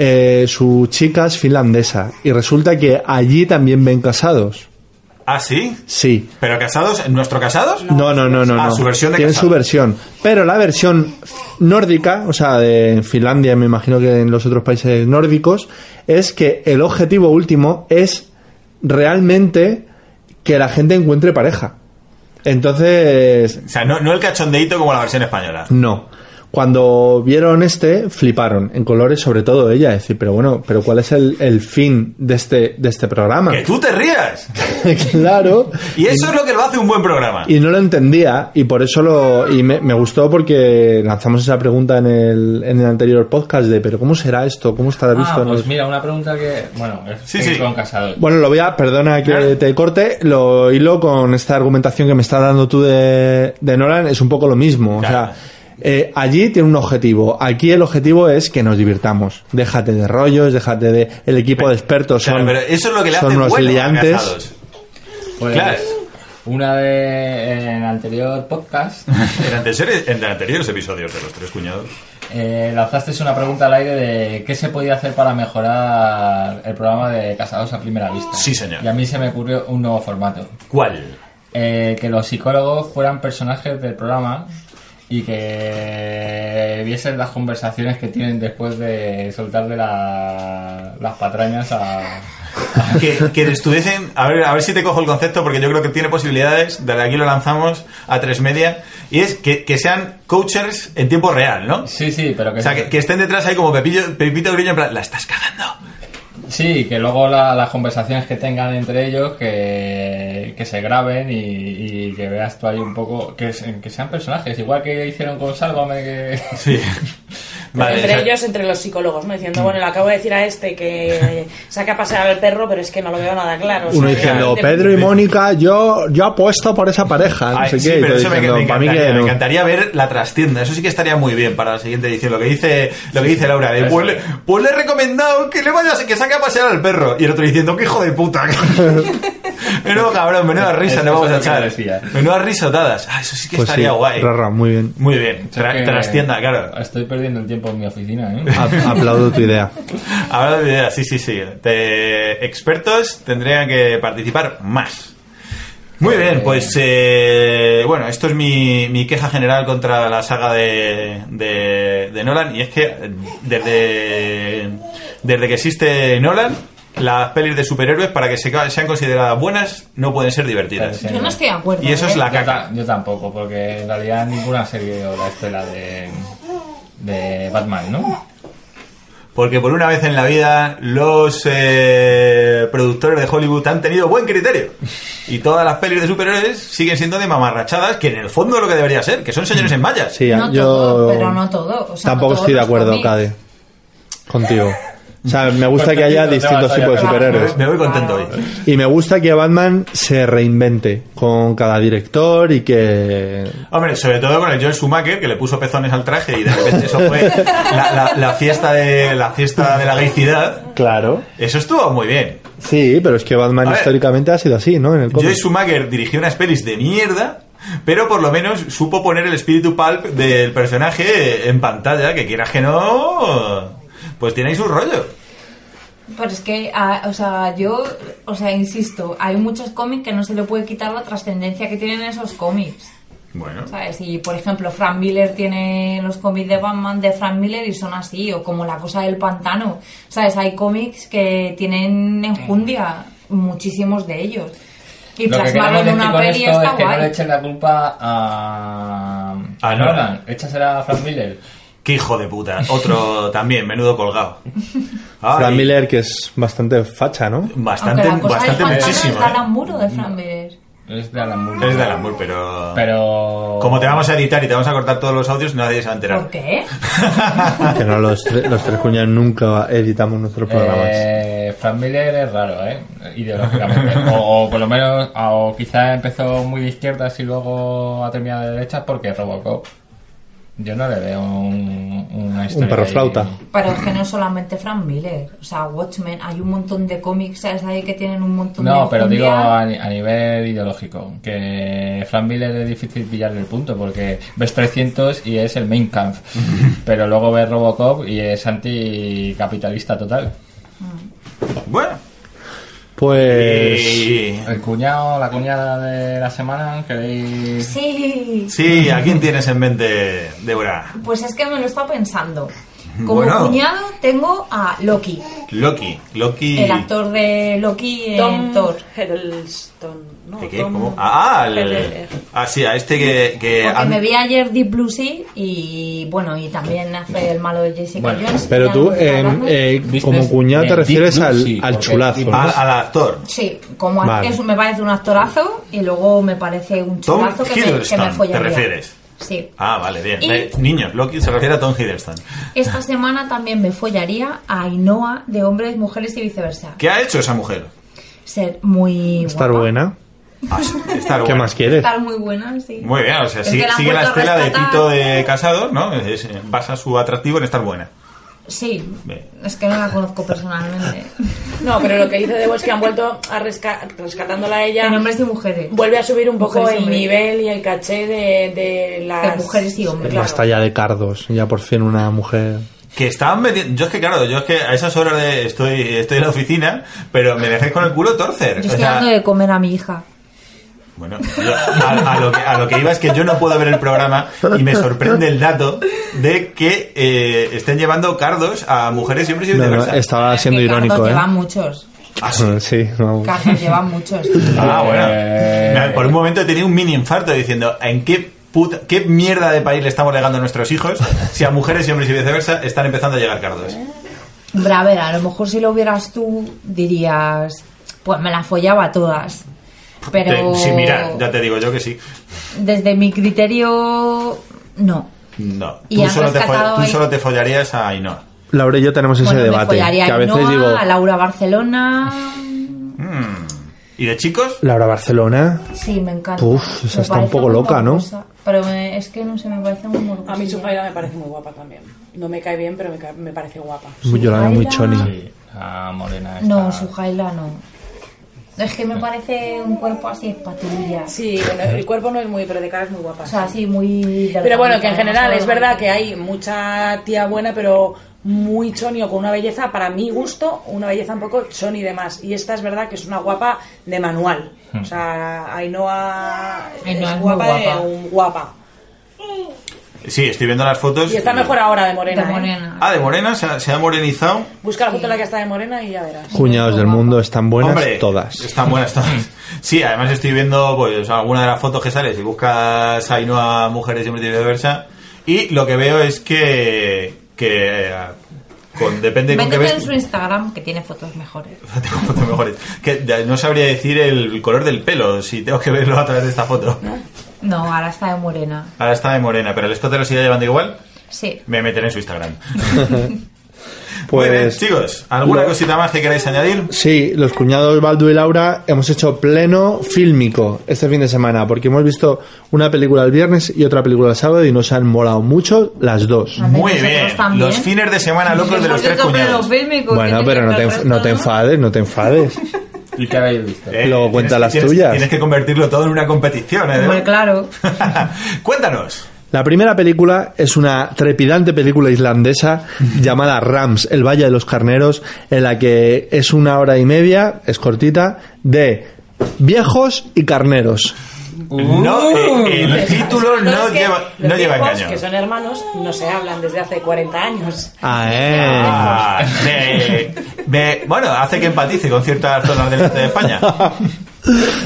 [SPEAKER 5] eh, su chica es finlandesa y resulta que allí también ven casados.
[SPEAKER 3] Ah, sí.
[SPEAKER 5] Sí.
[SPEAKER 3] ¿Pero casados? ¿Nuestro casados?
[SPEAKER 5] No, no, no, no.
[SPEAKER 3] Ah,
[SPEAKER 5] no.
[SPEAKER 3] su versión de
[SPEAKER 5] Tiene
[SPEAKER 3] casado.
[SPEAKER 5] su versión. Pero la versión nórdica, o sea, de Finlandia, me imagino que en los otros países nórdicos, es que el objetivo último es realmente que la gente encuentre pareja. Entonces,
[SPEAKER 3] O sea, no, no el cachondeíto como la versión española.
[SPEAKER 5] no. Cuando vieron este, fliparon. En colores, sobre todo ella. Es decir, pero bueno, pero ¿cuál es el, el fin de este, de este programa?
[SPEAKER 3] ¡Que tú te rías!
[SPEAKER 5] claro.
[SPEAKER 3] Y eso es lo que lo hace un buen programa.
[SPEAKER 5] Y no lo entendía y por eso lo... Y me, me gustó porque lanzamos esa pregunta en el, en el anterior podcast de, pero ¿cómo será esto? ¿Cómo estará visto?
[SPEAKER 4] Ah,
[SPEAKER 5] en
[SPEAKER 4] pues
[SPEAKER 5] los-?"
[SPEAKER 4] mira, una pregunta que. Bueno, es
[SPEAKER 3] Sí,
[SPEAKER 4] seguir
[SPEAKER 3] sí.
[SPEAKER 4] con Casado.
[SPEAKER 5] Bueno, lo voy a... Perdona que
[SPEAKER 3] Claro.
[SPEAKER 5] te corte, lo hilo con esta argumentación que me estás dando tú de, de Nolan, es un poco lo mismo. O
[SPEAKER 3] Claro.
[SPEAKER 5] sea, eh, allí tiene un objetivo, aquí el objetivo es que nos divirtamos. Déjate de rollos, déjate de... El equipo de expertos
[SPEAKER 3] Claro,
[SPEAKER 5] son...
[SPEAKER 3] pero eso es lo que le
[SPEAKER 5] son
[SPEAKER 3] hace
[SPEAKER 5] unos
[SPEAKER 3] bueno
[SPEAKER 5] liantes.
[SPEAKER 3] a casados.
[SPEAKER 4] Pues,
[SPEAKER 3] Claro.
[SPEAKER 4] Una de. En el anterior podcast
[SPEAKER 3] En anteriores, en anteriores episodios de Los Tres Cuñados.
[SPEAKER 4] eh, lanzasteis una pregunta al aire de qué se podía hacer para mejorar el programa de Casados a Primera Vista.
[SPEAKER 3] Sí, señor.
[SPEAKER 4] Y a mí se me ocurrió un nuevo formato.
[SPEAKER 3] ¿Cuál?
[SPEAKER 4] Eh, que los psicólogos fueran personajes del programa y que viesen las conversaciones que tienen después de soltarle la- las patrañas a...
[SPEAKER 3] Que, que estuviesen. A ver, a ver si te cojo el concepto, porque yo creo que tiene posibilidades. Desde aquí lo lanzamos a tres media. Y es que, que sean coachers en tiempo real, ¿no?
[SPEAKER 4] Sí, sí, pero que...
[SPEAKER 3] O sea, que, que estén detrás ahí como Pepillo, Pepito Grillo, en plan, la estás cagando.
[SPEAKER 4] Sí, que luego la- las conversaciones que tengan entre ellos, que, que se graben y, y que veas tú ahí un poco... Que, se- que sean personajes, igual que hicieron con Sálvame, que...
[SPEAKER 3] Sí. Vale, o
[SPEAKER 7] entre
[SPEAKER 3] sea,
[SPEAKER 7] ellos, entre los psicólogos, ¿no? Diciendo, bueno, le acabo de decir a este que saca a pasear al perro, pero es que no lo veo nada claro. o sea,
[SPEAKER 5] Uno
[SPEAKER 7] que-
[SPEAKER 5] diciendo,
[SPEAKER 7] de-
[SPEAKER 5] Pedro y Mónica, yo, yo apuesto por esa pareja, Ah, no
[SPEAKER 3] Ay,
[SPEAKER 5] sé
[SPEAKER 3] sí,
[SPEAKER 5] qué. y
[SPEAKER 3] pero
[SPEAKER 5] yo
[SPEAKER 3] eso me,
[SPEAKER 5] diciendo,
[SPEAKER 3] me
[SPEAKER 5] "Pa' mí que
[SPEAKER 3] encantaría, me
[SPEAKER 5] no".
[SPEAKER 3] encantaría ver la trastienda. Eso sí que estaría muy bien para la siguiente edición. Lo que dice, lo que dice Laura, de,
[SPEAKER 4] Eso
[SPEAKER 3] pues, le-
[SPEAKER 4] es.
[SPEAKER 3] pues le he recomendado que le vayas, que saque a pasear al perro. Y el otro diciendo, que hijo de puta. menudo cabrón, menuda risa,
[SPEAKER 4] Es-
[SPEAKER 3] no
[SPEAKER 4] eso
[SPEAKER 3] vamos a
[SPEAKER 4] es lo que
[SPEAKER 3] echar.
[SPEAKER 4] decía.
[SPEAKER 3] Menudas risotadas. Ah, eso sí que
[SPEAKER 5] Pues sí,
[SPEAKER 3] estaría guay.
[SPEAKER 5] rara, muy bien.
[SPEAKER 3] Muy bien, Tra-
[SPEAKER 4] Es que
[SPEAKER 3] trastienda, claro.
[SPEAKER 4] Estoy perdiendo el tiempo en mi oficina, ¿eh?
[SPEAKER 5] A- Aplaudo tu idea.
[SPEAKER 3] Ahora de idea, sí, sí, sí. Te- expertos tendrían que participar más. Muy bien, pues eh, bueno, esto es mi, mi queja general contra la saga de, de, de Nolan y es que eh, desde, desde que existe Nolan, las pelis de superhéroes para que se, ca- sean consideradas buenas no pueden ser divertidas.
[SPEAKER 4] Sí.
[SPEAKER 6] Yo no estoy de acuerdo.
[SPEAKER 3] Y eso
[SPEAKER 6] ¿eh?
[SPEAKER 3] es la
[SPEAKER 4] Yo,
[SPEAKER 3] caca.
[SPEAKER 4] ta- yo tampoco, porque en realidad ninguna serie o la estela de, de Batman, ¿no?
[SPEAKER 3] Porque por una vez en la vida los eh, productores de Hollywood han tenido buen criterio. Y todas las pelis de superhéroes siguen siendo de mamarrachadas, que en el fondo es lo que debería ser, que son señores en mallas.
[SPEAKER 5] Sí,
[SPEAKER 6] No
[SPEAKER 5] yo
[SPEAKER 6] todo, pero no todo. O sea,
[SPEAKER 5] tampoco
[SPEAKER 6] no todos
[SPEAKER 5] estoy de
[SPEAKER 6] los
[SPEAKER 5] acuerdo,
[SPEAKER 6] cómics.
[SPEAKER 5] Cade, contigo. O sea, me gusta
[SPEAKER 4] Pues
[SPEAKER 5] que haya
[SPEAKER 4] te digo, te
[SPEAKER 5] distintos
[SPEAKER 4] vas a
[SPEAKER 5] tipos de
[SPEAKER 4] llamar.
[SPEAKER 5] superhéroes.
[SPEAKER 3] Me voy contento hoy.
[SPEAKER 5] Y me gusta que Batman se reinvente con cada director y que...
[SPEAKER 3] Hombre, sobre todo con el Joel Schumacher, que le puso pezones al traje y de repente eso fue la, la- la fiesta, de, la fiesta de la gaicidad.
[SPEAKER 5] Claro.
[SPEAKER 3] Eso estuvo muy bien.
[SPEAKER 5] Sí, pero es que Batman
[SPEAKER 3] A ver.
[SPEAKER 5] históricamente ha sido así, ¿no? En el cómic.
[SPEAKER 3] Joel Schumacher dirigió unas pelis de mierda, pero por lo menos supo poner el espíritu pulp del personaje en pantalla, que quieras que no, pues tiene ahí su rollo.
[SPEAKER 6] Pero es que, ah, o sea, yo, o sea, insisto, hay muchos cómics que no se le puede quitar la trascendencia que tienen esos cómics.
[SPEAKER 3] Bueno,
[SPEAKER 6] ¿Sabes? Y por ejemplo, Frank Miller tiene los cómics de Batman de Frank Miller y son así, o como La Cosa del Pantano. ¿Sabes? Hay cómics que tienen enjundia, muchísimos de ellos. Y
[SPEAKER 4] Lo que
[SPEAKER 6] plasmarlo
[SPEAKER 4] queremos
[SPEAKER 6] en
[SPEAKER 4] decir
[SPEAKER 6] una
[SPEAKER 4] con
[SPEAKER 6] peli
[SPEAKER 4] esto
[SPEAKER 6] está
[SPEAKER 4] es que no le
[SPEAKER 6] guay.
[SPEAKER 4] echen la culpa a,
[SPEAKER 3] A Nolan.
[SPEAKER 4] Nolan. Échasela a Frank Miller.
[SPEAKER 3] qué hijo de puta. Otro también, menudo colgado. Ay,
[SPEAKER 5] Frank Miller, que es bastante facha, ¿no?
[SPEAKER 3] Bastante,
[SPEAKER 6] Aunque la cosa
[SPEAKER 3] bastante
[SPEAKER 6] del pantano
[SPEAKER 3] muchísimo.
[SPEAKER 6] es
[SPEAKER 3] ¿eh?
[SPEAKER 6] Alan Muro de Frank Miller.
[SPEAKER 4] Es de Alan Moore.
[SPEAKER 3] Es de amor, pero...
[SPEAKER 4] Pero...
[SPEAKER 3] Como te vamos a editar y te vamos a cortar todos los audios, nadie se va a enterar.
[SPEAKER 6] ¿Por qué?
[SPEAKER 5] Que no, los, tre- los tres cuñados nunca editamos nuestros programas.
[SPEAKER 4] Eh, Frank Miller es raro, ¿eh? Ideológicamente. o, o por lo menos, o quizás empezó muy de izquierdas y luego ha terminado de derechas porque Robocop. Yo no le veo un, una historia
[SPEAKER 5] perro
[SPEAKER 4] ahí.
[SPEAKER 5] flauta.
[SPEAKER 6] Pero es que no solamente Frank Miller, o sea, Watchmen, hay un montón de cómics, ¿sabes? Ahí que tienen un montón de.
[SPEAKER 4] No, pero digo
[SPEAKER 6] enjundia.
[SPEAKER 4] a, ni- a nivel ideológico. Que Frank Miller es difícil pillarle el punto porque ves 300 y es el main camp. pero luego ves Robocop y es anticapitalista total.
[SPEAKER 3] Bueno,
[SPEAKER 5] Pues.
[SPEAKER 3] Y-
[SPEAKER 4] El cuñado, la cuñada de la semana, queréis...
[SPEAKER 6] Sí.
[SPEAKER 3] Sí, ¿a quién tienes en mente, Débora?
[SPEAKER 6] Pues es que me lo he estado pensando. Como
[SPEAKER 3] Bueno.
[SPEAKER 6] cuñado tengo a Loki,
[SPEAKER 3] Loki. Loki.
[SPEAKER 6] el actor de Loki en
[SPEAKER 7] Tom
[SPEAKER 6] Thor.
[SPEAKER 3] Eh,
[SPEAKER 7] Hiddleston. No,
[SPEAKER 3] ¿De qué?
[SPEAKER 7] Tom-
[SPEAKER 3] ¿Cómo? Ah, al-
[SPEAKER 7] Hiddleston.
[SPEAKER 3] ah, sí, a este que. que
[SPEAKER 6] Porque
[SPEAKER 3] an-
[SPEAKER 6] me vi ayer Deep Blue Sea y bueno, y también hace el malo de Jessica
[SPEAKER 4] Bueno,
[SPEAKER 6] Jones.
[SPEAKER 5] Pero
[SPEAKER 6] Ya
[SPEAKER 5] tú,
[SPEAKER 6] no
[SPEAKER 5] eh,
[SPEAKER 6] hablamos.
[SPEAKER 5] eh,
[SPEAKER 4] ¿Viste?
[SPEAKER 5] como cuñado,
[SPEAKER 4] Eh,
[SPEAKER 5] te refieres
[SPEAKER 4] Deep Blue,
[SPEAKER 5] al,
[SPEAKER 4] sí,
[SPEAKER 5] al
[SPEAKER 4] porque
[SPEAKER 5] chulazo.
[SPEAKER 4] Deep
[SPEAKER 5] ¿no?
[SPEAKER 4] Blue-
[SPEAKER 3] al, al actor.
[SPEAKER 6] Sí, como
[SPEAKER 5] Vale.
[SPEAKER 6] eso me parece un actorazo y luego me parece un
[SPEAKER 3] Tom
[SPEAKER 6] chulazo que me, que me
[SPEAKER 3] Hiddleston,
[SPEAKER 6] follaría.
[SPEAKER 3] ¿te refieres?
[SPEAKER 6] Sí.
[SPEAKER 3] Ah, vale, bien.
[SPEAKER 6] Y-
[SPEAKER 3] Eh, Niños, Loki se refiere a Tom Hiddleston.
[SPEAKER 6] Esta semana también me follaría a Ainoa de hombres, mujeres y viceversa.
[SPEAKER 3] ¿Qué ha hecho esa mujer?
[SPEAKER 6] Ser muy
[SPEAKER 5] Estar
[SPEAKER 6] guapa.
[SPEAKER 5] buena.
[SPEAKER 3] Ah, sí, estar
[SPEAKER 5] ¿Qué
[SPEAKER 3] buena.
[SPEAKER 5] más quieres?
[SPEAKER 6] Estar muy buena, sí.
[SPEAKER 3] Muy bien, o sea,
[SPEAKER 6] Es
[SPEAKER 3] sigue,
[SPEAKER 6] que la han
[SPEAKER 3] sigue la
[SPEAKER 6] vuelto a
[SPEAKER 3] estela de
[SPEAKER 6] rescatar.
[SPEAKER 3] Tito de Casado, ¿no? Es- es- basa su atractivo en estar buena.
[SPEAKER 6] Sí,
[SPEAKER 3] Bien.
[SPEAKER 6] es que no la conozco personalmente.
[SPEAKER 7] No, pero lo que dice Debo es que han vuelto a resca- rescatándola a ella.
[SPEAKER 6] En hombres y mujeres.
[SPEAKER 7] Vuelve a subir un poco
[SPEAKER 6] Mujeres y
[SPEAKER 7] el
[SPEAKER 6] hombres.
[SPEAKER 7] nivel y el caché de, de las
[SPEAKER 6] De mujeres y hombres.
[SPEAKER 7] Claro.
[SPEAKER 5] Basta ya de cardos. Ya por fin una mujer.
[SPEAKER 3] Que estaban metiendo. Yo es que, claro, yo es que a esas horas de- estoy, estoy en la oficina, pero me dejáis con el culo torcer.
[SPEAKER 6] Yo
[SPEAKER 3] O
[SPEAKER 6] estoy
[SPEAKER 3] sea,
[SPEAKER 6] dando de comer a mi hija.
[SPEAKER 3] Bueno, yo- a, a lo que, a lo que iba es que yo no puedo ver el programa y me sorprende el dato de que eh, estén llevando cardos a mujeres y hombres y
[SPEAKER 5] No, no,
[SPEAKER 3] viceversa.
[SPEAKER 5] estaba
[SPEAKER 6] Es
[SPEAKER 5] siendo
[SPEAKER 6] que cardos
[SPEAKER 5] irónico, ¿eh?
[SPEAKER 6] llevan muchos.
[SPEAKER 3] Ah, sí.
[SPEAKER 5] Sí, vamos.
[SPEAKER 6] Cardos llevan muchos.
[SPEAKER 3] Ah, bueno.
[SPEAKER 4] Eh.
[SPEAKER 3] Mira, Por un momento he tenido un mini infarto diciendo en qué puta, qué mierda de país le estamos legando a nuestros hijos si a mujeres y hombres y viceversa están empezando a llegar cardos.
[SPEAKER 6] Hombre, a ver, a lo mejor si lo vieras tú dirías, pues me la follaba a todas. Pero
[SPEAKER 3] Eh, Sí, mira, ya te digo yo que sí.
[SPEAKER 6] desde mi criterio, no.
[SPEAKER 3] No.
[SPEAKER 6] Y
[SPEAKER 3] Tú
[SPEAKER 6] han
[SPEAKER 3] solo, te
[SPEAKER 6] rescatado
[SPEAKER 3] fo- tú
[SPEAKER 6] ahí-
[SPEAKER 3] solo te follarías a Ainhoa.
[SPEAKER 5] Laura y yo tenemos ese
[SPEAKER 6] Bueno, me
[SPEAKER 5] debate.
[SPEAKER 6] follaría
[SPEAKER 5] Que a veces
[SPEAKER 6] Ainhoa,
[SPEAKER 5] digo,
[SPEAKER 6] a Laura Barcelona.
[SPEAKER 3] ¿Y de chicos?
[SPEAKER 5] Laura Barcelona.
[SPEAKER 6] Sí, me encanta.
[SPEAKER 5] Uf, esa
[SPEAKER 6] Me
[SPEAKER 5] está un
[SPEAKER 6] parece
[SPEAKER 5] poco
[SPEAKER 6] muy
[SPEAKER 5] loca, ¿no?
[SPEAKER 6] morbosa, Pero me- es que no sé, me parece muy morbosa.
[SPEAKER 7] A mí Zuhaira me parece muy guapa también. No me cae bien, pero me, cae- me parece guapa.
[SPEAKER 5] Muy llorona, muy
[SPEAKER 6] Zuhaira.
[SPEAKER 5] choni.
[SPEAKER 4] Sí, la morena
[SPEAKER 6] No,
[SPEAKER 4] esta.
[SPEAKER 6] su Jaila no. Es que me parece un cuerpo así espatulilla.
[SPEAKER 7] Sí, bueno, el cuerpo no es muy, pero de cara es muy guapa.
[SPEAKER 6] O
[SPEAKER 7] sí.
[SPEAKER 6] sea, así muy...
[SPEAKER 7] Pero bueno, que en general es verdad que hay mucha tía buena, pero muy chonio con una belleza, para mi gusto, una belleza un poco choni de más. Y esta es verdad que es una guapa de manual. O sea, Ainhoa
[SPEAKER 6] Ainhoa
[SPEAKER 7] es
[SPEAKER 6] es muy
[SPEAKER 7] guapa de
[SPEAKER 6] guapa.
[SPEAKER 7] un guapa.
[SPEAKER 3] Sí, estoy viendo las fotos.
[SPEAKER 7] Y está mejor ahora de
[SPEAKER 6] De
[SPEAKER 7] morena. ¿eh?
[SPEAKER 6] morena.
[SPEAKER 3] Ah, de morena, se ha- se ha morenizado.
[SPEAKER 7] Busca la foto en la que está de morena y ya verás.
[SPEAKER 5] Cuñados del mundo están buenas
[SPEAKER 3] Hombre,
[SPEAKER 5] todas.
[SPEAKER 3] Están buenas
[SPEAKER 6] Mm.
[SPEAKER 3] todas. Sí, además estoy viendo pues alguna de las fotos que sales y buscas Ainhoa Mujeres y Hombres y Viceversa. Y lo que veo es que. que con, depende con qué
[SPEAKER 6] Métete en
[SPEAKER 3] ves.
[SPEAKER 6] su Instagram, que tiene fotos mejores.
[SPEAKER 3] Tengo fotos mejores. Que ya no sabría decir el color del pelo si tengo que verlo a través de esta foto.
[SPEAKER 6] No, ahora está de morena.
[SPEAKER 3] Ahora está de morena, pero el escote lo sigue llevando igual.
[SPEAKER 6] Sí.
[SPEAKER 3] Me meteré en su Instagram. Muy bien,
[SPEAKER 5] Pues
[SPEAKER 3] chicos, ¿alguna
[SPEAKER 5] lo-
[SPEAKER 3] cosita más que queráis añadir?
[SPEAKER 5] sí, los cuñados Baldu y Laura hemos hecho pleno fílmico este fin de semana porque hemos visto una película el viernes y otra película el sábado y nos han molado mucho las dos.
[SPEAKER 6] Anda, y
[SPEAKER 3] Muy
[SPEAKER 6] nosotros
[SPEAKER 3] bien.
[SPEAKER 6] también.
[SPEAKER 3] Los fines de semana locos de los tres
[SPEAKER 6] Nosotros
[SPEAKER 3] cuñados.
[SPEAKER 6] pedofílmicos,
[SPEAKER 5] Bueno,
[SPEAKER 6] que
[SPEAKER 5] pero no te,
[SPEAKER 6] tienen
[SPEAKER 5] enf-
[SPEAKER 6] que
[SPEAKER 5] no te
[SPEAKER 6] hacer todo.
[SPEAKER 5] enfades, no te enfades.
[SPEAKER 4] ¿Y qué habéis visto?
[SPEAKER 3] Eh,
[SPEAKER 5] Luego cuenta
[SPEAKER 3] tienes-
[SPEAKER 5] las
[SPEAKER 3] tienes-
[SPEAKER 5] tuyas.
[SPEAKER 3] Tienes que convertirlo todo en una competición, ¿eh?
[SPEAKER 6] Hombre, claro.
[SPEAKER 3] Cuéntanos.
[SPEAKER 5] La primera película es una trepidante película islandesa llamada Rams, el Valle de los Carneros, en la que es una hora y media, es cortita, de viejos y carneros.
[SPEAKER 3] No, eh, el título
[SPEAKER 7] Pero
[SPEAKER 3] no
[SPEAKER 7] es Uh. que
[SPEAKER 3] lleva,
[SPEAKER 7] los
[SPEAKER 3] no lleva
[SPEAKER 7] viejos,
[SPEAKER 3] engaño.
[SPEAKER 7] que son hermanos, no se hablan desde hace 40 años.
[SPEAKER 5] Ah,
[SPEAKER 3] Ah, de- de- bueno, hace que empatice con ciertas zonas del norte de España.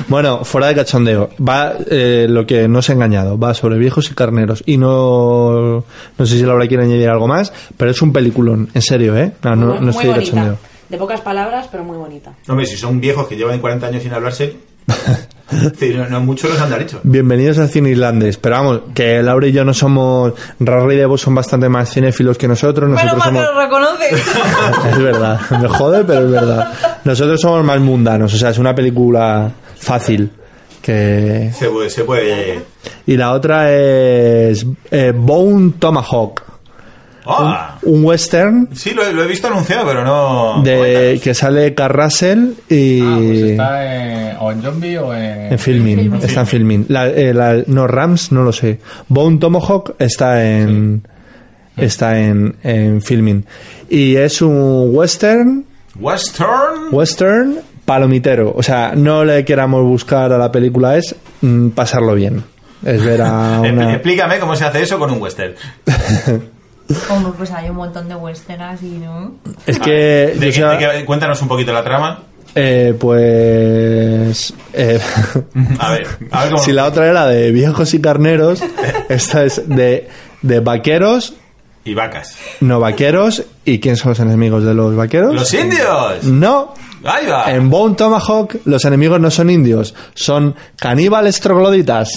[SPEAKER 5] Bueno, fuera de cachondeo, va eh, lo que no os he engañado, va sobre viejos y carneros. Y no, no sé si Laura quiere añadir algo más, pero es un peliculón, en serio, ¿eh? No, no, no
[SPEAKER 7] muy
[SPEAKER 5] estoy de
[SPEAKER 7] bonita.
[SPEAKER 5] cachondeo.
[SPEAKER 7] De pocas palabras, pero muy bonita.
[SPEAKER 3] Hombre, si son viejos que llevan 40 años sin hablarse, sí, no, no muchos los han dicho.
[SPEAKER 5] Bienvenidos al cine islandés. Pero vamos, que Laura y yo no somos. Rarry y Debo son bastante más cinéfilos que nosotros.
[SPEAKER 6] Menos
[SPEAKER 5] Nosotros
[SPEAKER 6] mal que
[SPEAKER 5] somos.
[SPEAKER 6] lo reconoces.
[SPEAKER 5] Es verdad, me jode, pero es verdad. Nosotros somos más mundanos, o sea, es una película fácil. Que...
[SPEAKER 3] Se puede, se puede.
[SPEAKER 5] Y la otra es. eh, Bone Tomahawk.
[SPEAKER 3] Ah,
[SPEAKER 5] Un western
[SPEAKER 3] sí, lo, he- lo he visto anunciado, pero no.
[SPEAKER 5] de que sale Carrasel y.
[SPEAKER 4] Ah, pues está en, o en zombie o en...
[SPEAKER 5] En filming, está en filming. La- eh, la- no, Rams no lo sé. Bone Tomahawk está en. Está en, en filming. Y es un western.
[SPEAKER 3] Western.
[SPEAKER 5] Western palomitero. O sea, no le queramos buscar a la película, es mm, pasarlo bien. Es ver a una...
[SPEAKER 3] Explícame cómo se hace eso con un western.
[SPEAKER 6] Como pues hay un montón de westernas y no.
[SPEAKER 5] Es
[SPEAKER 3] A
[SPEAKER 5] que...
[SPEAKER 3] ver,
[SPEAKER 5] yo
[SPEAKER 3] de qué-
[SPEAKER 5] sea-
[SPEAKER 3] de qué- cuéntanos un poquito la trama.
[SPEAKER 5] Eh, pues... eh,
[SPEAKER 3] A ver, a ver cómo.
[SPEAKER 5] si la otra era de viejos y carneros, esta es de, de vaqueros,
[SPEAKER 3] Y vacas.
[SPEAKER 5] no vaqueros. ¿Y quién son los enemigos de los vaqueros?
[SPEAKER 3] ¡Los indios!
[SPEAKER 5] No.
[SPEAKER 3] ¡Ahí va!
[SPEAKER 5] En Bone Tomahawk los enemigos no son indios, son caníbales trogloditas.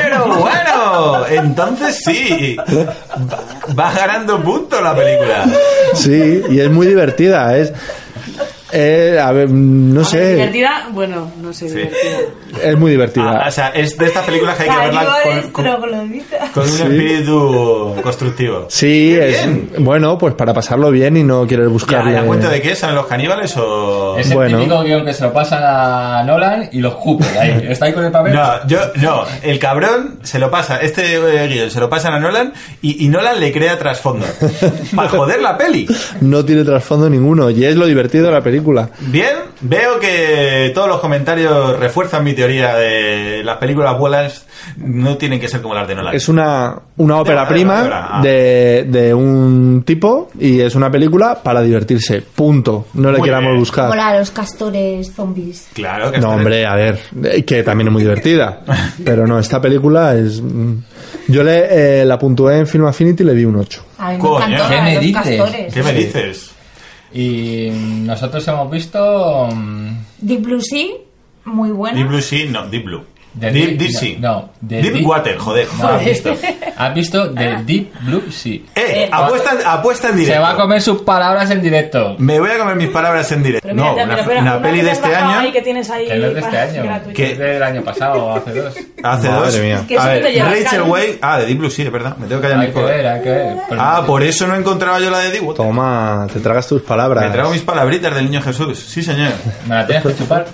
[SPEAKER 3] Pero bueno, entonces sí. Va- Va ganando puntos la película.
[SPEAKER 5] Sí, y es muy divertida, es... eh, a ver, no sé,
[SPEAKER 7] Ah, Divertida, bueno, no sé, divertida.
[SPEAKER 5] es muy divertida.
[SPEAKER 3] Ah, o sea, es de estas películas que hay que verla
[SPEAKER 6] Caníbales
[SPEAKER 3] con, con-
[SPEAKER 6] trogloditas.
[SPEAKER 3] con un
[SPEAKER 5] Sí.
[SPEAKER 3] espíritu constructivo.
[SPEAKER 5] Sí,
[SPEAKER 3] Qué
[SPEAKER 5] es
[SPEAKER 3] bien.
[SPEAKER 5] bueno, pues para pasarlo bien y no quieres
[SPEAKER 3] ¿Ya,
[SPEAKER 5] buscarle.
[SPEAKER 3] ¿Ya cuenta de qué? ¿Salen los caníbales o.?
[SPEAKER 4] Es el
[SPEAKER 5] Bueno.
[SPEAKER 4] típico guión que se lo pasa a Nolan y lo escupe. Ahí. Está ahí con el papel.
[SPEAKER 3] No, yo, no, el cabrón se lo pasa, este eh, guión se lo pasan a Nolan y, y Nolan le crea trasfondo. Para joder la peli.
[SPEAKER 5] No tiene trasfondo ninguno y es lo divertido de la película.
[SPEAKER 3] Bien, veo que todos los comentarios refuerzan mi teoría de las películas buenas no tienen que ser como las de Nolan.
[SPEAKER 5] Es una, una ópera
[SPEAKER 3] vale, vale, vale,
[SPEAKER 5] prima
[SPEAKER 3] ah.
[SPEAKER 5] de, de un tipo y es una película para divertirse. Punto. No le
[SPEAKER 3] Muy
[SPEAKER 5] queramos
[SPEAKER 3] bien.
[SPEAKER 5] buscar.
[SPEAKER 6] Hola, los castores zombies.
[SPEAKER 3] Claro que
[SPEAKER 5] No,
[SPEAKER 3] está-
[SPEAKER 5] hombre, a ver, eh, que también es muy divertida. Pero no, esta película es. mm, Yo le, eh, la puntué en Film Affinity y le di un 8.
[SPEAKER 6] A mí me
[SPEAKER 3] Coño.
[SPEAKER 6] encantó
[SPEAKER 4] ¿Qué
[SPEAKER 6] la
[SPEAKER 4] me
[SPEAKER 6] de Ah, los
[SPEAKER 4] dices?
[SPEAKER 6] castores.
[SPEAKER 3] ¿Qué me dices?
[SPEAKER 4] Y nosotros hemos visto. mm,
[SPEAKER 6] Deep Blue Sea, muy buena.
[SPEAKER 3] Deep Blue Sea, no, Deep Blue.
[SPEAKER 4] The
[SPEAKER 3] Deep,
[SPEAKER 4] Deep-
[SPEAKER 3] Deep Sea.
[SPEAKER 4] no, The
[SPEAKER 3] Deep,
[SPEAKER 4] Deep-
[SPEAKER 3] Water, joder.
[SPEAKER 4] No,
[SPEAKER 3] joder,
[SPEAKER 4] has Ah, visto.
[SPEAKER 3] listo.
[SPEAKER 4] Has visto The Deep Blue Sea.
[SPEAKER 3] Eh, apuesta, apuesta en directo.
[SPEAKER 4] Se va a comer sus palabras en directo.
[SPEAKER 3] Me voy a comer mis palabras en directo.
[SPEAKER 7] Pero
[SPEAKER 3] no,
[SPEAKER 7] mira,
[SPEAKER 3] una,
[SPEAKER 7] pero espera,
[SPEAKER 3] una
[SPEAKER 7] una
[SPEAKER 3] peli
[SPEAKER 7] que
[SPEAKER 3] de
[SPEAKER 7] has
[SPEAKER 3] este
[SPEAKER 7] bajado
[SPEAKER 3] año.
[SPEAKER 7] ahí que tienes ahí
[SPEAKER 4] Que no es de este
[SPEAKER 7] para-
[SPEAKER 4] año.
[SPEAKER 7] gratuito.
[SPEAKER 4] Que es del año pasado o hace dos.
[SPEAKER 3] Hace
[SPEAKER 5] Madre
[SPEAKER 3] dos.
[SPEAKER 5] mía.
[SPEAKER 7] Que eso
[SPEAKER 3] A
[SPEAKER 7] te
[SPEAKER 3] ver,
[SPEAKER 7] lo llevas,
[SPEAKER 3] Rachel
[SPEAKER 7] claro.
[SPEAKER 3] Way. Ah, de Deep Blue Sea, es verdad. Me tengo que hallar
[SPEAKER 4] Hay
[SPEAKER 3] mis
[SPEAKER 4] que
[SPEAKER 3] cosas.
[SPEAKER 4] ver, hay que ver. Pero
[SPEAKER 3] Ah,
[SPEAKER 4] no-
[SPEAKER 3] por eso no encontraba yo la de Deep Water.
[SPEAKER 5] Toma, te tragas tus palabras.
[SPEAKER 3] Me traigo mis palabritas del niño Jesús. Sí, señor.
[SPEAKER 4] Me
[SPEAKER 3] pues,
[SPEAKER 4] la tienes que chupar.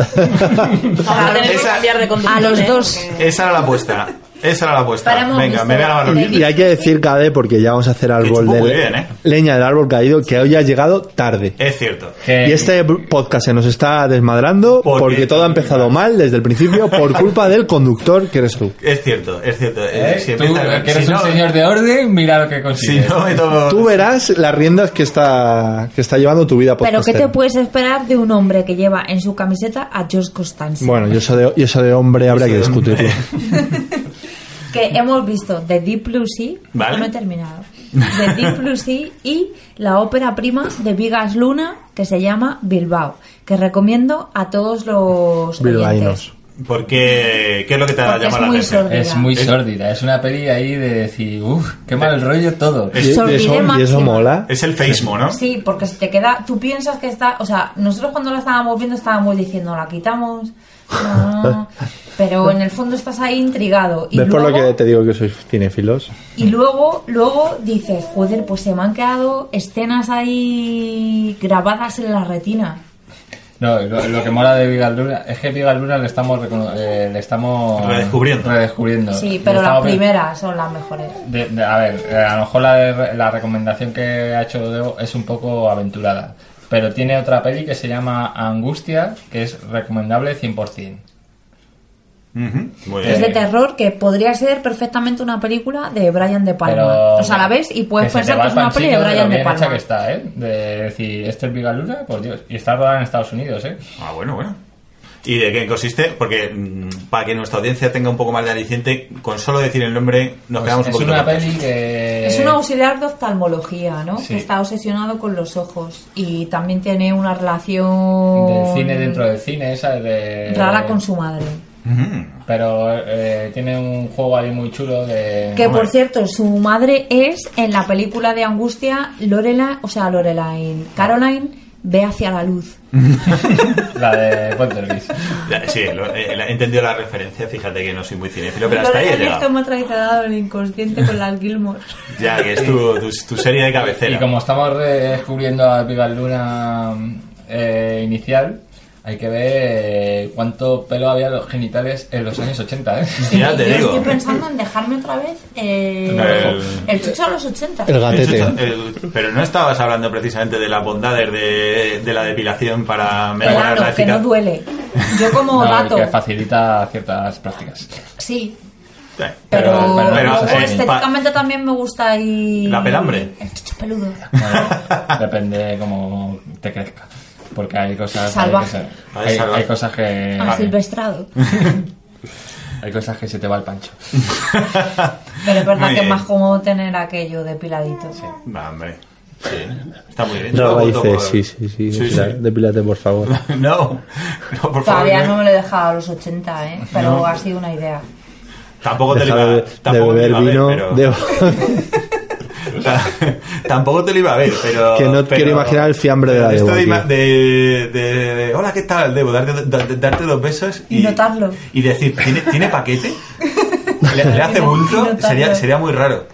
[SPEAKER 7] Ahora tenemos que
[SPEAKER 3] Esa-
[SPEAKER 7] cambiar de conductor,
[SPEAKER 6] A los
[SPEAKER 7] ¿eh?
[SPEAKER 6] dos.
[SPEAKER 7] Porque-
[SPEAKER 3] Esa era la apuesta. Esa era la apuesta.
[SPEAKER 6] Para un
[SPEAKER 3] Venga,
[SPEAKER 6] momento.
[SPEAKER 3] me voy a lavar los
[SPEAKER 6] Y-
[SPEAKER 3] dientes.
[SPEAKER 5] Y hay que decir, Cade, porque ya vamos a hacer árbol
[SPEAKER 3] chupo
[SPEAKER 5] de
[SPEAKER 3] muy bien, ¿eh?
[SPEAKER 5] leña del árbol caído, que hoy ha llegado tarde.
[SPEAKER 3] Es cierto.
[SPEAKER 4] Que-
[SPEAKER 5] Y este podcast se nos está desmadrando
[SPEAKER 3] Porque-
[SPEAKER 5] porque, todo ha empezado mal desde el principio por culpa del conductor que eres tú.
[SPEAKER 3] Es cierto, es cierto. Eh,
[SPEAKER 4] ¿eh?
[SPEAKER 3] si
[SPEAKER 4] Tú,
[SPEAKER 3] empieza-
[SPEAKER 4] que eres
[SPEAKER 3] si
[SPEAKER 4] un
[SPEAKER 3] no- eh.
[SPEAKER 4] señor eh. de orden, mira lo que
[SPEAKER 3] Si
[SPEAKER 4] consigues.
[SPEAKER 3] no me tomo...
[SPEAKER 5] Tú verás las riendas que está, que está llevando tu vida
[SPEAKER 6] Pero ¿qué
[SPEAKER 5] podcastera.
[SPEAKER 6] te puedes esperar de un hombre que lleva en su camiseta a George Costanza?
[SPEAKER 5] Bueno, y eso de, y eso de hombre habrá que
[SPEAKER 3] Eso de hombre.
[SPEAKER 5] discutirlo.
[SPEAKER 6] Que hemos visto The Deep Blue Sea,
[SPEAKER 3] Vale.
[SPEAKER 6] no he terminado. The Deep Blue Sea y la ópera prima de Vigas Luna que se llama Bilbao, que recomiendo a todos los oyentes.
[SPEAKER 5] Bilbaínos.
[SPEAKER 3] Porque... ¿Qué es lo que te ha
[SPEAKER 6] Porque es
[SPEAKER 3] llamado la
[SPEAKER 6] muy
[SPEAKER 3] atención?
[SPEAKER 6] sordo.
[SPEAKER 4] Es muy
[SPEAKER 3] Es-
[SPEAKER 4] sórdida, es una peli ahí de decir, uff, qué
[SPEAKER 3] Eh.
[SPEAKER 4] mal rollo todo.
[SPEAKER 5] Y, y eso,
[SPEAKER 6] Sordidez
[SPEAKER 5] y eso
[SPEAKER 6] máxima.
[SPEAKER 5] mola.
[SPEAKER 3] Es el feísmo, ¿no?
[SPEAKER 6] Sí, porque si te queda, tú piensas que está, o sea, nosotros cuando la estábamos viendo estábamos diciendo, la quitamos, no, no", pero en el fondo estás ahí intrigado. Y
[SPEAKER 5] ¿Ves
[SPEAKER 6] luego,
[SPEAKER 5] por lo que te digo que sois cinéfilos?
[SPEAKER 6] Y
[SPEAKER 4] Mm.
[SPEAKER 6] luego, luego dices, joder, pues se me han quedado escenas ahí grabadas en la retina.
[SPEAKER 4] No, lo, lo que mola de Vigal Luna es que Vigal Luna le estamos, recono- eh, le estamos
[SPEAKER 3] Redescubriendo.
[SPEAKER 4] redescubriendo.
[SPEAKER 6] Sí,
[SPEAKER 4] Le
[SPEAKER 6] pero las
[SPEAKER 4] estamos vi-
[SPEAKER 6] primeras son las mejores.
[SPEAKER 4] de- de- a ver, eh, a lo mejor la, de- la recomendación que ha hecho Debo es un poco aventurada. Pero tiene otra peli que se llama Angustia, que es recomendable 100%.
[SPEAKER 3] Ujú, Muy
[SPEAKER 4] Eh,
[SPEAKER 6] Es
[SPEAKER 3] bien.
[SPEAKER 6] de terror que podría ser perfectamente una película de Brian De Palma.
[SPEAKER 4] Pero-
[SPEAKER 6] o sea, la ves y puedes
[SPEAKER 4] se te
[SPEAKER 6] pensar
[SPEAKER 4] va
[SPEAKER 6] que es
[SPEAKER 4] el
[SPEAKER 6] una peli de
[SPEAKER 4] pancito lo
[SPEAKER 6] Brian De
[SPEAKER 4] bien hecha
[SPEAKER 6] Palma.
[SPEAKER 4] que está, ¿eh? De decir, ¿este es Vigal Luna? Por Dios. Y está rodada en Estados Unidos, ¿eh?
[SPEAKER 3] Ah, bueno, bueno. ¿Y de qué consiste? Porque mm, para que nuestra audiencia tenga un poco más de aliciente, con solo decir el nombre nos
[SPEAKER 4] Pues
[SPEAKER 3] quedamos un
[SPEAKER 4] es
[SPEAKER 3] poquito
[SPEAKER 4] una
[SPEAKER 3] cortos.
[SPEAKER 4] peli que...
[SPEAKER 6] Es un auxiliar de oftalmología, ¿no?
[SPEAKER 4] Eh, Sí.
[SPEAKER 6] Que está obsesionado con los ojos y también tiene una relación
[SPEAKER 4] Del cine dentro del cine, esa de...
[SPEAKER 6] rara con su madre.
[SPEAKER 3] Ujú.
[SPEAKER 4] Pero eh, tiene un juego ahí muy chulo de...
[SPEAKER 6] Que
[SPEAKER 3] Hombre.
[SPEAKER 6] por cierto, su madre es en la película de Angustia Lorela, o sea, Loreline, Caroline ve hacia la luz.
[SPEAKER 4] La de Poltergeist.
[SPEAKER 3] La- Sí, lo- eh, la- he entendido la referencia, fíjate que no soy muy cinéfilo, pero hasta ahí he
[SPEAKER 6] Lorelai está
[SPEAKER 3] llegado.
[SPEAKER 6] matrizada en el inconsciente con las Gilmore.
[SPEAKER 3] Ya, que es tu, tu, tu serie de
[SPEAKER 4] Y
[SPEAKER 3] cabecera.
[SPEAKER 4] como estamos descubriendo a Viva Luna mm, eh, inicial, Hay que ver eh, cuánto pelo había en los genitales en los años 80, ¿eh?
[SPEAKER 3] Ya te
[SPEAKER 6] Yo
[SPEAKER 3] digo.
[SPEAKER 6] estoy pensando en dejarme otra vez eh,
[SPEAKER 3] El-
[SPEAKER 6] el chucho a los 80.
[SPEAKER 5] El gatete.
[SPEAKER 3] El- el- pero no estabas hablando precisamente de las bondades de, de la depilación para mejorar
[SPEAKER 6] Claro,
[SPEAKER 3] la
[SPEAKER 6] que no
[SPEAKER 3] eficacia.
[SPEAKER 6] duele. Yo como
[SPEAKER 10] Oh,
[SPEAKER 4] No, y
[SPEAKER 6] gato.
[SPEAKER 4] que facilita ciertas prácticas.
[SPEAKER 6] Sí,
[SPEAKER 3] Eh,
[SPEAKER 6] pero,
[SPEAKER 4] Pero- pero
[SPEAKER 6] luego
[SPEAKER 4] no sé,
[SPEAKER 3] eh, pa-
[SPEAKER 6] estéticamente también me gusta y...
[SPEAKER 3] La pelambre.
[SPEAKER 6] El chucho peludo.
[SPEAKER 4] Bueno, depende cómo te crezca. Porque hay cosas. hay
[SPEAKER 6] Salvaje. Ah,
[SPEAKER 4] cosas-
[SPEAKER 3] Hay
[SPEAKER 4] Hay,
[SPEAKER 3] salvaje.
[SPEAKER 4] hay cosas que.
[SPEAKER 6] Asilvestrado.
[SPEAKER 4] Hay cosas que se te va el pancho.
[SPEAKER 6] Pero es
[SPEAKER 3] Muy
[SPEAKER 6] verdad que es
[SPEAKER 3] bien.
[SPEAKER 6] más cómodo tener aquello depiladito.
[SPEAKER 3] Nah, hombre. Sí. Está muy bien.
[SPEAKER 5] Rafa
[SPEAKER 3] Todo
[SPEAKER 5] dice,
[SPEAKER 3] por-
[SPEAKER 5] sí, sí, sí,
[SPEAKER 3] Sí,
[SPEAKER 5] depila-
[SPEAKER 3] sí.
[SPEAKER 5] depílate, por favor.
[SPEAKER 3] No, no, por
[SPEAKER 6] Todavía
[SPEAKER 3] favor.
[SPEAKER 6] no me lo he dejado a los 80, ¿eh? Pero ha sido una idea.
[SPEAKER 3] Tampoco te lo
[SPEAKER 5] Deja
[SPEAKER 3] iba,
[SPEAKER 5] de, de
[SPEAKER 3] tampoco te
[SPEAKER 5] beber
[SPEAKER 3] lo iba
[SPEAKER 5] vino.
[SPEAKER 3] a ver, pero...
[SPEAKER 5] de-
[SPEAKER 3] tampoco te lo iba a ver, pero...
[SPEAKER 5] Que no
[SPEAKER 3] pero-
[SPEAKER 5] quiero imaginar el fiambre de
[SPEAKER 3] pero
[SPEAKER 5] la
[SPEAKER 3] esto
[SPEAKER 5] Debo
[SPEAKER 3] de,
[SPEAKER 5] aquí.
[SPEAKER 3] ima- de- de- de- Hola, ¿qué tal, Debo? Darte, da- darte dos besos y...
[SPEAKER 6] Y notarlo.
[SPEAKER 3] Y decir, ¿tiene, ¿tiene paquete? ¿Le, le hace
[SPEAKER 6] Y
[SPEAKER 3] bulto?
[SPEAKER 6] notarlo.
[SPEAKER 3] Sería, sería muy raro.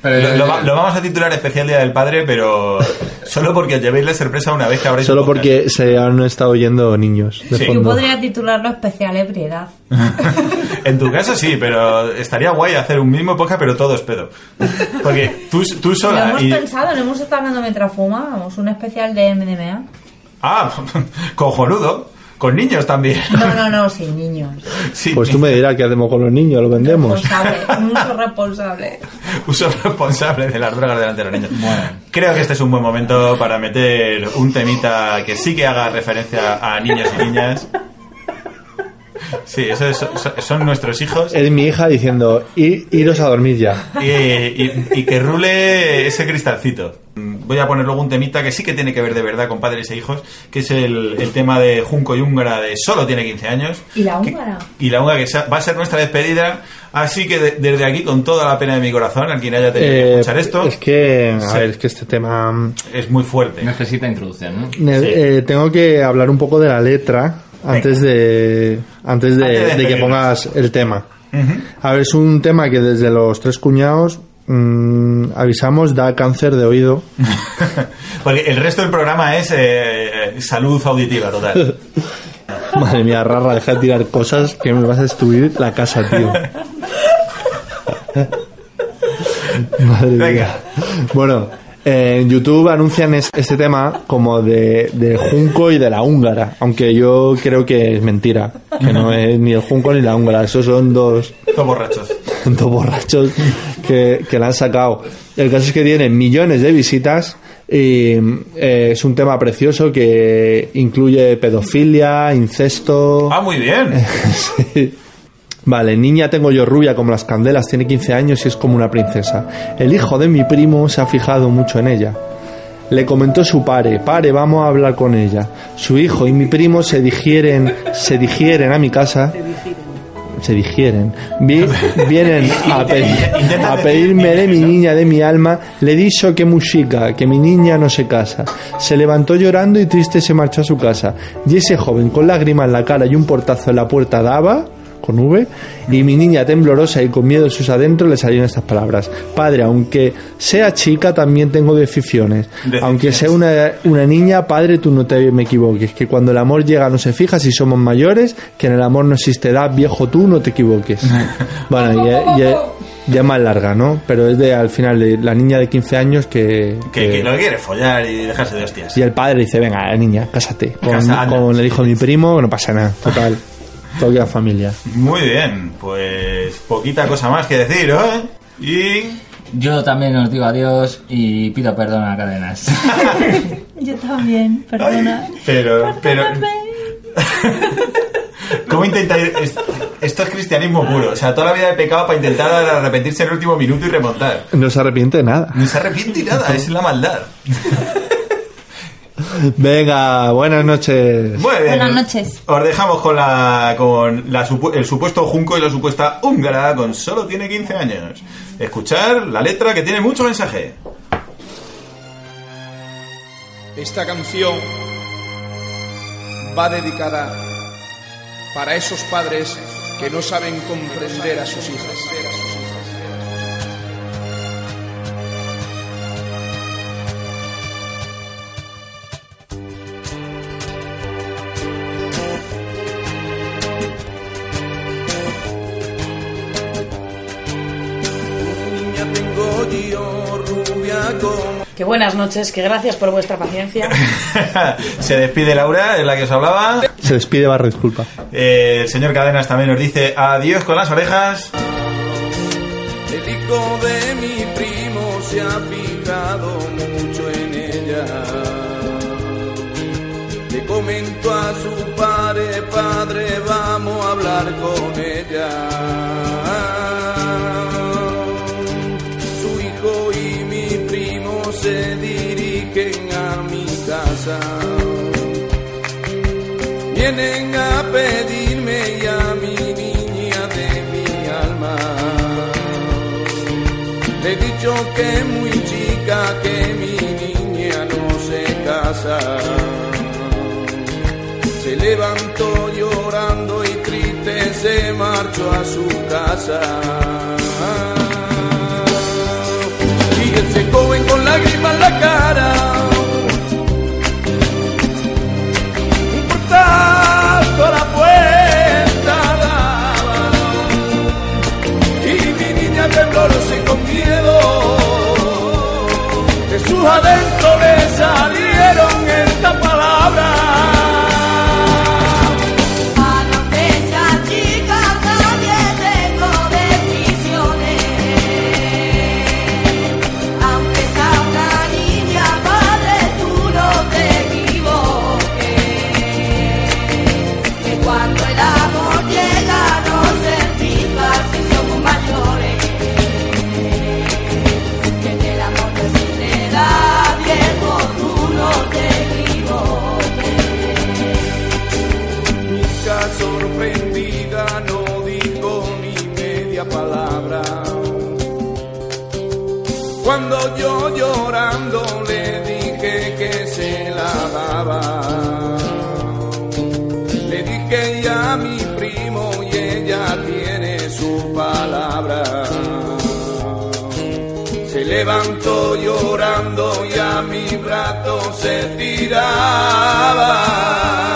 [SPEAKER 4] Pero
[SPEAKER 3] Lo, lo va- lo vamos a titular especial Día del Padre, pero solo porque os llevéis la sorpresa una vez que habréis...
[SPEAKER 5] Solo
[SPEAKER 3] el podcast.
[SPEAKER 5] porque se han estado oyendo niños de
[SPEAKER 3] Sí.
[SPEAKER 6] Yo
[SPEAKER 5] fondo.
[SPEAKER 6] podría titularlo especial ebriedad.
[SPEAKER 3] En tu caso sí, pero estaría guay hacer un mismo podcast, pero todo es pedo. Porque tú, tú
[SPEAKER 6] Lo
[SPEAKER 3] sola...
[SPEAKER 6] hemos
[SPEAKER 3] y-
[SPEAKER 6] pensado, lo hemos estado hablando mientras fumábamos. Un especial de MDMA.
[SPEAKER 3] Ah, cojonudo. Con niños también.
[SPEAKER 6] No, no, no, sin niños.
[SPEAKER 3] Sí,
[SPEAKER 5] Pues tú me dirás qué hacemos con los niños, lo vendemos.
[SPEAKER 6] Responsable, mucho responsable.
[SPEAKER 3] uso responsable de las drogas delante de los niños. Creo que este es un buen momento para meter un temita que sí que haga referencia a niños y niñas. Sí, eso es- so- son nuestros hijos.
[SPEAKER 5] Es mi hija diciendo, "I- iros a dormir ya.
[SPEAKER 3] Y, y- y que rule ese cristalcito. Mm, Voy a poner luego un temita que sí que tiene que ver de verdad con padres e hijos, que es el, el tema de Junco y Húngara de Solo tiene 15 años.
[SPEAKER 6] ¿Y la
[SPEAKER 3] Que-
[SPEAKER 6] húngara?
[SPEAKER 3] y la húngara que se- va a ser nuestra despedida. Así que de- desde aquí, con toda la pena de mi corazón, a quien haya tenido que
[SPEAKER 5] Eh,
[SPEAKER 3] escuchar esto,
[SPEAKER 5] Es que, a
[SPEAKER 3] Sí.
[SPEAKER 5] ver, es que este tema... mm,
[SPEAKER 3] es muy fuerte.
[SPEAKER 4] Necesita introducción, ¿no?
[SPEAKER 5] ne-
[SPEAKER 3] Sí.
[SPEAKER 5] eh, tengo que hablar un poco de la letra antes de, antes de,
[SPEAKER 3] Antes de
[SPEAKER 5] de que
[SPEAKER 3] despedirnos.
[SPEAKER 5] pongas el tema.
[SPEAKER 3] Ujú.
[SPEAKER 5] A ver, es un tema que desde los tres cuñados mm, avisamos da cáncer de oído.
[SPEAKER 3] Porque el resto del programa es eh, eh, salud auditiva total.
[SPEAKER 5] Madre mía, Rarra, deja de tirar cosas que me vas a destruir la casa, tío. Madre mía.
[SPEAKER 3] Venga.
[SPEAKER 5] Bueno, eh, en YouTube anuncian es- este tema como de, de Junco y de la húngara, aunque yo creo que es mentira, que no es ni el Junco ni la húngara, esos son dos,
[SPEAKER 3] Todos borrachos.
[SPEAKER 5] dos borrachos que, que la han sacado. El caso es que tiene millones de visitas y eh, es un tema precioso que incluye pedofilia, incesto...
[SPEAKER 3] Ah, muy bien.
[SPEAKER 5] Sí. Vale, niña tengo yo rubia como las candelas, tiene 15 años y es como una princesa. El hijo de mi primo se ha fijado mucho en ella. Le comentó su pare, pare, vamos a hablar con ella. Su hijo y mi primo se digieren, se digieren a mi casa. Se digieren. Vi- vienen a, pedir, a pedirme de mi niña, de mi alma. Le dijo que muchica, que mi niña no se casa. Se levantó llorando y triste se marchó a su casa. Y ese joven con lágrimas en la cara y un portazo en la puerta daba con V, y mi niña temblorosa y con miedo en sus adentros le salieron estas palabras. Padre, aunque sea chica, también tengo decisiones.
[SPEAKER 3] Decisiones.
[SPEAKER 5] Aunque sea una, una niña, padre, tú no te me equivoques, que cuando el amor llega no se fija si somos mayores, que en el amor no existe edad, viejo tú, no te equivoques. bueno, y es- y es- ya es más larga, ¿no? Pero es de al final de la niña de 15 años que...
[SPEAKER 3] Que,
[SPEAKER 5] que-
[SPEAKER 3] que lo que quiere es follar y dejarse de hostias.
[SPEAKER 5] y el padre dice, venga, niña, cásate con,
[SPEAKER 3] Casa, anda.
[SPEAKER 5] con el hijo de mi primo, no pasa nada, total. Toque la familia.
[SPEAKER 3] Muy bien, pues poquita cosa más que decir, ¿eh? Y
[SPEAKER 4] Yo también os digo adiós y pido perdón a Cadenas.
[SPEAKER 6] Yo también, perdona.
[SPEAKER 3] Pero, pero. ¿Cómo intentar.? es- Esto es cristianismo puro. O sea, toda la vida de pecado para intentar arrepentirse en el último minuto y remontar.
[SPEAKER 5] No se arrepiente de nada.
[SPEAKER 3] No se arrepiente y nada, es la maldad.
[SPEAKER 5] Venga, buenas noches.
[SPEAKER 3] Muy bien.
[SPEAKER 6] Buenas noches.
[SPEAKER 3] Os dejamos con la con la supu- el supuesto junco y la supuesta húngara con solo tiene 15 años. Escuchar la letra que tiene mucho mensaje.
[SPEAKER 11] Esta canción va dedicada para esos padres que no saben comprender a sus hijas. como...
[SPEAKER 7] Que buenas noches, que gracias por vuestra paciencia.
[SPEAKER 3] Se despide Laura, es la que os hablaba.
[SPEAKER 5] Se despide barra disculpa.
[SPEAKER 3] Eh, el señor Cadenas también nos dice adiós con las orejas.
[SPEAKER 11] El hijo de mi primo se ha fijado mucho en ella. Le comentó a su padre, padre, vamos a hablar con ella. Su hijo y mi primo se dirigen a mi casa. Vienen a pedirme y a mi niña de mi alma. Le he dicho que muy chica, que mi niña no se casa. Se levantó llorando y triste se marchó a su casa. Y él se joven con lágrimas en la cara. Un portazo a la puerta daba y mi niña temblorosa y con miedo de sus adentros le salieron estas palabras
[SPEAKER 12] Para que esa chica nadie tengo decisiones Aunque sea una niña padre tú no te equivoques Que cuando el amor llega no sentimos si somos mayores Que en el amor no existe edad viejo tú no te equivoques
[SPEAKER 11] Nunca sorprendida no dijo ni media palabra. Cuando yo llorando le dije que se la daba. Le dije ya a mi primo y ella tiene su palabra. Se levantó llorando y a mi brazo se tiraba.